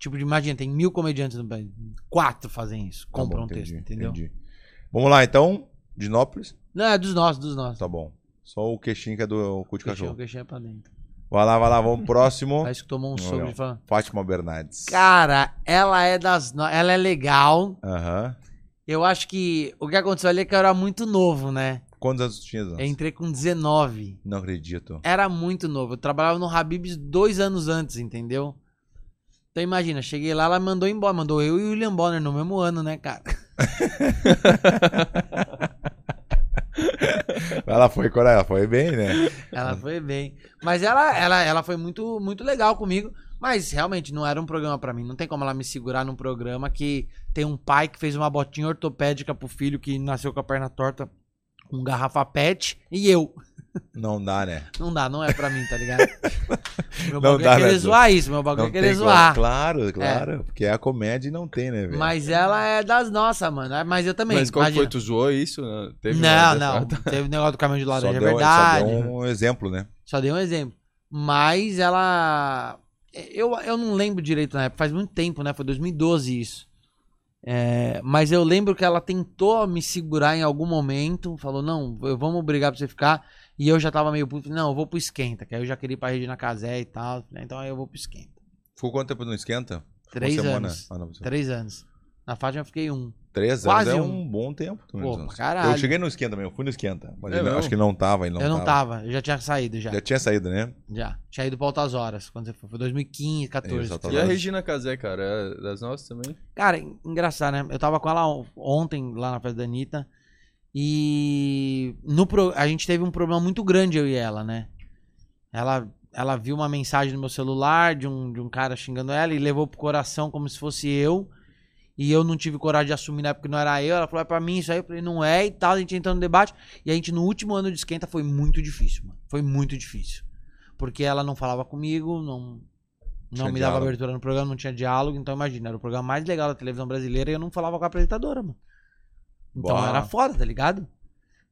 Speaker 2: Tipo, imagina, tem mil comediantes no Brasil. Quatro fazem isso.
Speaker 1: Tá bom,
Speaker 2: Compram um
Speaker 1: entendi,
Speaker 2: texto, entendeu?
Speaker 1: entendi. Vamos lá, então. Dinópolis?
Speaker 2: Não, é dos nossos, dos nossos.
Speaker 1: Tá bom. Só o queixinho que é do cu de
Speaker 2: Queixinho,
Speaker 1: cachorro.
Speaker 2: queixinho é pra dentro.
Speaker 1: Vai lá, vai lá, vamos pro próximo.
Speaker 2: Parece que tomou um
Speaker 1: Legal.
Speaker 2: sogro e falou...
Speaker 1: Fátima Bernardes.
Speaker 2: Cara, ela é das... No... Ela é legal.
Speaker 1: Aham.
Speaker 2: Eu acho que o que aconteceu ali é que eu era muito novo, né?
Speaker 1: Quantos anos tu tinha? Zanz?
Speaker 2: Eu entrei com 19.
Speaker 1: Não acredito.
Speaker 2: Era muito novo. Eu trabalhava no Habib's dois anos antes, entendeu? Então imagina, cheguei lá, ela mandou embora. Mandou eu e o William Bonner no mesmo ano, né, cara?
Speaker 1: Ela foi, coragem, ela foi bem, né?
Speaker 2: Ela foi bem. Mas ela, ela, ela foi muito, muito legal comigo. Mas realmente não era um programa pra mim. Não tem como ela me segurar num programa que tem um pai que fez uma botinha ortopédica pro filho que nasceu com a perna torta, com um garrafa pet, e eu.
Speaker 1: Não dá, né?
Speaker 2: Não dá, não é pra mim, tá ligado? Meu
Speaker 1: Não
Speaker 2: bagulho
Speaker 1: dá,
Speaker 2: é querer
Speaker 1: né, Edu?
Speaker 2: zoar isso, meu bagulho é querer
Speaker 1: tem como.
Speaker 2: zoar. É.
Speaker 1: Claro, claro. Porque é a comédia não tem, né, velho?
Speaker 2: Mas ela é das nossas, mano. Mas eu também.
Speaker 3: Mas qual que
Speaker 2: imagina.
Speaker 3: foi? Tu zoou isso? Teve né?
Speaker 2: não,
Speaker 3: uma-
Speaker 2: não. Teve o negócio do caminho de
Speaker 1: só
Speaker 2: laranja, é
Speaker 1: deu,
Speaker 2: verdade.
Speaker 1: só deu um exemplo, né?
Speaker 2: Só dei um exemplo. Mas ela. Eu, eu não lembro direito na época, faz muito tempo, né? Foi 2012 isso. É, mas eu lembro que ela tentou me segurar em algum momento, falou: não, eu- vamos brigar pra você ficar. E eu já tava meio puto, não, eu vou pro esquenta, que aí eu já queria ir pra Regina Casé e tal, né, então aí eu vou pro esquenta.
Speaker 1: Ficou quanto tempo no Esquenta? Ficou
Speaker 2: Três
Speaker 1: semana?
Speaker 2: anos.
Speaker 1: Ah, não, você-
Speaker 2: Três anos. Na Fátima eu fiquei um.
Speaker 1: Três
Speaker 2: Quase
Speaker 1: anos é
Speaker 2: um.
Speaker 1: um bom tempo. pelo menos.
Speaker 2: Pô, pra caralho.
Speaker 1: Eu cheguei no Esquenta também, eu fui no Esquenta. Mas
Speaker 3: É
Speaker 1: ele-
Speaker 3: mesmo?
Speaker 1: acho que não tava, ele não
Speaker 2: eu não
Speaker 1: tava.
Speaker 2: tava, eu já tinha saído já.
Speaker 1: Já tinha saído, né?
Speaker 2: Já. Tinha ido pra Altas Horas, quando você foi. Foi 2015, 14.
Speaker 1: Isso, Altas
Speaker 3: E a
Speaker 1: Horas.
Speaker 3: Regina Casé, cara? É das nossas também?
Speaker 2: Cara, en- engraçado, né? Eu tava com ela on- ontem lá na festa da Anitta. E no pro- a gente teve um problema muito grande, eu e ela, né? Ela, ela viu uma mensagem no meu celular de um, de um cara xingando ela e levou pro coração como se fosse eu. E eu não tive coragem de assumir na época que não era eu. Ela falou, é pra mim isso aí. Eu falei, não é e tal. A gente entrou no debate. E a gente, no último ano de esquenta, foi muito difícil, mano. Foi muito difícil. Porque ela não falava comigo, não, não
Speaker 1: Tinha
Speaker 2: me dava
Speaker 1: diálogo.
Speaker 2: abertura no programa, não tinha diálogo. Então, imagina, era o programa mais legal da televisão brasileira e eu não falava com a apresentadora, mano. Então,
Speaker 1: Bah.
Speaker 2: era foda, tá ligado?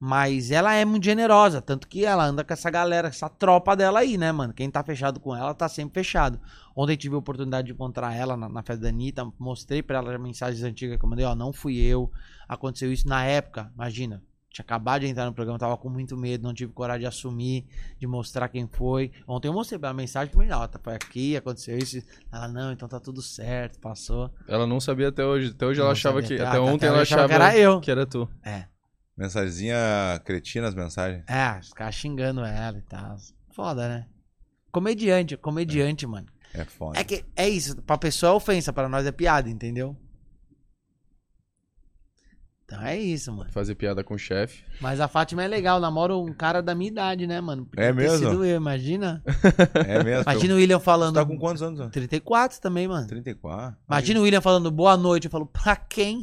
Speaker 2: Mas ela é muito generosa, tanto que ela anda com essa galera, essa tropa dela aí, né, mano? Quem tá fechado com ela tá sempre fechado. Ontem tive a oportunidade de encontrar ela na, na festa da Anitta, mostrei pra ela as mensagens antigas que eu mandei, ó, não fui eu, aconteceu isso na época, imagina. Tinha acabado de entrar no programa, tava com muito medo, não tive coragem de assumir, de mostrar quem foi. Ontem eu mostrei a mensagem pra mim, ó, tá, foi aqui, aconteceu isso. Ela, não, então tá tudo certo, passou.
Speaker 3: Ela não sabia até hoje. Até hoje
Speaker 2: Não
Speaker 3: ela achava
Speaker 2: sabia.
Speaker 3: que...
Speaker 2: Ah,
Speaker 3: Até
Speaker 2: hoje
Speaker 3: ontem ela
Speaker 2: eu
Speaker 3: achava
Speaker 2: que era eu.
Speaker 3: que era tu.
Speaker 1: Mensagenzinha cretina, as mensagens.
Speaker 2: É, os caras xingando ela e tal. Foda, né? Comediante, comediante, mano.
Speaker 1: É foda.
Speaker 2: É que é isso, pra pessoa é ofensa, pra nós é piada, entendeu? Então é isso, mano.
Speaker 3: Fazer piada com o chefe.
Speaker 2: Mas a Fátima é legal, namora um cara da minha idade, né, mano? Podia
Speaker 1: É
Speaker 2: ter
Speaker 1: mesmo?
Speaker 2: sido eu, imagina.
Speaker 1: É mesmo.
Speaker 2: Imagina o William
Speaker 1: Tu
Speaker 2: falando.
Speaker 1: tá com quantos anos? Zan?
Speaker 2: 34 também, mano.
Speaker 1: 34.
Speaker 2: Imagina o William falando boa noite. Eu falo, pra quem?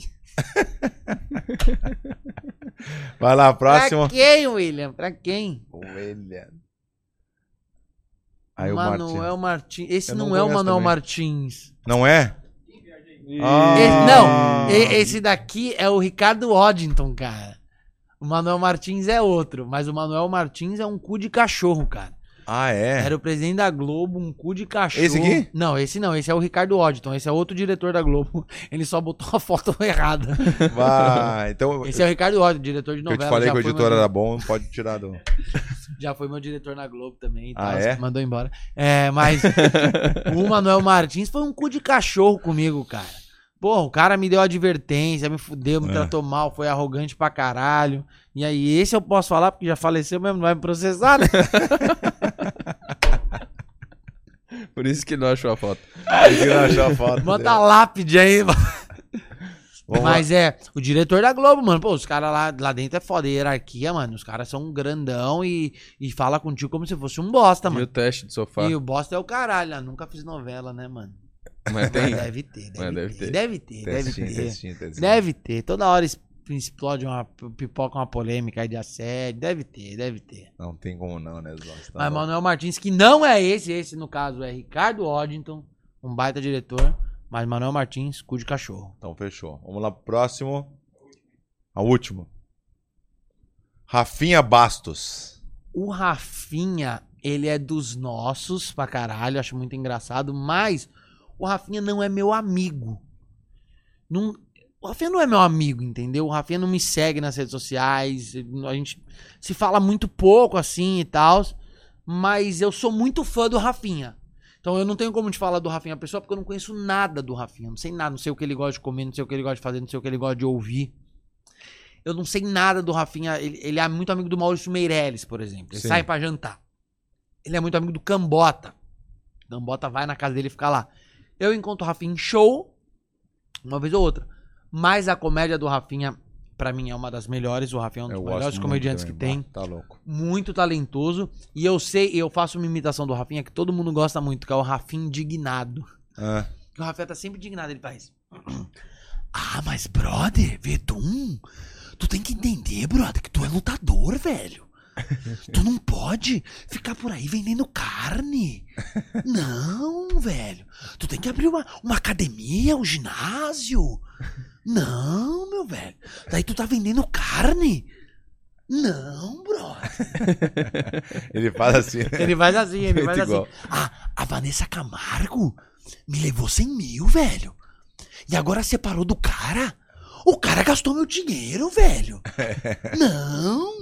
Speaker 1: Vai lá,
Speaker 2: Pra
Speaker 1: próximo.
Speaker 2: tá-
Speaker 6: é
Speaker 2: quem, William? Pra quem?
Speaker 1: Ovelha.
Speaker 2: Não
Speaker 1: Aí o Martins.
Speaker 2: Manuel Martins. é Esse
Speaker 1: Eu
Speaker 2: não,
Speaker 1: não
Speaker 2: é o
Speaker 1: conheço
Speaker 2: Manuel
Speaker 1: também.
Speaker 2: Martins.
Speaker 1: Não é?
Speaker 2: Esse-
Speaker 1: Ah.
Speaker 2: não, e- esse daqui é o Ricardo Oddington, cara. O Manuel Martins é outro, mas o Manuel Martins é um cu de cachorro, cara.
Speaker 1: Ah, é?
Speaker 2: Era o presidente da Globo, um cu de cachorro.
Speaker 1: Esse aqui?
Speaker 2: Não, esse não, esse é o Ricardo Oddington, esse é outro diretor da Globo. Ele só botou a foto errada.
Speaker 1: Ah, então.
Speaker 2: É. Esse é o Ricardo Oddington, diretor de
Speaker 1: que eu
Speaker 2: novela.
Speaker 1: te falei
Speaker 2: já
Speaker 1: que o
Speaker 2: foi um.
Speaker 1: editor
Speaker 2: meu-
Speaker 1: era bom, pode tirar do.
Speaker 2: já foi meu diretor na Globo também. e
Speaker 1: Ah,
Speaker 2: tal,
Speaker 1: é?
Speaker 2: Mandou embora. É, mas o Manuel Martins foi um cu de cachorro comigo, cara. Porra, o cara me deu advertência, me fudeu, me
Speaker 1: É.
Speaker 2: tratou mal, foi arrogante pra caralho. E aí, esse eu posso falar porque já faleceu mesmo, não vai me processar, né?
Speaker 3: Por isso que não achou a foto.
Speaker 1: Conseguiram achar a foto
Speaker 2: Bota a
Speaker 1: dele.
Speaker 2: lápide aí.
Speaker 1: Vamos lá.
Speaker 2: Mas é, o diretor da Globo, mano. Pô, os caras lá, lá dentro é foda. Hierarquia, mano. Os caras são um grandão e, e fala contigo como se fosse um bosta,
Speaker 3: E
Speaker 2: mano.
Speaker 3: o teste do sofá.
Speaker 2: E o bosta é o caralho. Ah, nunca fiz novela, né, mano?
Speaker 3: Mas
Speaker 2: Mas
Speaker 3: tem.
Speaker 2: Deve ter, deve,
Speaker 3: Mas deve
Speaker 2: ter,
Speaker 3: ter.
Speaker 2: Deve ter, deve
Speaker 1: Testinho,
Speaker 2: ter.
Speaker 1: testinho, testinho.
Speaker 2: Deve ter. Toda hora es- explode uma pipoca, uma polêmica aí de assédio. Deve ter, deve ter.
Speaker 1: Não tem como não, né, Zócio? Tá
Speaker 2: Mas
Speaker 1: louco.
Speaker 2: Manuel Martins, que não é esse, esse no caso é Ricardo Oddington, um baita diretor. Mas Manuel Martins, cu de cachorro.
Speaker 1: Então, fechou. Vamos lá pro próximo. A último. Rafinha Bastos.
Speaker 2: O Rafinha, ele é dos nossos pra caralho, acho muito engraçado, mas o Rafinha não é meu amigo. Não- o Rafinha não é meu amigo, entendeu? O Rafinha não me segue nas redes sociais, a gente se fala muito pouco assim e tal, mas eu sou muito fã do Rafinha. Então eu não tenho como te falar do Rafinha pessoal, porque eu não conheço nada do Rafinha, não sei nada, não sei o que ele gosta de comer, não sei o que ele gosta de fazer, não sei o que ele gosta de ouvir. Eu não sei nada do Rafinha. Ele, ele é muito amigo do Maurício Meirelles, por exemplo. Ele
Speaker 1: Sim.
Speaker 2: sai pra jantar. Ele é muito amigo do Cambota. Cambota vai na casa dele e fica lá. Eu encontro o Rafinha em show, uma vez ou outra. Mas a comédia do Rafinha, pra mim, é uma das melhores. O Rafinha é um dos
Speaker 1: gosto
Speaker 2: melhores
Speaker 1: muito
Speaker 2: comediantes que
Speaker 1: também,
Speaker 2: tem
Speaker 1: Tá louco.
Speaker 2: muito talentoso. E eu sei, eu faço uma imitação do Rafinha que todo mundo gosta muito, que é o Rafinha indignado.
Speaker 1: Ah,
Speaker 2: Que o Rafinha tá sempre indignado, ele faz. Ah, mas brother, Vedum, tu tem que entender, brother, que tu é lutador, velho. Tu não pode ficar por aí vendendo carne. Não, velho. Tu tem que abrir uma, uma academia, um ginásio. Não, meu velho. Daí tu tá vendendo carne. Não, brother.
Speaker 1: ele faz assim. né?
Speaker 2: Ele faz assim, ele faz
Speaker 3: Feito
Speaker 2: assim.
Speaker 3: igual.
Speaker 2: Ah, a Vanessa Camargo me levou 100 mil, velho. E agora separou do cara? O cara gastou meu dinheiro, velho. Não!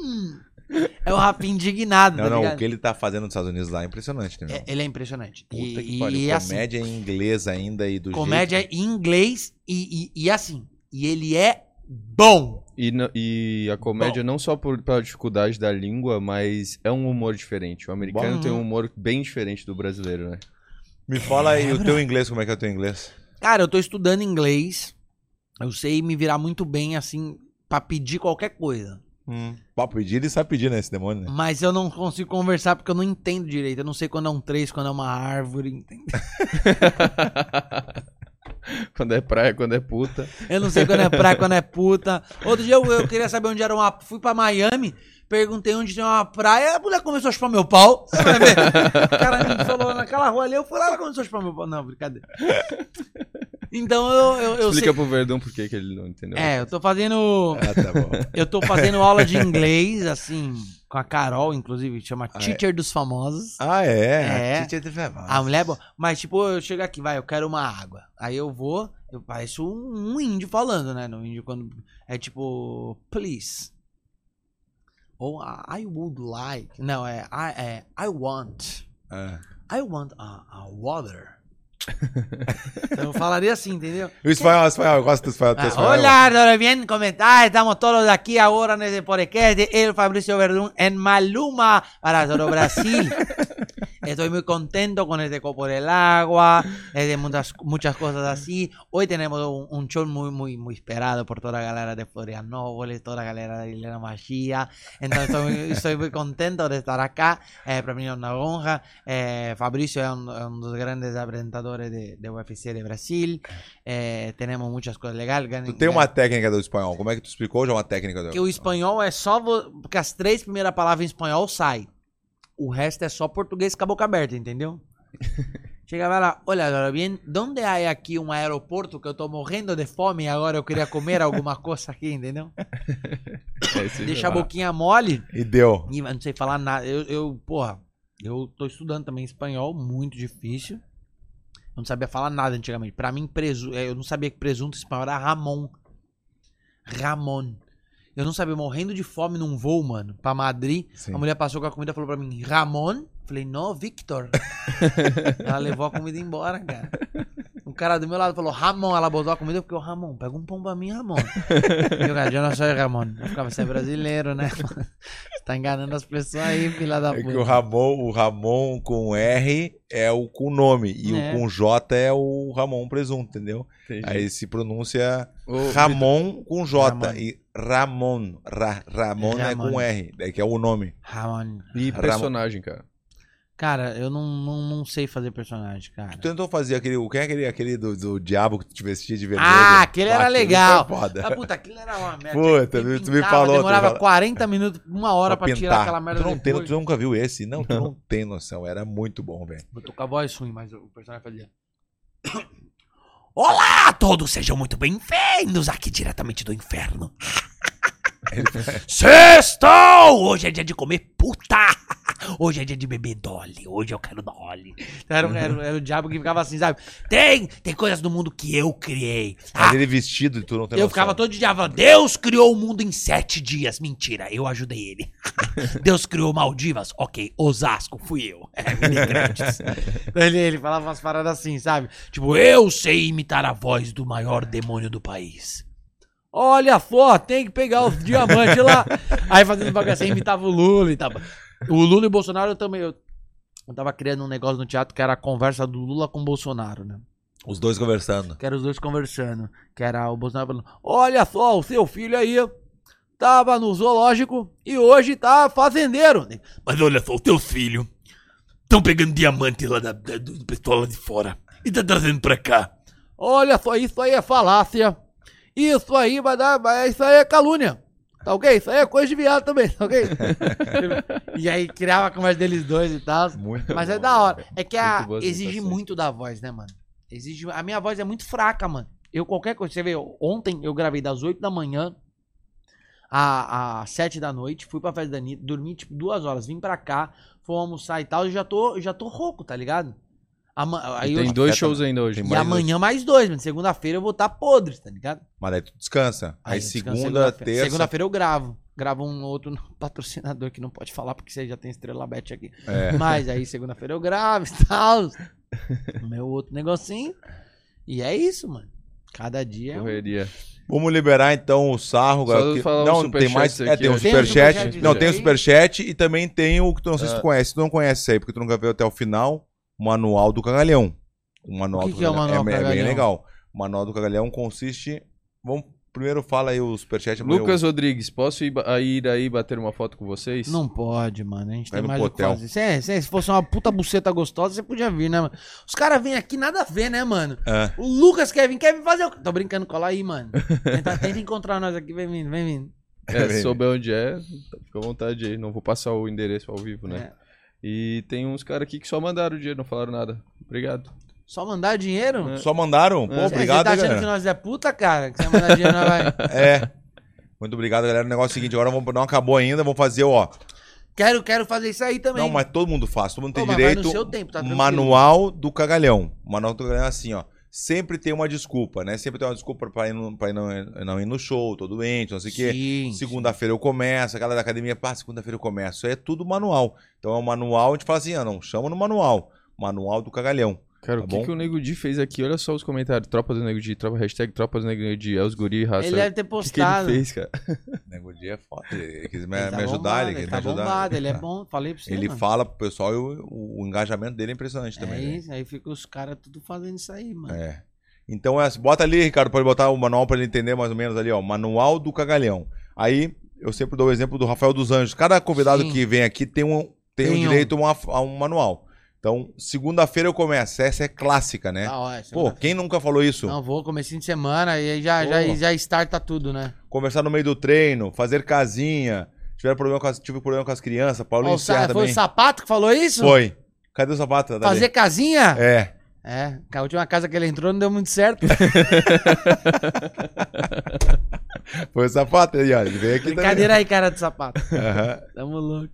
Speaker 2: É o Rafinha indignado,
Speaker 1: Não, não, o que ele tá fazendo nos Estados Unidos lá é impressionante, né? meu?
Speaker 2: ele é impressionante.
Speaker 1: Puta que
Speaker 2: e,
Speaker 1: pariu.
Speaker 2: e é assim,
Speaker 1: comédia em inglês ainda e do
Speaker 2: comédia
Speaker 1: jeito. é.
Speaker 2: em inglês e, e, e assim. E ele é bom.
Speaker 3: E, na- e a comédia não só por, pela dificuldade da língua, mas é um humor diferente. O americano
Speaker 2: Bom.
Speaker 3: tem um humor bem diferente do brasileiro, né?
Speaker 1: Me fala aí
Speaker 2: É,
Speaker 1: o teu inglês, como é que é o teu inglês?
Speaker 2: Cara, eu tô estudando inglês. Eu sei me virar muito bem, assim, pra pedir qualquer coisa.
Speaker 1: Pra pedir, ele sabe pedir, né? Esse demônio, né?
Speaker 2: Mas eu não consigo conversar porque eu não entendo direito. Eu não sei quando é um 3, quando é uma árvore. entende?
Speaker 3: quando é praia, quando é puta.
Speaker 2: Eu não sei quando é praia, quando é puta. Outro dia eu, eu queria saber onde era uma. Fui pra Miami, perguntei onde tinha uma praia. A mulher começou a chupar meu pau. Você vai ver. O cara me falou naquela rua ali, eu fui lá, ela começou a chupar meu pau. Não, brincadeira. Então eu, eu, eu sei.
Speaker 3: Explica pro Verdão por que que ele não entendeu.
Speaker 2: É, eu tô fazendo.
Speaker 1: Ah, tá bom.
Speaker 2: Eu tô fazendo aula de inglês, assim, com a Carol, inclusive, chama Teacher dos Famosos.
Speaker 1: Ah, é?
Speaker 2: É.
Speaker 1: A Titi é
Speaker 2: A mulher é boa. Mas, tipo, eu chego aqui, vai, eu quero uma água. Aí eu vou, eu pareço um, um índio falando, né? No índio, quando. É tipo, please. Ou I I would like. Não, é I, é, I want.
Speaker 1: Ah.
Speaker 2: I want a, a water. então eu falaria assim, entendeu?
Speaker 1: O espanhol, o espanhol, eu gosto do espanhol. do teu
Speaker 2: Ah,
Speaker 1: espanhol.
Speaker 2: Hola, todo bien, ¿cómo estás? Estamos todos aquí ahora en este podcast de El Fabricio Verdún en Maluma para todo Brasil. Estoy muy contento con este copo del agua, eh, de muchas, muchas cosas así. Hoy tenemos un, un show muy, muy, muy esperado por toda la galera de Florianópolis, toda la galera de Ilena Magia. Entonces, estoy muy, estoy muy contento de estar acá. Eh, Premio Nagonja. Eh, Fabricio es un- uno de los grandes presentadores de, de UFC de Brasil. Eh, tenemos muchas cosas legales.
Speaker 1: Tu tem uma técnica do espanhol. Como é que tu explicou? Já uma técnica do
Speaker 2: Que o espanhol é só. vo- Porque as três primeiras palavras em espanhol saem. O resto é só português com a boca aberta, entendeu? Chegava lá, olha, agora bem, onde há aqui um aeroporto que eu tô morrendo de fome e agora eu queria comer alguma coisa aqui, entendeu?
Speaker 3: É isso aí,
Speaker 2: Deixa a
Speaker 3: vai lá.
Speaker 2: boquinha mole
Speaker 1: E deu.
Speaker 2: e não sei falar nada. Eu, eu, porra, eu tô estudando também espanhol, muito difícil. Eu não sabia falar nada antigamente. Pra mim, presu... eh, eu não sabia que presunto em espanhol era Ramon. Ramon. Eu não sabia, morrendo de fome num voo, mano, pra Madrid.
Speaker 1: Sim.
Speaker 2: A mulher passou com a comida e falou pra mim, Ramon? Falei, não, Victor. ela levou a comida embora, cara. O cara do meu lado falou, Ramon, ela botou a comida, porque o Ramon, pega um pão pra mim, Ramon. e o cara, eu não sou Ramon. Eu ficava, você é brasileiro, né? Você tá enganando as pessoas aí, filha da
Speaker 1: É
Speaker 2: puta.
Speaker 1: que o Ramon, o Ramon com R é o com nome e
Speaker 2: É.
Speaker 1: o com J é o Ramon presunto, entendeu?
Speaker 3: Entendi.
Speaker 1: Aí se pronuncia
Speaker 3: Ô,
Speaker 1: Ramon com J
Speaker 2: Ramon.
Speaker 1: e Ramon, Ra- Ramon é
Speaker 2: Ramon.
Speaker 1: com R, é que é o nome.
Speaker 2: Ramon.
Speaker 3: E personagem, cara.
Speaker 2: Cara, eu não, não, não sei fazer personagem, cara.
Speaker 1: Tu tentou fazer aquele, o que é aquele, aquele do, do diabo que te vestia de vermelho?
Speaker 2: Ah, aquele era
Speaker 1: Aquele
Speaker 2: legal.
Speaker 1: foi foda.
Speaker 2: Ah, puta, aquilo era uma merda.
Speaker 1: Puta,
Speaker 2: Ele
Speaker 1: tu me
Speaker 2: pintava,
Speaker 1: falou, tu me
Speaker 2: Demorava
Speaker 1: falou.
Speaker 2: 40 minutos, uma hora pra, tirar aquela merda
Speaker 1: tu, não tem,
Speaker 2: depois.
Speaker 1: tu nunca viu esse? Não, tu não tem noção. Era muito bom, velho.
Speaker 2: Eu tô com a voz ruim, mas o personagem fazia. Olá a todos, sejam muito bem-vindos aqui diretamente do inferno. Sextou! Hoje é dia de comer puta! Hoje é dia de beber dolly, hoje eu quero dolly. Uhum. Era, era- era o diabo que ficava assim, sabe? Tem, tem coisas no mundo que eu criei. Ah,
Speaker 1: Mas ele vestido, tu não tem
Speaker 2: eu
Speaker 1: noção.
Speaker 2: ficava todo dia falando, Deus criou o mundo em sete dias. Mentira, eu ajudei ele. Deus criou Maldivas. Ok, Osasco, fui eu. É, me dê créditos. ele, ele falava umas paradas assim, sabe? Tipo, eu sei imitar a voz do maior demônio do país. Olha só, tem que pegar os diamantes lá. Aí fazendo bagulho assim, imitava o Lula e tal. O Lula e o Bolsonaro eu também... Eu, eu tava criando um negócio no teatro que era a conversa do Lula com o Bolsonaro, né?
Speaker 1: Os dois conversando.
Speaker 2: que era os dois conversando, que era o Bolsonaro falando, olha só, o seu filho aí tava no zoológico e hoje tá fazendeiro. Mas olha só, o teu filho tão pegando diamante lá da, da, do pessoal lá de fora e tá trazendo pra cá. Olha só, isso aí é falácia. Isso aí vai dar, vai- isso aí é calúnia. Tá ok? Isso aí é coisa de viado também, tá ok? e aí criava a conversa deles dois e tal.
Speaker 1: Muito
Speaker 2: Mas
Speaker 1: bom,
Speaker 2: é da hora.
Speaker 1: velho.
Speaker 2: É que a,
Speaker 3: Muito boas
Speaker 2: exige
Speaker 3: imitações.
Speaker 2: muito da voz, né, mano? Exige, a minha voz é muito fraca, mano. Eu qualquer coisa. Você vê, ontem eu gravei das 8 da manhã à- às 7 da noite, fui pra festa da Anitta, dormi tipo duas horas, vim pra cá, fui almoçar e tal, e já tô, já tô rouco, tá ligado? Ama- aí É, tá
Speaker 3: E
Speaker 2: hoje-
Speaker 3: tem dois shows ainda hoje.
Speaker 2: e amanhã mais dois, mano. Segunda-feira eu vou estar podre, tá ligado?
Speaker 1: Mas daí tu descansa. Aí,
Speaker 2: eu descanso
Speaker 1: segunda,
Speaker 2: segunda-feira.
Speaker 1: terça.
Speaker 2: Segunda-feira eu gravo. Gravo um outro patrocinador que não pode falar porque você já tem estrela bet aqui.
Speaker 1: É.
Speaker 2: Mas aí segunda-feira eu gravo e tal. O Meu outro negocinho. E é isso, mano. Cada dia. é um-
Speaker 3: Correria.
Speaker 1: Vamos liberar então o sarro.
Speaker 3: Só
Speaker 1: galera, que-
Speaker 3: falar um
Speaker 1: não, tem
Speaker 3: superchat
Speaker 1: mais.
Speaker 3: aqui,
Speaker 1: É, tem
Speaker 3: ó.
Speaker 1: um
Speaker 2: Tem um
Speaker 1: superchat.
Speaker 2: superchat É.
Speaker 1: Não,
Speaker 2: aí.
Speaker 1: tem o superchat e também tem o que tu não sei se tu conhece. Tu não conhece isso aí, porque tu nunca veio até o final. o Manual do Cagalhão. O manual
Speaker 2: O que
Speaker 1: do
Speaker 2: que é o
Speaker 1: Cagalhão.
Speaker 2: Manual
Speaker 1: bem
Speaker 2: Cagalhão?
Speaker 1: legal. O manual do Cagalhão consiste. Vamos, primeiro fala aí o superchat. amanhã eu-
Speaker 3: Lucas Rodrigues, posso ir, ba- ir aí bater uma foto com vocês?
Speaker 2: é um- Não pode, mano. A gente
Speaker 1: Vai
Speaker 2: tem
Speaker 1: no
Speaker 2: mais o que
Speaker 1: hotel.
Speaker 2: fazer. Se, é, se, se fosse uma puta buceta gostosa, você podia vir, né, mano? Os caras vêm aqui nada a ver, né, mano?
Speaker 1: É.
Speaker 2: O Lucas quer vir, quer vir fazer o. Tô brincando, cola aí, mano. Tenta, tenta encontrar nós aqui, vem vindo, vem vindo.
Speaker 3: É, se souber onde é, fica à vontade aí. Não vou passar o endereço ao vivo,
Speaker 2: É.
Speaker 3: né? E tem uns caras aqui que só mandaram o dinheiro, não falaram nada. Obrigado.
Speaker 2: Só mandar dinheiro?
Speaker 1: Só mandaram? Pô,
Speaker 3: É.
Speaker 2: Você
Speaker 1: Né? obrigado,
Speaker 2: tá
Speaker 1: hein,
Speaker 2: achando que
Speaker 1: galera.
Speaker 2: nós é puta, cara? Que você vai mandar dinheiro, nós vai...
Speaker 1: É. Muito obrigado, galera. O negócio é o seguinte: agora vamos, não acabou ainda, vamos fazer, ó.
Speaker 2: Quero, quero fazer isso aí também.
Speaker 1: Não, mas todo mundo faz, todo mundo tem
Speaker 2: Pô, mas vai
Speaker 1: direito.
Speaker 2: no seu tempo, tá tranquilo.
Speaker 1: manual do cagalhão. O manual do cagalhão é assim, ó. Sempre tem uma desculpa, né? Sempre tem uma desculpa pra, ir no- pra ir não, não ir no show, tô doente, não sei o quê.
Speaker 2: Sim.
Speaker 1: Segunda-feira eu começo, aquela da academia, pá, segunda-feira eu começo. Isso aí é tudo manual. Então é um manual, a gente fala assim, ah, não, chama no manual. Manual do cagalhão.
Speaker 3: Cara,
Speaker 1: Tá
Speaker 3: o que,
Speaker 1: bom?
Speaker 3: que o Nego Di fez aqui? Olha só os comentários. Tropa do Nego Di, tropa, hashtag tropa do Nego Di, é os guri, raça.
Speaker 2: Ele deve ter
Speaker 3: o que, que ele
Speaker 2: postado.
Speaker 3: fez, cara?
Speaker 1: Nego Di é foda. Ele quis me,
Speaker 2: Ele tá
Speaker 1: me ajudar,
Speaker 2: bombado,
Speaker 1: ele quis
Speaker 2: tá
Speaker 1: me ajudar.
Speaker 2: bombado, ele é bom, falei pra você.
Speaker 1: Ele
Speaker 2: mano.
Speaker 1: fala pro pessoal e o, o engajamento dele é impressionante
Speaker 2: É
Speaker 1: também. né?
Speaker 2: isso, aí fica os caras tudo fazendo isso aí, mano.
Speaker 1: É. Então, é assim, bota ali, Ricardo, pode botar o manual pra ele entender mais ou menos ali, ó. Manual do cagalhão. Aí, eu sempre dou o exemplo do Rafael dos Anjos. Cada convidado
Speaker 2: Sim.
Speaker 1: que vem aqui tem um, tem um
Speaker 2: Tem um.
Speaker 1: direito a uma- a um manual. Então, segunda-feira eu começo. Essa é clássica, né?
Speaker 2: Tá ótimo.
Speaker 1: Pô, quem nunca falou isso?
Speaker 2: Não, vou, comecinho de semana, e aí já, já,
Speaker 1: Boa.
Speaker 2: já starta tudo, né?
Speaker 1: Conversar no meio do treino, fazer casinha, Tiveram problema com as, tive problema com as crianças,
Speaker 2: Ó,
Speaker 1: Paulinho
Speaker 2: o sa-
Speaker 1: Serra
Speaker 2: foi
Speaker 1: também.
Speaker 2: o sapato que falou isso?
Speaker 1: Foi. Cadê o sapato? Dali?
Speaker 2: Fazer casinha?
Speaker 1: É.
Speaker 2: É. que a última casa que ele entrou não deu muito certo.
Speaker 1: Foi o sapato aí, ó. Ele veio aqui
Speaker 2: Brincadeira aí, cara do sapato.
Speaker 1: também. Aham.
Speaker 2: Tamo louco.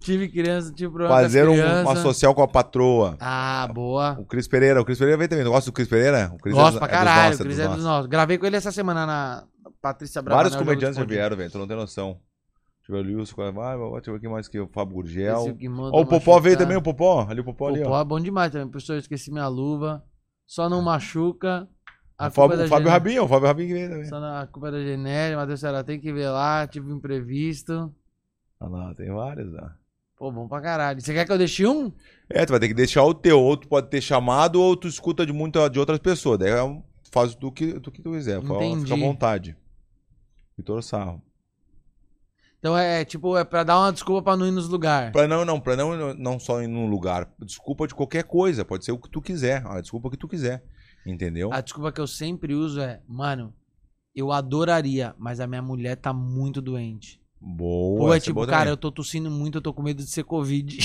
Speaker 2: Tive criança, tive problema
Speaker 1: É. Fazer
Speaker 2: com
Speaker 1: um,
Speaker 2: as crianças.
Speaker 1: uma social com a patroa.
Speaker 2: Ah, boa.
Speaker 1: O Cris Pereira. O Cris Pereira veio também. Gosta do Cris Pereira? O Cris é
Speaker 2: Gosto
Speaker 1: dos-
Speaker 2: pra
Speaker 1: é dos
Speaker 2: caralho,
Speaker 1: nossos,
Speaker 2: o Cris
Speaker 1: dos
Speaker 2: é dos
Speaker 1: nossos.
Speaker 2: nossos. Gravei com ele essa semana na Patrícia Brava.
Speaker 1: Vários
Speaker 2: né, o jogo
Speaker 1: comediantes já
Speaker 2: do
Speaker 1: vieram, velho. Tu não tem noção. Tiver o Lewis, ah, vai, deixa eu ver quem mais que é. o Fábio
Speaker 2: Esqueci
Speaker 1: Gurgel.
Speaker 2: o que mandou
Speaker 1: Ó, o Popó veio
Speaker 2: machucar.
Speaker 1: também, o Popó. Ali o Popó, ali,
Speaker 2: Popó
Speaker 1: ó. É.
Speaker 2: é bom demais também. Professor, eu esqueci minha luva. Só não machuca. A
Speaker 1: O
Speaker 2: culpa
Speaker 1: Fábio,
Speaker 2: é da
Speaker 1: o Fábio
Speaker 2: Gene-
Speaker 1: Rabinho, o Fábio Rabinho que veio também.
Speaker 2: Só na a culpa é da Genéria, Matheus Ceará tem que ver lá, tive um imprevisto.
Speaker 1: Ah, lá, tem vários, ó.
Speaker 2: Pô, bom pra caralho. Você quer que eu deixe um?
Speaker 1: É, tu vai ter que deixar o teu. Ou tu pode ter chamado, ou tu escuta de muita, de outras pessoas. Daí é um- faz do que, do que tu quiser. Fala, Fica à
Speaker 2: Entendi.
Speaker 1: vontade. Vitor Sarro.
Speaker 2: Então é tipo, é pra dar uma desculpa pra não ir nos lugares.
Speaker 1: Pra não, não, pra não, não só em um lugar. Desculpa de qualquer coisa. Pode ser o que tu quiser. A desculpa que tu quiser. Entendeu?
Speaker 2: A desculpa que eu sempre uso é, mano, eu adoraria, mas a minha mulher tá muito doente.
Speaker 1: Boa.
Speaker 2: Ou é
Speaker 1: essa
Speaker 2: tipo,
Speaker 1: boa
Speaker 2: cara,
Speaker 1: também.
Speaker 2: eu tô tossindo muito, eu tô com medo de ser Covid.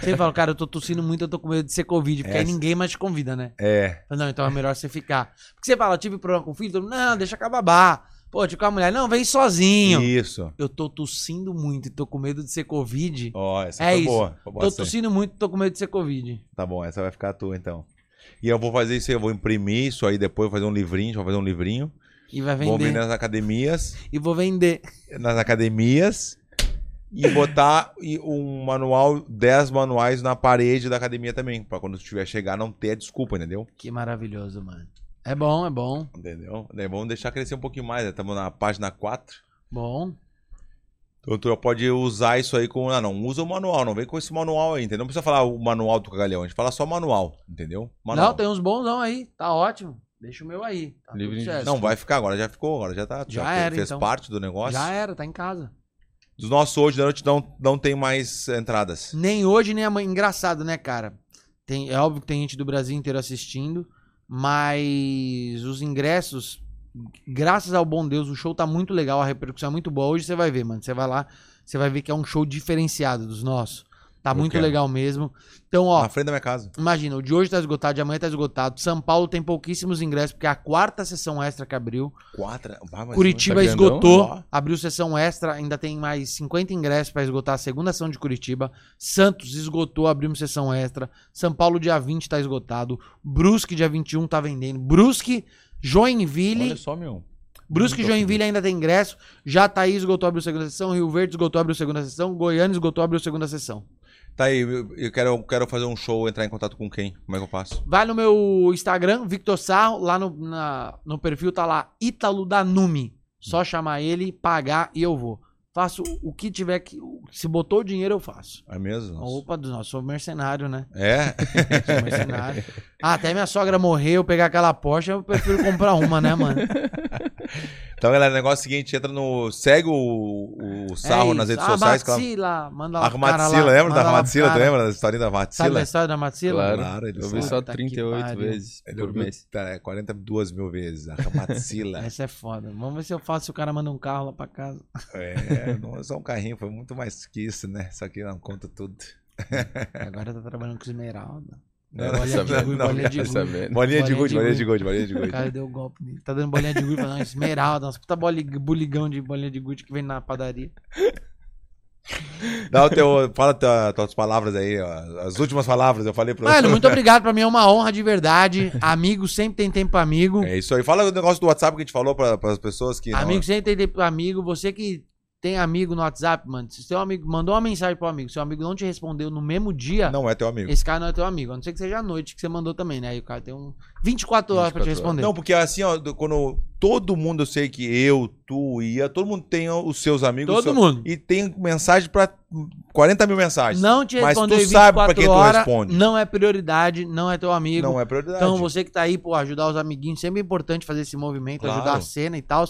Speaker 2: Você fala, cara, eu tô tossindo muito, eu tô com medo de ser Covid, porque aí
Speaker 1: Essa.
Speaker 2: ninguém mais te convida, né?
Speaker 1: É.
Speaker 2: Fala, Não, então é melhor você ficar. Porque você fala, eu tive problema com o filho, todo mundo, não, deixa com a babá. Pô, eu tive com a mulher, não, vem sozinho.
Speaker 1: Isso.
Speaker 2: Eu tô tossindo muito e tô com medo de ser Covid.
Speaker 1: Ó, essa
Speaker 2: É
Speaker 1: foi
Speaker 2: isso.
Speaker 1: boa. Foi boa
Speaker 2: Tô
Speaker 1: essa aí.
Speaker 2: tossindo muito, tô com medo de ser Covid.
Speaker 1: Tá bom, essa vai ficar tua então. E eu vou fazer isso aí, eu vou imprimir isso aí depois, vou fazer um livrinho, vou fazer um livrinho.
Speaker 2: E vai
Speaker 1: Vou
Speaker 2: vender.
Speaker 1: vender nas academias.
Speaker 2: E vou vender.
Speaker 1: nas academias e botar e um manual, 10 manuais na parede da academia também, pra quando tu tiver chegar não ter a desculpa, entendeu?
Speaker 2: Que maravilhoso, mano. É bom, é bom.
Speaker 1: Entendeu? Daí vamos deixar crescer um pouquinho mais, estamos na página 4.
Speaker 2: Bom.
Speaker 1: Então tu pode usar isso aí com, ah, não, usa o manual, não vem com esse manual aí, entendeu? Não precisa falar o manual do cagalhão, a gente fala só manual, entendeu? Manual.
Speaker 2: Não, tem uns bonsão aí. Tá ótimo. Deixa o meu aí. Tá
Speaker 3: Livre
Speaker 2: tudo
Speaker 3: de
Speaker 2: certo.
Speaker 1: Não, vai ficar agora, já ficou, agora já tá, já,
Speaker 2: Já era,
Speaker 1: fez
Speaker 2: então.
Speaker 1: parte do negócio.
Speaker 2: Já era, tá em casa.
Speaker 1: Dos nossos hoje da noite não, não tem mais entradas.
Speaker 2: Nem hoje, nem amanhã. Engraçado, né, cara? Tem, é óbvio que tem gente do Brasil inteiro assistindo, mas os ingressos, graças ao bom Deus, o show tá muito legal, a repercussão é muito boa. Hoje você vai ver, mano. Você vai lá, você vai ver que é um show diferenciado dos nossos. Tá
Speaker 1: Eu
Speaker 2: muito
Speaker 1: quero. Tá
Speaker 2: legal mesmo. Então, ó.
Speaker 1: Na frente da minha casa.
Speaker 2: Imagina, o de hoje tá esgotado, de amanhã tá esgotado. São Paulo tem pouquíssimos ingressos, porque é a quarta sessão extra que abriu.
Speaker 1: Quatro. ah, Vai, mas-
Speaker 2: Curitiba
Speaker 3: tá grandão,
Speaker 2: esgotou,
Speaker 1: ó.
Speaker 2: abriu sessão extra, ainda tem mais 50 ingressos pra esgotar a segunda sessão de Curitiba. Santos esgotou, abrimos sessão extra. São Paulo, dia 20, tá esgotado. Brusque, dia 21, tá vendendo. Brusque, Joinville.
Speaker 1: Olha só, meu.
Speaker 2: Brusque e
Speaker 1: muito
Speaker 2: Joinville ainda tem ingresso. Jataí esgotou, abriu segunda sessão. Rio Verde esgotou, abriu segunda sessão. Goiânia esgotou, abriu segunda sessão.
Speaker 1: Tá aí, eu eu quero, eu quero fazer um show, entrar em contato com quem? Como é que eu faço?
Speaker 2: Vai no meu Instagram, Victor Sarro, lá no, na- no perfil tá lá, Ítalo da Nume.
Speaker 1: Hum.
Speaker 2: Só chamar ele, pagar e eu vou. Faço o que tiver que. Se botou o dinheiro, eu faço.
Speaker 1: É mesmo?
Speaker 2: Opa, do nosso, sou mercenário, né?
Speaker 1: É?
Speaker 2: Sou mercenário. ah, até minha sogra morreu, pegar aquela Porsche, eu prefiro comprar uma, né, mano?
Speaker 1: Então, galera, o negócio é o seguinte: entra no. Segue o, o Sarro
Speaker 2: É
Speaker 1: nas
Speaker 2: isso.
Speaker 1: redes
Speaker 2: Ah,
Speaker 1: sociais. Claro.
Speaker 2: Matsila, manda lá.
Speaker 1: A
Speaker 2: pro cara
Speaker 1: Matsila,
Speaker 2: lá,
Speaker 1: lembra
Speaker 2: manda
Speaker 1: da
Speaker 2: lá pro
Speaker 1: Matsila? Tu
Speaker 2: cara.
Speaker 1: lembra da historinha da
Speaker 2: Sabe
Speaker 1: Matsila?
Speaker 2: a história da Matsila?
Speaker 3: Claro.
Speaker 1: Claro, ele
Speaker 3: Eu
Speaker 1: sabe.
Speaker 3: vi só
Speaker 2: Puta que
Speaker 3: 38
Speaker 2: pariu.
Speaker 3: vezes
Speaker 1: Ele
Speaker 3: por
Speaker 1: ouviu
Speaker 3: mês.
Speaker 1: tá, 42 mil vezes. A Matsila.
Speaker 2: Essa é foda. Vamos ver se eu faço se o cara manda um carro lá pra casa.
Speaker 1: é, não é só um carrinho, foi muito mais que isso, né? Só que não conta tudo.
Speaker 2: Agora tá trabalhando com esmeralda.
Speaker 1: Não,
Speaker 2: Bolinha
Speaker 3: não,
Speaker 2: de
Speaker 3: não,
Speaker 1: É,
Speaker 2: gude,
Speaker 1: não,
Speaker 2: bolinha de
Speaker 3: Tá
Speaker 2: gude.
Speaker 3: sabendo?
Speaker 1: Bolinha de gude,
Speaker 2: Bolinha de
Speaker 1: bolinha
Speaker 2: gude.
Speaker 1: de gude, bolinha de
Speaker 2: O cara
Speaker 1: gude.
Speaker 2: deu um golpe nele. Tá dando bolinha de gude, falando esmeralda, umas puta boli- buligão de bolinha de gude que vem na padaria.
Speaker 1: Dá o teu. Fala tua- tuas palavras aí, ó. As últimas palavras eu falei pro.
Speaker 2: Mano, muito obrigado. Pra mim é uma honra de verdade. Amigo sempre tem tempo pra amigo.
Speaker 1: É isso aí. Fala o negócio do WhatsApp que a gente falou para as pessoas que. não-
Speaker 2: Amigo sempre tem tempo pra amigo. Você que tem amigo no WhatsApp, mano. Se seu amigo mandou uma mensagem pro amigo, seu amigo não te respondeu no mesmo dia,
Speaker 1: Não é teu amigo.
Speaker 2: esse cara não é teu amigo. A não ser que seja à noite que você mandou também, né? Aí o cara tem um 24 horas pra te
Speaker 3: 24
Speaker 2: responder.
Speaker 1: Não, porque assim, ó, do- quando todo mundo, eu sei que eu, tu, Ia, todo mundo tem os seus amigos.
Speaker 2: Todo
Speaker 1: seu-
Speaker 2: mundo.
Speaker 1: E tem mensagem pra 40 mil mensagens.
Speaker 2: Não te
Speaker 1: Mas tu
Speaker 2: respondeu em 24
Speaker 1: sabe pra quem tu
Speaker 2: horas,
Speaker 1: responde.
Speaker 2: não é prioridade, não é teu amigo.
Speaker 1: Não é prioridade.
Speaker 2: Então, você que tá aí, pô, ajudar os amiguinhos, sempre é importante fazer esse movimento,
Speaker 1: Claro.
Speaker 2: ajudar a cena e tal.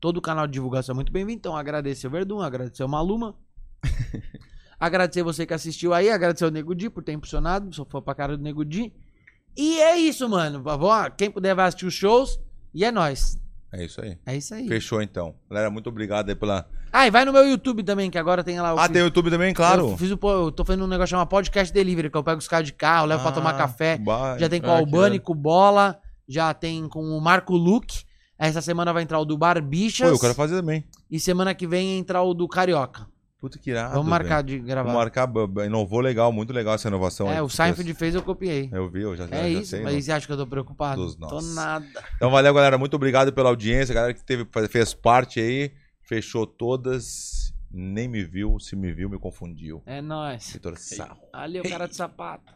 Speaker 2: Todo o canal de divulgação é muito bem-vindo. Então, agradecer o Verdun, agradecer o Maluma. agradecer você que assistiu aí, agradecer o Nego Di por ter impulsionado, só foi pra cara do Nego Di. E é isso, mano. Vavó, Quem puder vai assistir os shows e é nóis.
Speaker 1: É isso aí.
Speaker 2: É isso aí.
Speaker 1: Fechou então. Galera, muito obrigado aí pela.
Speaker 2: Ah, e vai no meu YouTube também, que agora tem lá o.
Speaker 1: Ah, tem o YouTube também, claro.
Speaker 2: Eu, fiz o, po- eu tô fazendo um negócio chamado Podcast Delivery, que eu pego os caras de carro, levo pra tomar
Speaker 1: Ah,
Speaker 2: café.
Speaker 1: ba-
Speaker 2: é. Já tem com o
Speaker 3: Ah, que
Speaker 2: Albani,
Speaker 3: legal.
Speaker 2: com o Bola, já tem com o Marco Luke. Essa semana vai entrar o do
Speaker 1: Pô,
Speaker 2: Barbichas.
Speaker 1: eu quero fazer também.
Speaker 2: E semana que vem entrar o do Carioca.
Speaker 1: Puta que irado.
Speaker 2: Vamos marcar de
Speaker 1: velho.
Speaker 2: gravar.
Speaker 1: Ah, Vamos marcar. então, b- b- Inovou legal, muito legal essa inovação. aí
Speaker 2: é,
Speaker 1: que
Speaker 2: o
Speaker 1: tu
Speaker 2: Seinfeld fez, eu copiei.
Speaker 1: fez. Eu vi, eu já,
Speaker 2: É,
Speaker 1: já
Speaker 2: isso,
Speaker 1: sei.
Speaker 2: mas você acha que eu tô preocupado?
Speaker 1: Dos
Speaker 2: tô
Speaker 1: nossos.
Speaker 2: nada.
Speaker 1: Então valeu, galera. Muito obrigado pela audiência. Galera que teve, fez parte aí, fechou todas. Nem me viu. Se me viu, me confundiu.
Speaker 2: É nóis.
Speaker 1: Vitor Sarro.
Speaker 2: Ali é o cara de sapato.